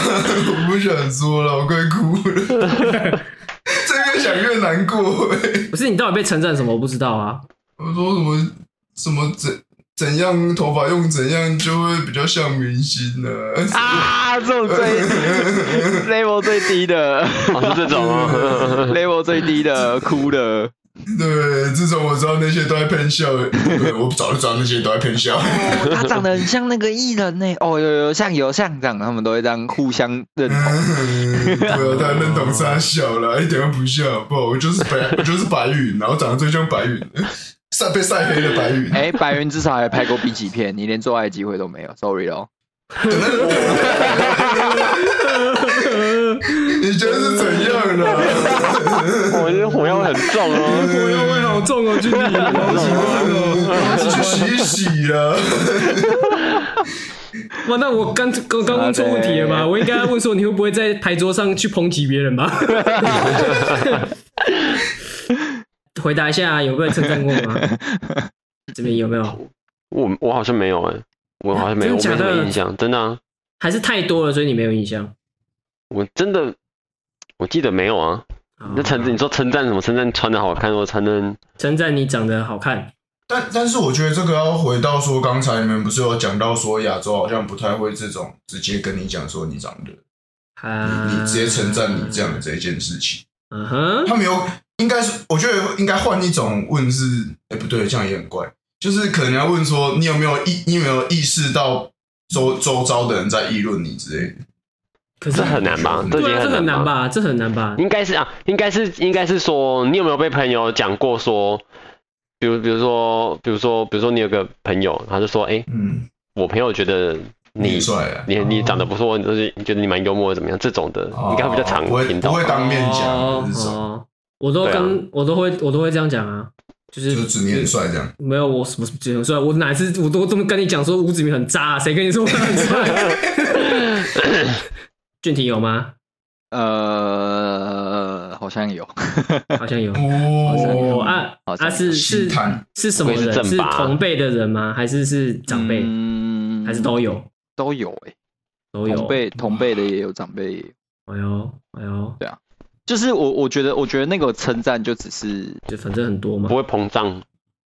Speaker 2: 我不想说了，我快哭了。这越想越难过、欸。
Speaker 1: 不是你到底被称赞什么？我不知道啊。
Speaker 2: 我说什么什么怎怎样头发用怎样就会比较像明星呢、
Speaker 3: 啊，这种最 level 最低的
Speaker 4: 哦，是这种 哦。
Speaker 3: ，level 最低 的，哭的，
Speaker 2: 对，自从我知道那些都在骗笑，对我早就知道那些都在骗笑。
Speaker 3: 哦，他长得很像那个艺人呢，哦，有有像有像这样，他们都会这样互相认 同，
Speaker 2: 嗯对啊，他认同他小了，一点都不像，好不好？我就是白，我就是白云，然后长得最像白云的，晒被晒黑的白云。
Speaker 3: 哎，白云至少还拍过 B 级片，你连做爱的机会都没有，sorry 咯。
Speaker 2: 你觉得是怎样的？
Speaker 4: 我觉得火药很重
Speaker 2: 哎
Speaker 4: 哦。
Speaker 1: 我要味好重哦，俊弟。
Speaker 2: 我去洗一洗啊了。
Speaker 1: 哇，那我刚刚刚问错问题了
Speaker 4: 哎
Speaker 1: 吧？我应该问说你会不会在牌桌上去抨击别人吧？回答一下，有没有称赞过吗？这边有没有？
Speaker 4: 我我好像没有哎、我好像没有，我
Speaker 1: 真
Speaker 4: 没
Speaker 1: 的假的
Speaker 4: 什么印象，真的、啊，
Speaker 1: 还是太多了，所以你没有印象？
Speaker 4: 我真的我记得没有啊。
Speaker 1: 好
Speaker 4: 那称你说称赞什么？称赞穿的好看，或称赞
Speaker 1: 称赞你长得好看，
Speaker 2: 但但是我觉得这个要回到说，刚才你们不是有讲到说亚洲好像不太会这种直接跟你讲说你长得，
Speaker 1: 啊，
Speaker 2: 你直接称赞你这样的这一件事情，
Speaker 1: 嗯哼，
Speaker 2: 他没有，应该是我觉得应该换一种问是，哎、不对，这样也很怪，就是可能要问说你有没有意，你有没有意识到周周遭的人在议论你之类的。
Speaker 1: 可是
Speaker 4: 这很难吧？这
Speaker 1: 对
Speaker 4: 已经
Speaker 1: 啊，这很难
Speaker 4: 难？
Speaker 1: 吧？这很难吧？
Speaker 4: 应该是啊，应该是应该是说，你有没有被朋友讲过说，比如比如说比如说比如说你有个朋友，他就说，哎、
Speaker 2: 嗯，
Speaker 4: 我朋友觉得你
Speaker 2: 你帅啊，
Speaker 4: 你你长得不错，就是觉得你蛮幽默的怎么样？这种的
Speaker 2: 哦
Speaker 4: 应该会比较常
Speaker 2: 不会
Speaker 4: 听到
Speaker 2: 不会
Speaker 4: 吧。
Speaker 2: 当面讲
Speaker 1: 哦
Speaker 2: 的这种，
Speaker 1: 哦，我都
Speaker 4: 对啊
Speaker 1: 跟我都会我都会这样讲啊，就
Speaker 2: 就是
Speaker 1: 是
Speaker 2: 指你很帅这样。
Speaker 1: 没有我什么什么觉得很帅，我哪次我都这么跟你讲说吴子明很渣啊，谁跟你说我很 帅？俊廷有吗？
Speaker 3: 呃，好像有，
Speaker 1: 好像有。
Speaker 2: 哦
Speaker 1: 哦啊
Speaker 3: 好像
Speaker 1: 啊是是
Speaker 2: 心态
Speaker 1: 是什么
Speaker 4: 不
Speaker 1: 人？
Speaker 4: 会是
Speaker 1: 是
Speaker 4: 正吧
Speaker 1: 同辈的人吗？还是是长辈？
Speaker 3: 嗯
Speaker 1: 还是都有？
Speaker 3: 都有哎，
Speaker 1: 都有
Speaker 3: 同。辈同辈的也有，长辈也有。
Speaker 1: 哎呦哎呦，
Speaker 3: 就是我我觉得我觉得那个称赞就只是
Speaker 1: 就反正很多嘛
Speaker 4: 不。会膨胀，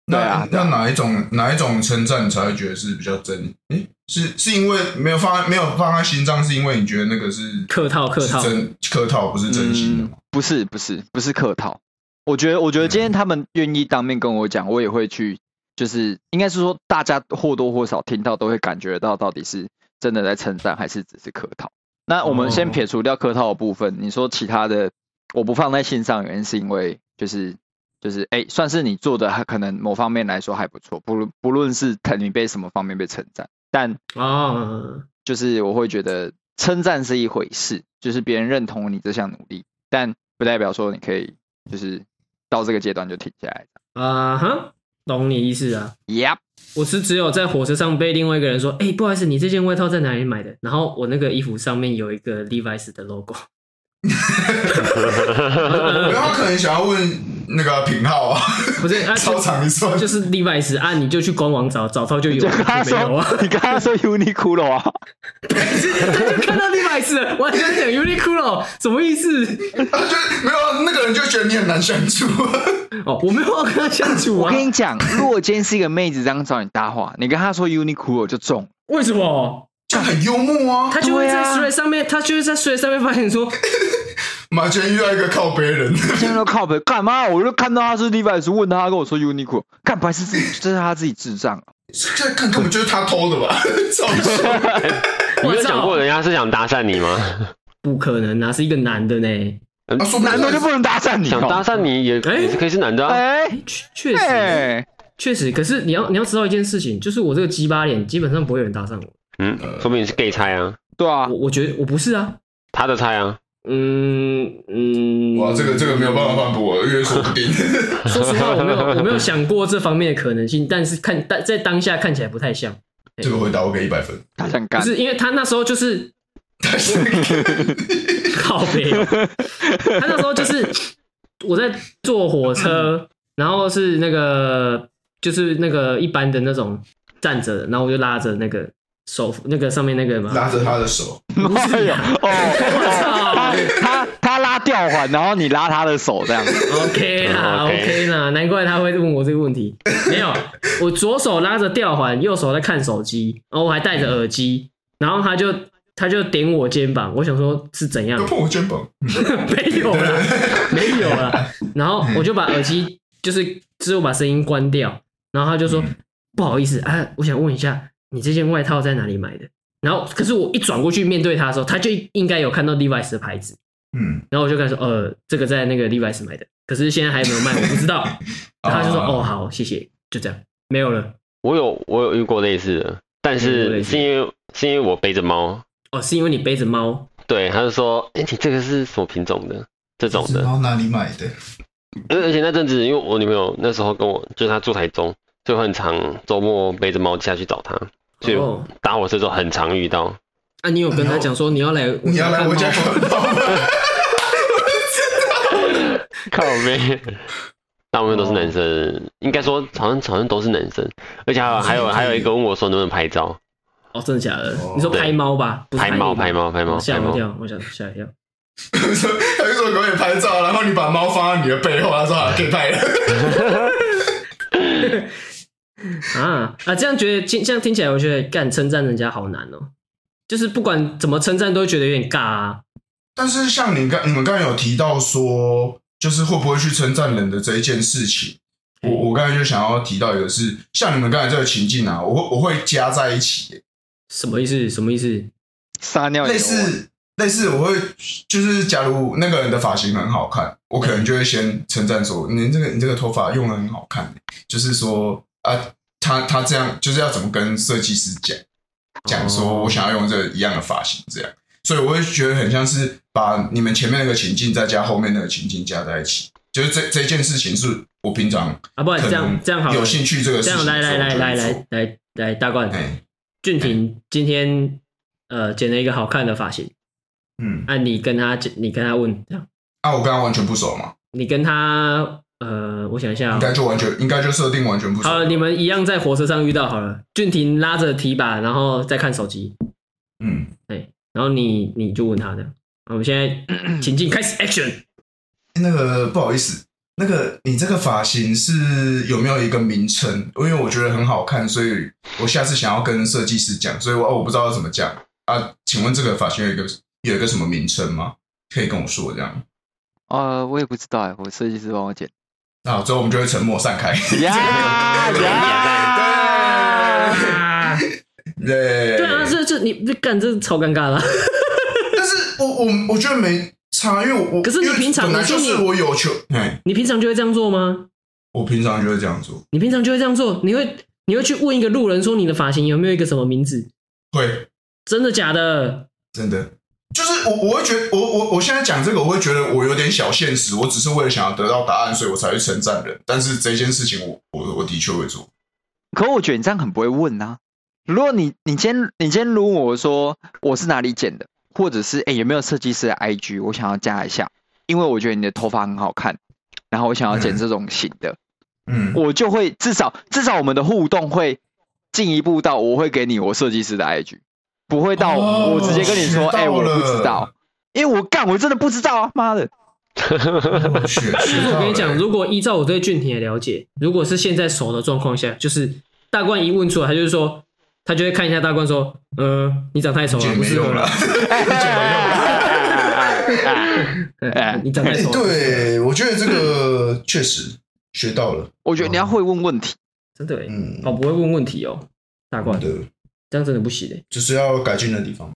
Speaker 3: 对啊
Speaker 2: 那那哪一种哪一种称赞你才会觉得是比较真？诶，是是因为没有放在没有放在心上，是因为你觉得那个是
Speaker 1: 客套客套嗯
Speaker 2: 是真客套，不是真心的吗？
Speaker 3: 嗯不是不是不是客套。我觉得我觉得
Speaker 2: 嗯
Speaker 3: 今天他们愿意当面跟我讲，我也会去，就是应该是说大家或多或少听到都会感觉到到底是真的在称赞还是只是客套。那我们先
Speaker 1: 哦
Speaker 3: 撇除掉客套的部分，你说其他的我不放在心上，原因是因为就是就是哎、算是你做的还可能某方面来说还不错，不论不论是疼你被什么方面被称赞，但
Speaker 1: 啊，
Speaker 3: 就是我会觉得称赞是一回事，就是别人认同你这项努力，但不代表说你可以就是到这个阶段就停下来。
Speaker 1: 啊哈，懂你意思啊。
Speaker 3: Yep，
Speaker 1: 我是只有在火车上被另外一个人说：“哎、不好意思，你这件外套在哪里买的？”然后我那个衣服上面有一个 Levi's 的 logo。呃
Speaker 2: 没有他可能想要问那个品号啊，
Speaker 1: 不是啊，
Speaker 2: 超长一串
Speaker 1: 呃就，就是 Levi's 啊，你就去官网找，找到就有，
Speaker 3: 就跟他
Speaker 1: 没有
Speaker 3: 说
Speaker 1: 啊，，
Speaker 3: 你跟他说 Uniqlo 啊，
Speaker 1: 他 就看到 Levi's 了，完全讲 Uniqlo 什么意思？
Speaker 2: 他就没有啊那个人就觉得你很难相 处。
Speaker 1: 哦，我没有要跟他相处
Speaker 3: 我
Speaker 1: 啊，
Speaker 3: 跟你讲，如果今天是一个妹子这样找你搭话，你跟她说 Uniqlo 就中。
Speaker 1: 为什么？
Speaker 2: 就很幽默啊
Speaker 1: 他。就会在
Speaker 3: 对啊
Speaker 1: thread 上面，他就会在 thread 上面发现说，
Speaker 2: 马今天遇到一个靠背人，
Speaker 3: 现在都靠北干嘛？我就看到他是 Levi's，问他，他跟我说 Uniqlo，干白是自己，这是他自己智障。啊
Speaker 2: 这看根本就是他偷的吧？ 超啊爽
Speaker 4: 你
Speaker 1: 我
Speaker 4: 有讲
Speaker 1: 操
Speaker 4: 过，人家是想搭讪你吗？
Speaker 1: 不可能啊，是一个男的呢。
Speaker 2: 他说
Speaker 3: 男的就不能搭讪你
Speaker 4: 想搭
Speaker 3: 哦？
Speaker 4: 讪你也
Speaker 1: 哎
Speaker 4: 也是可以是男的啊。
Speaker 3: 哎
Speaker 1: 确确实
Speaker 3: 哎，
Speaker 1: 确实，可是你要你要知道一件事情，就是我这个鸡巴脸基本上不会有人搭讪我，
Speaker 4: 嗯，说不定你是 gay 菜啊，
Speaker 3: 对啊
Speaker 1: 我，我觉得我不是啊，
Speaker 4: 他的菜啊。
Speaker 1: 嗯嗯，
Speaker 2: 哇，这个这个没有办法反驳，因为说不定。
Speaker 1: 说实话，我没有我没有想过这方面的可能性，但是看但在当下看起来不太像，
Speaker 2: 这个回答我给一百 分。
Speaker 3: 他想
Speaker 1: 不
Speaker 3: 干。
Speaker 1: 是因为他那时候就是
Speaker 2: 但是
Speaker 1: 靠背哦、他那时候就是我在坐火车，然后是那个就是那个一般的那种站着的，然后我就拉着那个手那个上面那个嘛，
Speaker 2: 拉着他的手，
Speaker 3: 哎呦，哦
Speaker 1: 操
Speaker 3: 哦，他他他拉吊环，然后你拉他的手，这样。
Speaker 1: OK 啦
Speaker 4: 嗯，OK
Speaker 1: ，OK 啦，难怪他会问我这个问题。没有，我左手拉着吊环，右手在看手机，然后我还戴着耳机，然后他就他就点我肩膀，我想说是怎样
Speaker 2: 要，碰我肩膀，
Speaker 1: 没有啦，没有啦。然后我就把耳机就是之后把声音关掉，然后他就说不好意思啊，我想问一下你这件外套在哪里买的？然后可是我一转过去面对他的时候，他就应该有看到 Levi's 的牌子。
Speaker 2: 嗯，
Speaker 1: 然后我就跟他说，呃，这个在那个 Levi's 买的，可是现在还有没有卖，我不知 道。他就说，
Speaker 2: 啊
Speaker 1: 哦，好，谢谢，就这样，没有了。
Speaker 4: 我有我有遇过类似的，但
Speaker 1: 有遇过类
Speaker 4: 是
Speaker 1: 似
Speaker 4: 是因为是因为我背着猫，
Speaker 1: 哦，是因为你背着猫，
Speaker 4: 对，他就说，哎、你这个是什么品种的？这种的
Speaker 2: 然，后哪里买的？
Speaker 4: 而而且那阵子，因为我女朋友那时候跟我，就是她住台中，所以我很常周末背着猫下去找她，所以
Speaker 1: 哦，
Speaker 4: 搭火车的时候很常 遇到。
Speaker 1: 啊，你有跟他讲说你要来，
Speaker 2: 你要来我家
Speaker 1: 看猫
Speaker 2: 看 猫吗？
Speaker 4: 靠背，大部分都是男生，应该说好像好像都是男生，而且还有还有还有一个问我说能不能拍照，
Speaker 1: 哦，真的假的
Speaker 2: 哦？
Speaker 1: 你说拍猫吧，不是
Speaker 4: 拍猫
Speaker 1: 你吧
Speaker 4: 拍猫拍猫
Speaker 1: 哦吓
Speaker 4: 拍
Speaker 1: 我一
Speaker 4: 猫，
Speaker 1: 跳，我想吓一跳。
Speaker 2: 他说他就说可以拍照，然后你把猫放在你的背后，他 说好可以拍了。
Speaker 1: 啊啊！这样觉得，听这样听起来，我觉得干称赞人家好难哦。就是不管怎么称赞，都会觉得有点尬啊。
Speaker 2: 但是像你刚你们刚才有提到说，就是会不会去称赞人的这一件事情，我我刚才就想要提到一个是，像你们刚才这个情境啊，我会我会加在一起耶，
Speaker 1: 什么意思？什么意思？
Speaker 3: 撒尿也
Speaker 2: 类
Speaker 3: 有啊
Speaker 2: 似类似，我会就是假如那个人的发型很好看，我可能就会先称赞说：“你这个你这个头发用的很好看。”就是说啊，他他这样就是要怎么跟设计师讲讲说，
Speaker 1: 哦
Speaker 2: 我想要用这一样的发型这样。所以我会觉得很像是把你们前面那个情境再加后面那个情境加在一起，就是这这件事情是我平常
Speaker 1: 啊，不然
Speaker 2: 可
Speaker 1: 这样
Speaker 2: 能
Speaker 1: 这样好了，
Speaker 2: 有兴趣这个
Speaker 1: 这
Speaker 2: 事情
Speaker 1: 样来来来来来来来，大冠，
Speaker 2: 哎
Speaker 1: 俊廷今天呃剪了一个好看的发型，
Speaker 2: 嗯
Speaker 1: 啊，你跟他剪，你跟他问，这样
Speaker 2: 啊，我跟他完全不熟嘛，
Speaker 1: 你跟他呃，我想一下
Speaker 2: 应
Speaker 1: 哦、
Speaker 2: 该就完全应该就设定完全不熟。
Speaker 1: 好了，你们一样在火车上遇到好了，俊廷拉着提把，然后再看手机，
Speaker 2: 嗯。
Speaker 1: 哎，然后你你就问他这样，啊我们现在 情境开始 action，
Speaker 2: 哎那个不好意思，那个你这个发型是有没有一个名称？因为我觉得很好看，所以我下次想要跟设计师讲，所以我哦我不知道要怎么讲啊。请问这个发型有一个有一个什么名称吗？可以跟我说这样。
Speaker 3: 呃，我也不知道哎，我设计师帮 我剪。
Speaker 2: 那啊好之后我们就会沉默散开。
Speaker 3: 呀呀！
Speaker 1: 啊，
Speaker 2: 对
Speaker 1: 对啊，这这你这干这超尴尬了，
Speaker 2: 但我我我觉得没差，因为我
Speaker 1: 可是你
Speaker 2: 因为
Speaker 1: 平常
Speaker 2: 本来就
Speaker 1: 你
Speaker 2: 是
Speaker 1: 说你
Speaker 2: 我有球，哎，
Speaker 1: 你平常就会这样做吗？
Speaker 2: 我平常就是这样做，
Speaker 1: 你平常就会这样做？你会你会去问一个路人说你的发型有没有一个什么名字？
Speaker 2: 会
Speaker 1: 真的假的？
Speaker 2: 真的就是我我会觉得我我我现在讲这个，我会觉得我有点小现实，我只是为了想要得到答案，所以我才去称赞人。但是这件事情我，我我的确会做，
Speaker 3: 可我觉得你这样很不会问啊。如果你你今天你今天如我说我是哪里剪的，或者是哎、诶有没有设计师的 IG，我想要加一下，因为我觉得你的头发很好看，然后我想要 剪这种型的，
Speaker 2: 嗯，
Speaker 3: 我就会至少至少我们的互动会进一步到我会给你我设计师的 IG，不会到
Speaker 2: 哦
Speaker 3: 我直接跟你
Speaker 2: 学
Speaker 3: 说
Speaker 2: 到
Speaker 3: 哎、诶我不
Speaker 2: 了
Speaker 3: 知道，因为我干我真的不知道啊，妈的，
Speaker 2: 哦 学
Speaker 1: 其
Speaker 2: 学
Speaker 1: 实
Speaker 2: 到
Speaker 1: 我跟你讲，
Speaker 2: 了欸
Speaker 1: 如果依照我对俊廷的了解，如果是现在熟的状况下，就是大冠一问出来，他就是说，他就会看一下大冠说，呃，你长太丑了，
Speaker 2: 剪
Speaker 1: 不
Speaker 2: 嗯没
Speaker 1: 适合
Speaker 2: 用了
Speaker 1: 了。。哎你长太
Speaker 2: 哎
Speaker 1: 丑了，
Speaker 2: 对，
Speaker 1: 啊
Speaker 2: 我觉得 这个确实学到了，
Speaker 3: 我觉得你要会问问题，
Speaker 1: 真的欸
Speaker 2: 嗯，
Speaker 1: 哦，不会问问题哦，大冠，
Speaker 2: 对，
Speaker 1: 这样真的不行欸
Speaker 2: 就是要改进的地方。啊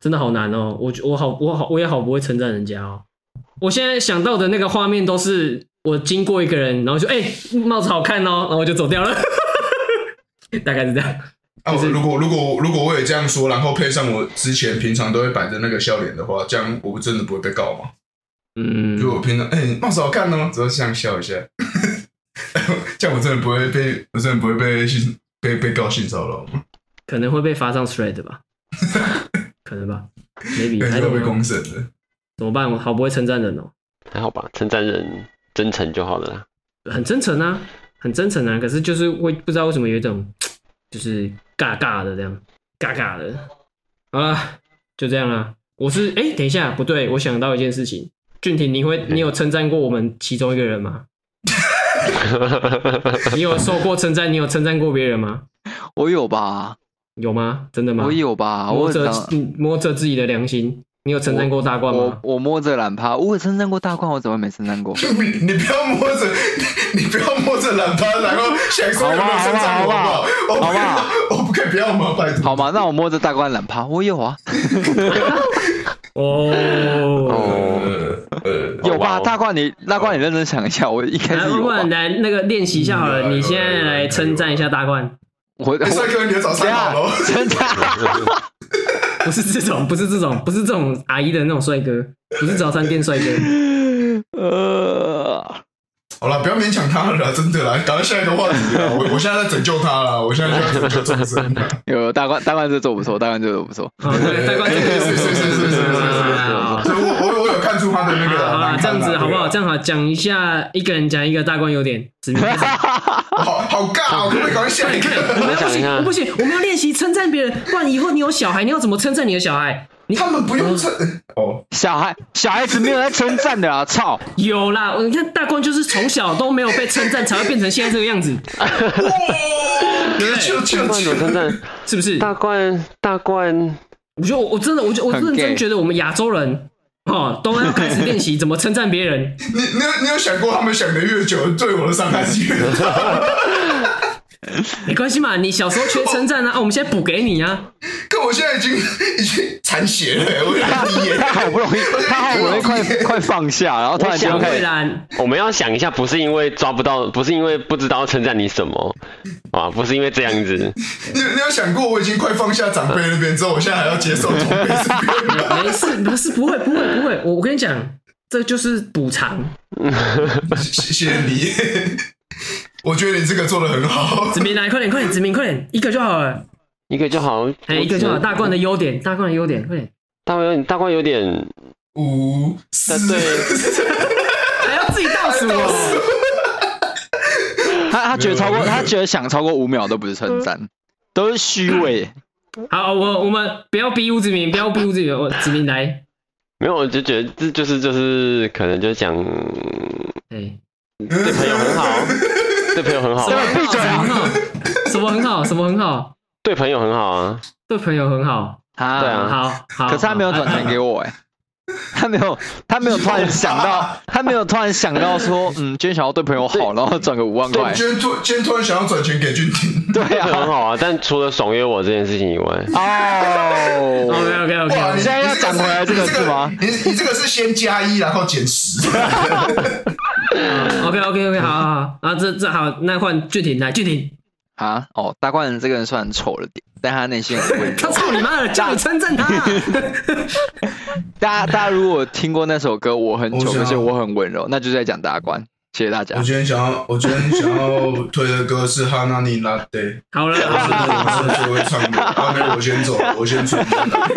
Speaker 1: 真的好难哦，我我好我好我也好不会称赞人家哦。我现在想到的那个画面都是我经过一个人，然后就哎、帽子好看哦，然后我就走掉了， 大概是这样。
Speaker 2: 啊，
Speaker 1: 就是
Speaker 2: 我如果如果如果我也这样说，然后配上我之前平常都会摆着那个笑脸的话，这样我真的不会被告吗？
Speaker 1: 嗯
Speaker 2: 如，果我平常哎、帽子好看哦，只要这样笑一下， 这样我真的不会被，我真的不会被性被被告性骚扰吗？
Speaker 1: 可能会被发上 thread 吧，可能吧，maybe
Speaker 2: 感
Speaker 1: I
Speaker 2: 觉
Speaker 1: don't
Speaker 2: 哎会
Speaker 1: know
Speaker 2: 被公审的。
Speaker 1: 怎么办？我好不会称赞人哦，
Speaker 4: 还好吧，称赞人真诚就好了啦。
Speaker 1: 很真诚啊，很真诚啊，可是就是会不知道为什么有一种就是尬尬的这样，尬尬的。好了，就这样啦。我是哎、等一下，不对，我想到一件事情，俊廷，你
Speaker 3: 嗯
Speaker 1: 会你有称赞过我们其中一个人吗？ 你有受过称赞？你有称赞过别人吗？
Speaker 3: 我有吧，
Speaker 1: 有吗？真的吗？
Speaker 3: 我有吧，
Speaker 1: 摸
Speaker 3: 我有
Speaker 1: 着
Speaker 3: 当
Speaker 1: 嗯摸着自己的良心，你有称赞过大冠
Speaker 3: 我
Speaker 1: 吗？
Speaker 3: 我摸着懒趴，我有称赞过大冠，我怎么没称赞过？
Speaker 2: 你不要摸着， 你你不要摸着懒趴，然后想说有没有称赞我好
Speaker 3: 好吧
Speaker 2: 不
Speaker 3: 好吧好吧
Speaker 2: 好？ 我不可以我不可以不要吗？拜托。
Speaker 3: 好吗？那我摸着大冠懒趴，我有啊，
Speaker 1: 哦。
Speaker 2: 呃呃，
Speaker 3: 有吧？
Speaker 4: 哦
Speaker 3: 大冠你大冠你认真想一下，我应该
Speaker 1: 来，
Speaker 3: 是有
Speaker 1: 哎不
Speaker 3: 吧。
Speaker 1: 然来那个练习一下好
Speaker 2: 有
Speaker 1: 了。
Speaker 2: 啊
Speaker 1: 你现
Speaker 2: 有
Speaker 1: 在
Speaker 2: 啊有啊
Speaker 1: 来称赞一下大冠，
Speaker 3: 我我
Speaker 2: 哎帅哥，你的早
Speaker 3: 等一
Speaker 2: 餐
Speaker 3: 下
Speaker 2: 好了。
Speaker 3: 称赞
Speaker 1: 不是这种，不是这种，不是这种阿姨的那种帅哥，不是早餐店帅哥。
Speaker 3: 呃，
Speaker 2: 好了，不要勉强他了啦，真的啦，赶快下一个话题啦。我我现在在拯救他了，我现在就在拯救众生啦。
Speaker 3: 有有大冠大冠这做不错，大冠这做不 错。
Speaker 1: 好，对，大冠这
Speaker 2: 是
Speaker 1: 个
Speaker 2: 是是是是是是是
Speaker 1: 好
Speaker 2: 所以我我我有看出他的那个
Speaker 1: 好啦，
Speaker 2: 难
Speaker 1: 这样
Speaker 2: 堪啦
Speaker 1: 子好不好？
Speaker 2: 对
Speaker 1: 这样好，讲一下，一个人讲一个大冠优点，指名开始
Speaker 2: 啊好好尬哦，可不可以赶快下一个？
Speaker 1: 我们不
Speaker 4: 讲一
Speaker 1: 行，
Speaker 4: 下
Speaker 1: 我不行，我们要练习称赞别人，不然以后你有小孩，你要怎么称赞你的小孩？你
Speaker 2: 他们不用称哦，
Speaker 3: 小孩小孩子没有在称赞的啊，操！
Speaker 1: 有啦，你看大冠就是从小都没有被称赞，才会变成现在这个样子，对
Speaker 2: 就就
Speaker 4: 大冠怎么
Speaker 2: 就
Speaker 4: 称赞？
Speaker 1: 是不是？
Speaker 4: 大冠大冠，
Speaker 1: 我觉得我我真的，我觉得我
Speaker 3: 很
Speaker 1: 认
Speaker 3: gay
Speaker 1: 真觉得我们亚洲人哦，都要开始练习怎么称赞别人。
Speaker 2: 你你有你有想过他们想的越久，对我的伤害是越大？
Speaker 1: 没关系嘛，你小时候缺称赞啊，啊我们现在补给你啊。
Speaker 2: 可我现在已经已经残血了，我有点低耶。
Speaker 3: 他好 不容易，他好不容易快快放下，然后突然间
Speaker 4: 我想
Speaker 3: 开
Speaker 1: 对
Speaker 3: 始，
Speaker 1: 啦，
Speaker 4: 我们要想一下，不是因为抓不到，不是因为不知道称赞你什么啊，不是因为这样子。
Speaker 2: 你有你有想过我已经快放下长辈那边之后，我现在还要接受长辈这边吗？
Speaker 1: 没事，不是不会不会不会，我我跟你讲，这就是补偿，
Speaker 2: 谢谢你，我觉得你这个做的很好。
Speaker 1: 子明来，快点快点，子明快点，一个就好了，
Speaker 4: 一个就好，
Speaker 1: 哎，一个就好。大冠的优点，大冠的优点，快点，
Speaker 4: 大冠有点，大冠有点，
Speaker 2: 五
Speaker 4: 但
Speaker 2: 四，
Speaker 4: 对，
Speaker 1: 还要自己倒数哦。
Speaker 3: 他他觉得超过，他觉得想超过五秒都不是称赞，都是虚伪。
Speaker 1: 好，我我们不要逼吴子明，不要逼吴子明，我子明来，
Speaker 4: 没有，我就觉得这就是就是可能就是讲
Speaker 1: 哎，
Speaker 4: 对朋友很好，对朋友很好
Speaker 1: 什么
Speaker 4: 啊，
Speaker 1: 很好，什么很好，什么很好，什么很好，
Speaker 4: 对朋友很好啊。
Speaker 1: 对朋友很好，
Speaker 3: 啊
Speaker 4: 对啊
Speaker 1: 好好。
Speaker 3: 可是他没有
Speaker 1: 好
Speaker 3: 转传给我哎、他没有，他没有突然想 到，他没有突然想到说，嗯，今天想要对朋友好，然后转个五万块，
Speaker 2: 今天突今天突然想要转钱给俊廷，
Speaker 3: 对
Speaker 4: 这 个很
Speaker 3: 啊，
Speaker 4: 好啊。但除了爽约我这件事情 以外，
Speaker 3: 哦，
Speaker 1: OK OK OK，
Speaker 2: 哇
Speaker 3: 现在要讲回来这个是吗
Speaker 2: 你你这个是先加一，然后减十。
Speaker 1: OK OK OK，好好好，啊，这这好，那换俊廷来，俊廷，
Speaker 3: 啊，哦，大官人这个人虽然丑了点，但他内心很温柔
Speaker 1: 他。操你妈的，叫你称赞他，
Speaker 3: 大家大家如果听过那首歌《我很
Speaker 2: 我
Speaker 3: 丑，
Speaker 2: 知道
Speaker 3: 可是我很温柔》，那就是在讲大官。谢谢大家
Speaker 2: 我。今天想要，我今天想要推的歌是《哈娜尼拉德》，
Speaker 1: 好了，
Speaker 2: 我是我是最会唱的。阿妹，我先走， 我先出门了。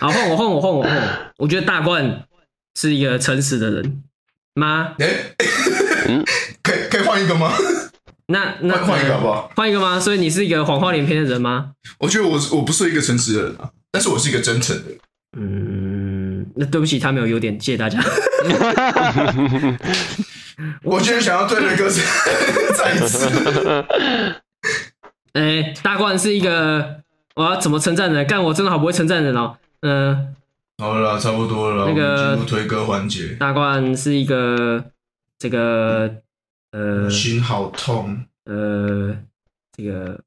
Speaker 1: 好换我换我换我换我，我觉得大冠是一个诚实的人，妈，
Speaker 2: 哎、
Speaker 4: 嗯
Speaker 2: 可以可以换一个吗？
Speaker 1: 那那
Speaker 2: 换换一个好不好？
Speaker 1: 换一个吗？所以你是一个谎话连篇的人吗？
Speaker 2: 我觉得我我不是一个诚实的人啊，但是我是一个真诚的人。
Speaker 1: 嗯，那对不起，他没有优点，谢谢大家。
Speaker 2: 我今天想要推的歌是再一次，
Speaker 1: 哎、大冠是一个，我要怎么称赞人？干，我真的好不会称赞人哦。嗯、
Speaker 2: 好了啦，差不多了啦，
Speaker 1: 那个
Speaker 2: 我们进入推歌环节。
Speaker 1: 大冠是一个这个呃
Speaker 2: 心好痛，
Speaker 1: 呃这个，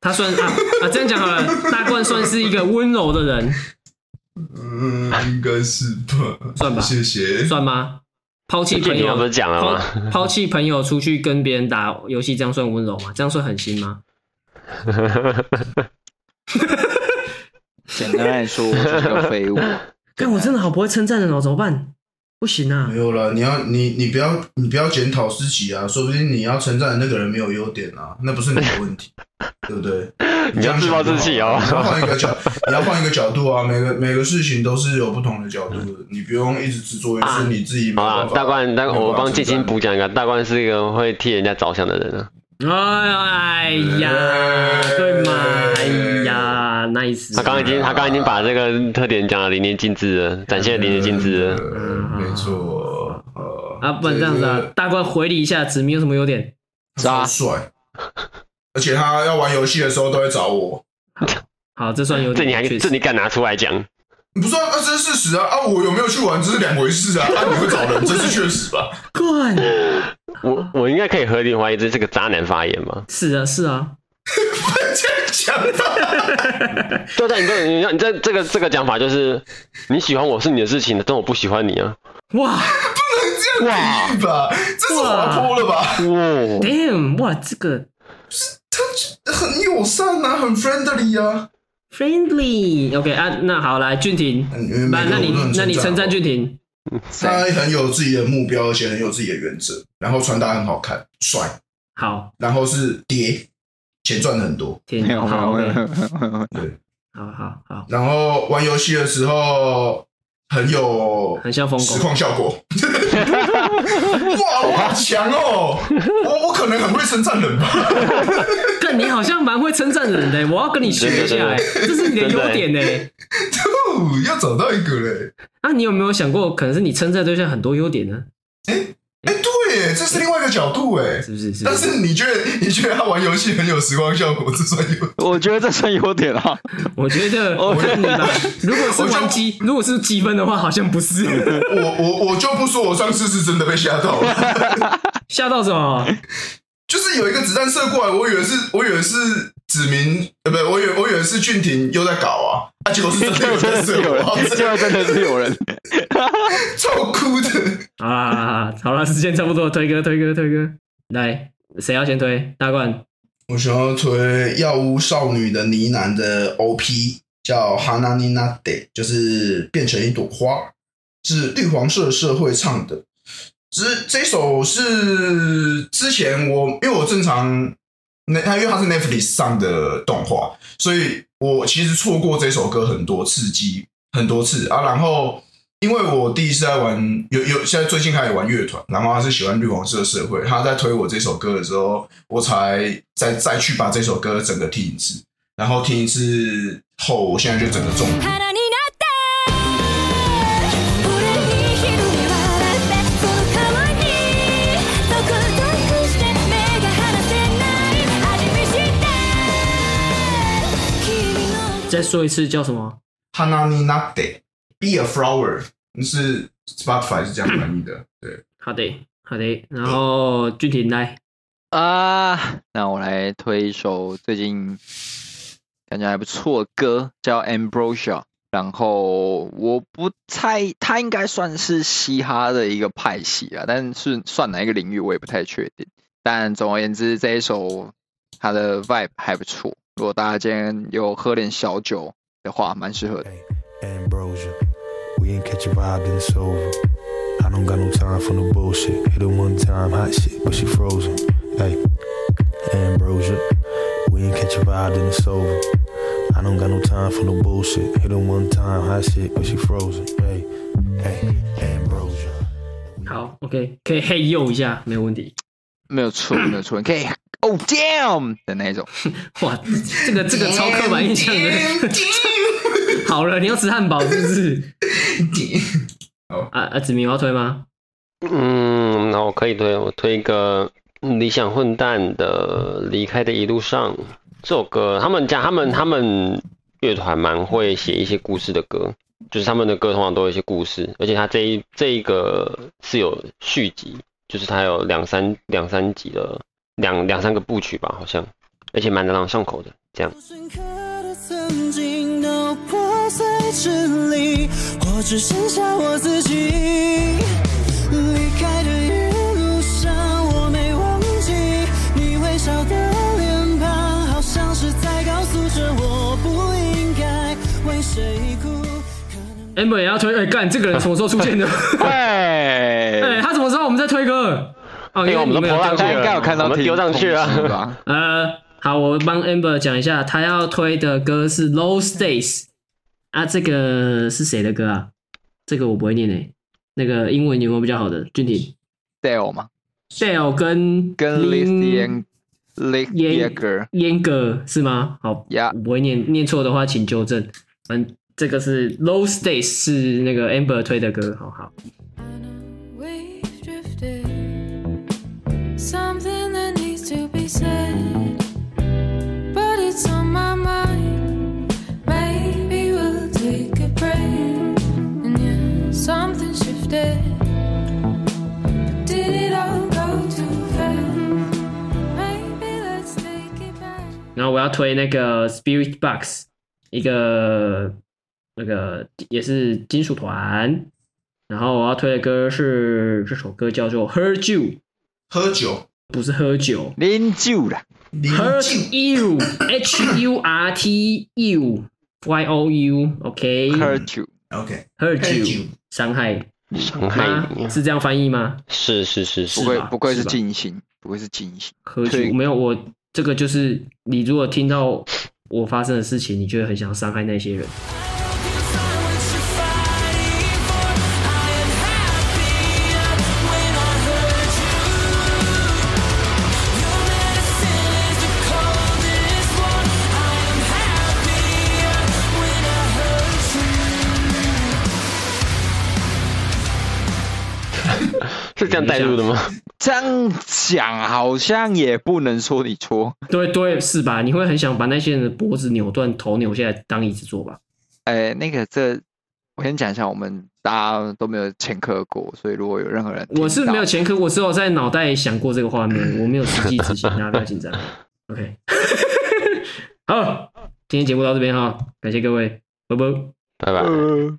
Speaker 1: 他算啊啊这样讲好了，大冠算是一个温柔的人，
Speaker 2: 嗯，应该是吧？
Speaker 1: 算吧
Speaker 2: 谢谢。
Speaker 1: 算吗？抛弃
Speaker 4: 俊
Speaker 1: 朋
Speaker 4: 廷
Speaker 1: 友
Speaker 4: 他不是讲了吗？
Speaker 1: 抛抛弃朋友出去跟别人打游戏，这样算温柔吗？这样算狠心吗？
Speaker 3: 简单来说，我就是个废物。
Speaker 1: 但我真的好不会称赞人哦，怎么办？不行啊
Speaker 2: 没！有啦，你要你你不要你不要检讨自己啊，说不定你要称赞的那个人没有优点啊，那不是你的问题，对不对？
Speaker 4: 你要自暴自弃哦
Speaker 2: 你要换一个 角，你要换一个角度啊，每个每个事情都是有不同的角度的，你不用一直执着于是你自己没
Speaker 4: 嗯啊好
Speaker 2: 有办
Speaker 4: 啦
Speaker 2: 法。，
Speaker 4: 大冠，大
Speaker 2: 没有
Speaker 4: 我
Speaker 2: 办法
Speaker 4: 帮
Speaker 2: 承
Speaker 4: 建
Speaker 2: 担
Speaker 4: 新补讲一个，大冠是一个会替人家着想的人啊。
Speaker 1: 哎呀，对嘛？哎呀，nice！
Speaker 4: 他刚刚已经，他刚刚已经把这个特点讲的淋漓尽致了，展现的嗯淋漓尽致了。
Speaker 2: 呃没错，呃
Speaker 1: 啊，不然这样子
Speaker 2: 个
Speaker 1: 啊，大冠回礼一下，子明有什么优点？
Speaker 2: 他超帅，而且他要玩游戏的时候都会找我。
Speaker 1: 好，这算优
Speaker 4: 这
Speaker 1: 点。
Speaker 4: 你还
Speaker 1: 确
Speaker 4: 这
Speaker 1: 实
Speaker 4: 你敢拿出来讲？
Speaker 2: 你不是啊，啊这是事实啊！啊，我有没有去玩这是两回事啊！啊，你会找人，这是确实吧？
Speaker 1: 冠
Speaker 4: 我我应该可以合理怀疑这是个渣男发言吧？
Speaker 1: 是啊是啊，
Speaker 2: 这样讲吧，
Speaker 4: 对啊对，你这你这你这这个这个讲法就是你喜欢我是你的事情，但我不喜欢你啊。
Speaker 1: 哇
Speaker 2: 这样比喻 吧，这是滑坡了吧？
Speaker 4: 哇，
Speaker 1: ，damn，哇，这个
Speaker 2: 他很友善啊，很 friendly 啊。
Speaker 1: friendly，OK 啊，那好，来俊廷，
Speaker 2: 嗯
Speaker 1: 那那你那你称赞俊，廷，
Speaker 2: 他
Speaker 3: 谁？
Speaker 2: 很有自己的目标，而且很有自己的原则，然后穿搭很好看，帅，
Speaker 1: 好，
Speaker 2: 然后是爹，钱赚的很多，
Speaker 1: 天
Speaker 3: 没，有没
Speaker 1: 好
Speaker 3: 有没有
Speaker 1: ，OK，
Speaker 3: 没有没有，
Speaker 1: 好好好，
Speaker 2: 然后玩游戏的时候很有
Speaker 1: 很像疯狗
Speaker 2: 实，况效果。 哇，我好强哦！我我可能很会称赞人吧。
Speaker 1: 干，你好像蛮会称赞人的，我要跟你学一下，哎，这是你的优点呢。
Speaker 2: 哦，要找到一个嘞。
Speaker 1: 啊，你有没有想过，可能是你称赞对象很多优点呢？
Speaker 2: 哎、对耶，这是另外一个角度哎。
Speaker 1: 是不是？是不
Speaker 2: 但
Speaker 1: 是？
Speaker 2: 是你觉得你觉得他玩游戏很有时光效果，这算有？
Speaker 3: 我觉得这算优点啊。
Speaker 1: 我觉 得，我问你吧，如果是
Speaker 2: 我就
Speaker 1: 玩积，如果是积分的话，好像不是。
Speaker 2: 我我我就不说，我上次是真的被吓到了，
Speaker 1: 吓到什么？
Speaker 2: 就是有一个子弹射过来，我以为是我以为是子明，呃，不，我以为我以为是俊廷又在搞啊，啊，结果是真的有
Speaker 3: 真
Speaker 2: 在
Speaker 3: 的是
Speaker 2: 射
Speaker 3: 有人
Speaker 2: 我，，
Speaker 3: 结果真的是有人。
Speaker 2: 超哭的。
Speaker 1: 好啦好啦好啦，时间差不多，推歌推歌推歌，来，谁要先推？大冠，
Speaker 2: 我想要推药屋少女的呢喃的 OP，叫 Hananina Day，就是变成一朵花，是绿黄色社会唱的。只这首是之前我因为我正常那它因为它是 Netflix 上的动画，所以我其实错过这首歌很多次机很多次啊。然后因为我弟是在玩有有现在最近开始玩乐团，然后他是喜欢绿黄色社会，他在推我这首歌的时候，我才再再去把这首歌整个听一次，然后听一次后，我现在就整个中毒。
Speaker 5: 腹になって俺にひるみ笑ってその顔にとことんして目が離せない味見して君の
Speaker 1: 再说一次叫什么？
Speaker 2: Hanani Nade Be a flower 是 Spotify 是这样翻译的，对，
Speaker 1: 好的好的，然后具体来
Speaker 3: 啊，那我来推一首最近感觉还不错的歌，叫《Ambrosia》。然后我不太，它应该算是嘻哈的一个派系啊，但是算哪一个领域我也不太确定。但总而言之，这一首它的 vibe 还不错。如果大家今天有喝点小酒的话，蛮适合的。
Speaker 6: Hey, ambrosia. We ain't catch a vibe, then it's over. I don't got no time for no bullshit. Hit her one time, hot shit, but she frozen. Hey, ambrosia. We ain't catch a vibe, then it's over. I don't got no time for no bullshit. Hit her one time, hot shit, but she frozen. Hey, hey, ambrosia.
Speaker 1: 好，OK，可以嘿用一下，没有问题。
Speaker 3: 没有错，没有错，你可以 Oh damn 的那一
Speaker 4: 啊
Speaker 3: 种。
Speaker 1: 哇，这个 这个超刻板印象的。好了，你要吃汉堡是不是？啊啊，子明有要推吗？
Speaker 4: 嗯，那我可以推，我推一个嗯理想混蛋的《离开的一路上》这首歌，他们家他们他们乐团蛮会写一些故事的歌，就是他们的歌通常都有一些故事，而且他这一这一个是有续集，就是它有两三两三集的两两三个部曲吧，好像，而且蛮朗朗上口的，这样。
Speaker 7: 深刻的曾经都破碎支离，我只剩下我自己。离开的一路上，我没忘记你微笑的脸庞，好像是在告诉着我不应该为谁哭。可能
Speaker 1: amber 也要推，哎、干，这个人什么时候出现的？哎、
Speaker 3: 喂，
Speaker 1: 他怎么知道我们在推歌？哦，因为
Speaker 4: 我们都
Speaker 1: 没有
Speaker 4: 泼
Speaker 1: 丢
Speaker 4: 上去
Speaker 1: 过
Speaker 3: 大家
Speaker 4: 了
Speaker 3: 应该有看到
Speaker 4: 我们
Speaker 3: 听
Speaker 4: 丢上去啊
Speaker 3: 通知 吧？
Speaker 1: 呃，好，我帮 amber 讲一下，他要推的歌是 Low Stays 啊，这个是谁的歌啊？这个我不会念诶、那个英文有没有比较好的？俊廷
Speaker 3: Dale 嘛，
Speaker 1: ，Dale 跟
Speaker 3: 跟 l i s t i a n l i s t i a
Speaker 1: Yan-
Speaker 3: g e r
Speaker 1: 阉割是吗？好
Speaker 3: Yeah
Speaker 1: 我不会念念错的话，请纠正。嗯，这个是 Low Stays 是那个 Amber 推的歌，好好。
Speaker 8: We've drifted. Something that needs to be said, but it's on my mind. Maybe we'll take a break. And yeah, something shifted. But did it all go too fast? Maybe let's take it back.
Speaker 1: 然后我要推那个 Spirit Box，一个那个也是金属团。然后我要推的歌是这首歌叫做《Heard You》，
Speaker 2: 喝酒，
Speaker 1: 不是喝酒
Speaker 3: 林酒啦，
Speaker 2: 零
Speaker 1: ，Heard You H U R T U Y O U，OK，Heard、
Speaker 3: Hurt you，
Speaker 2: OK，
Speaker 1: You 伤害
Speaker 4: 伤害你啊
Speaker 1: 吗？是这样翻译吗？
Speaker 4: 是是是
Speaker 3: 不
Speaker 4: 是，
Speaker 3: 愧
Speaker 1: 吧
Speaker 3: 不愧是
Speaker 1: 是吧
Speaker 3: 静心，不愧是静心。
Speaker 1: 喝酒
Speaker 3: 对
Speaker 1: 没有我这个就是你如果听到我发生的事情，你就会很想伤害那些人。
Speaker 4: 是这样带入的吗？
Speaker 3: 这样讲好像也不能说你错，
Speaker 1: 对对，是吧？你会很想把那些人的脖子扭断、头扭下来当椅子坐吧？
Speaker 3: 哎，那个这，我先讲一下，我们大家都没有前科过，所以如果有任何人听到，
Speaker 1: 我是没有前科，我只有在脑袋想过这个画面，我没有实际执行，大家不要紧张。OK，好，今天节目到这边哈，感谢各位，拜拜。
Speaker 4: 拜拜。
Speaker 3: 呃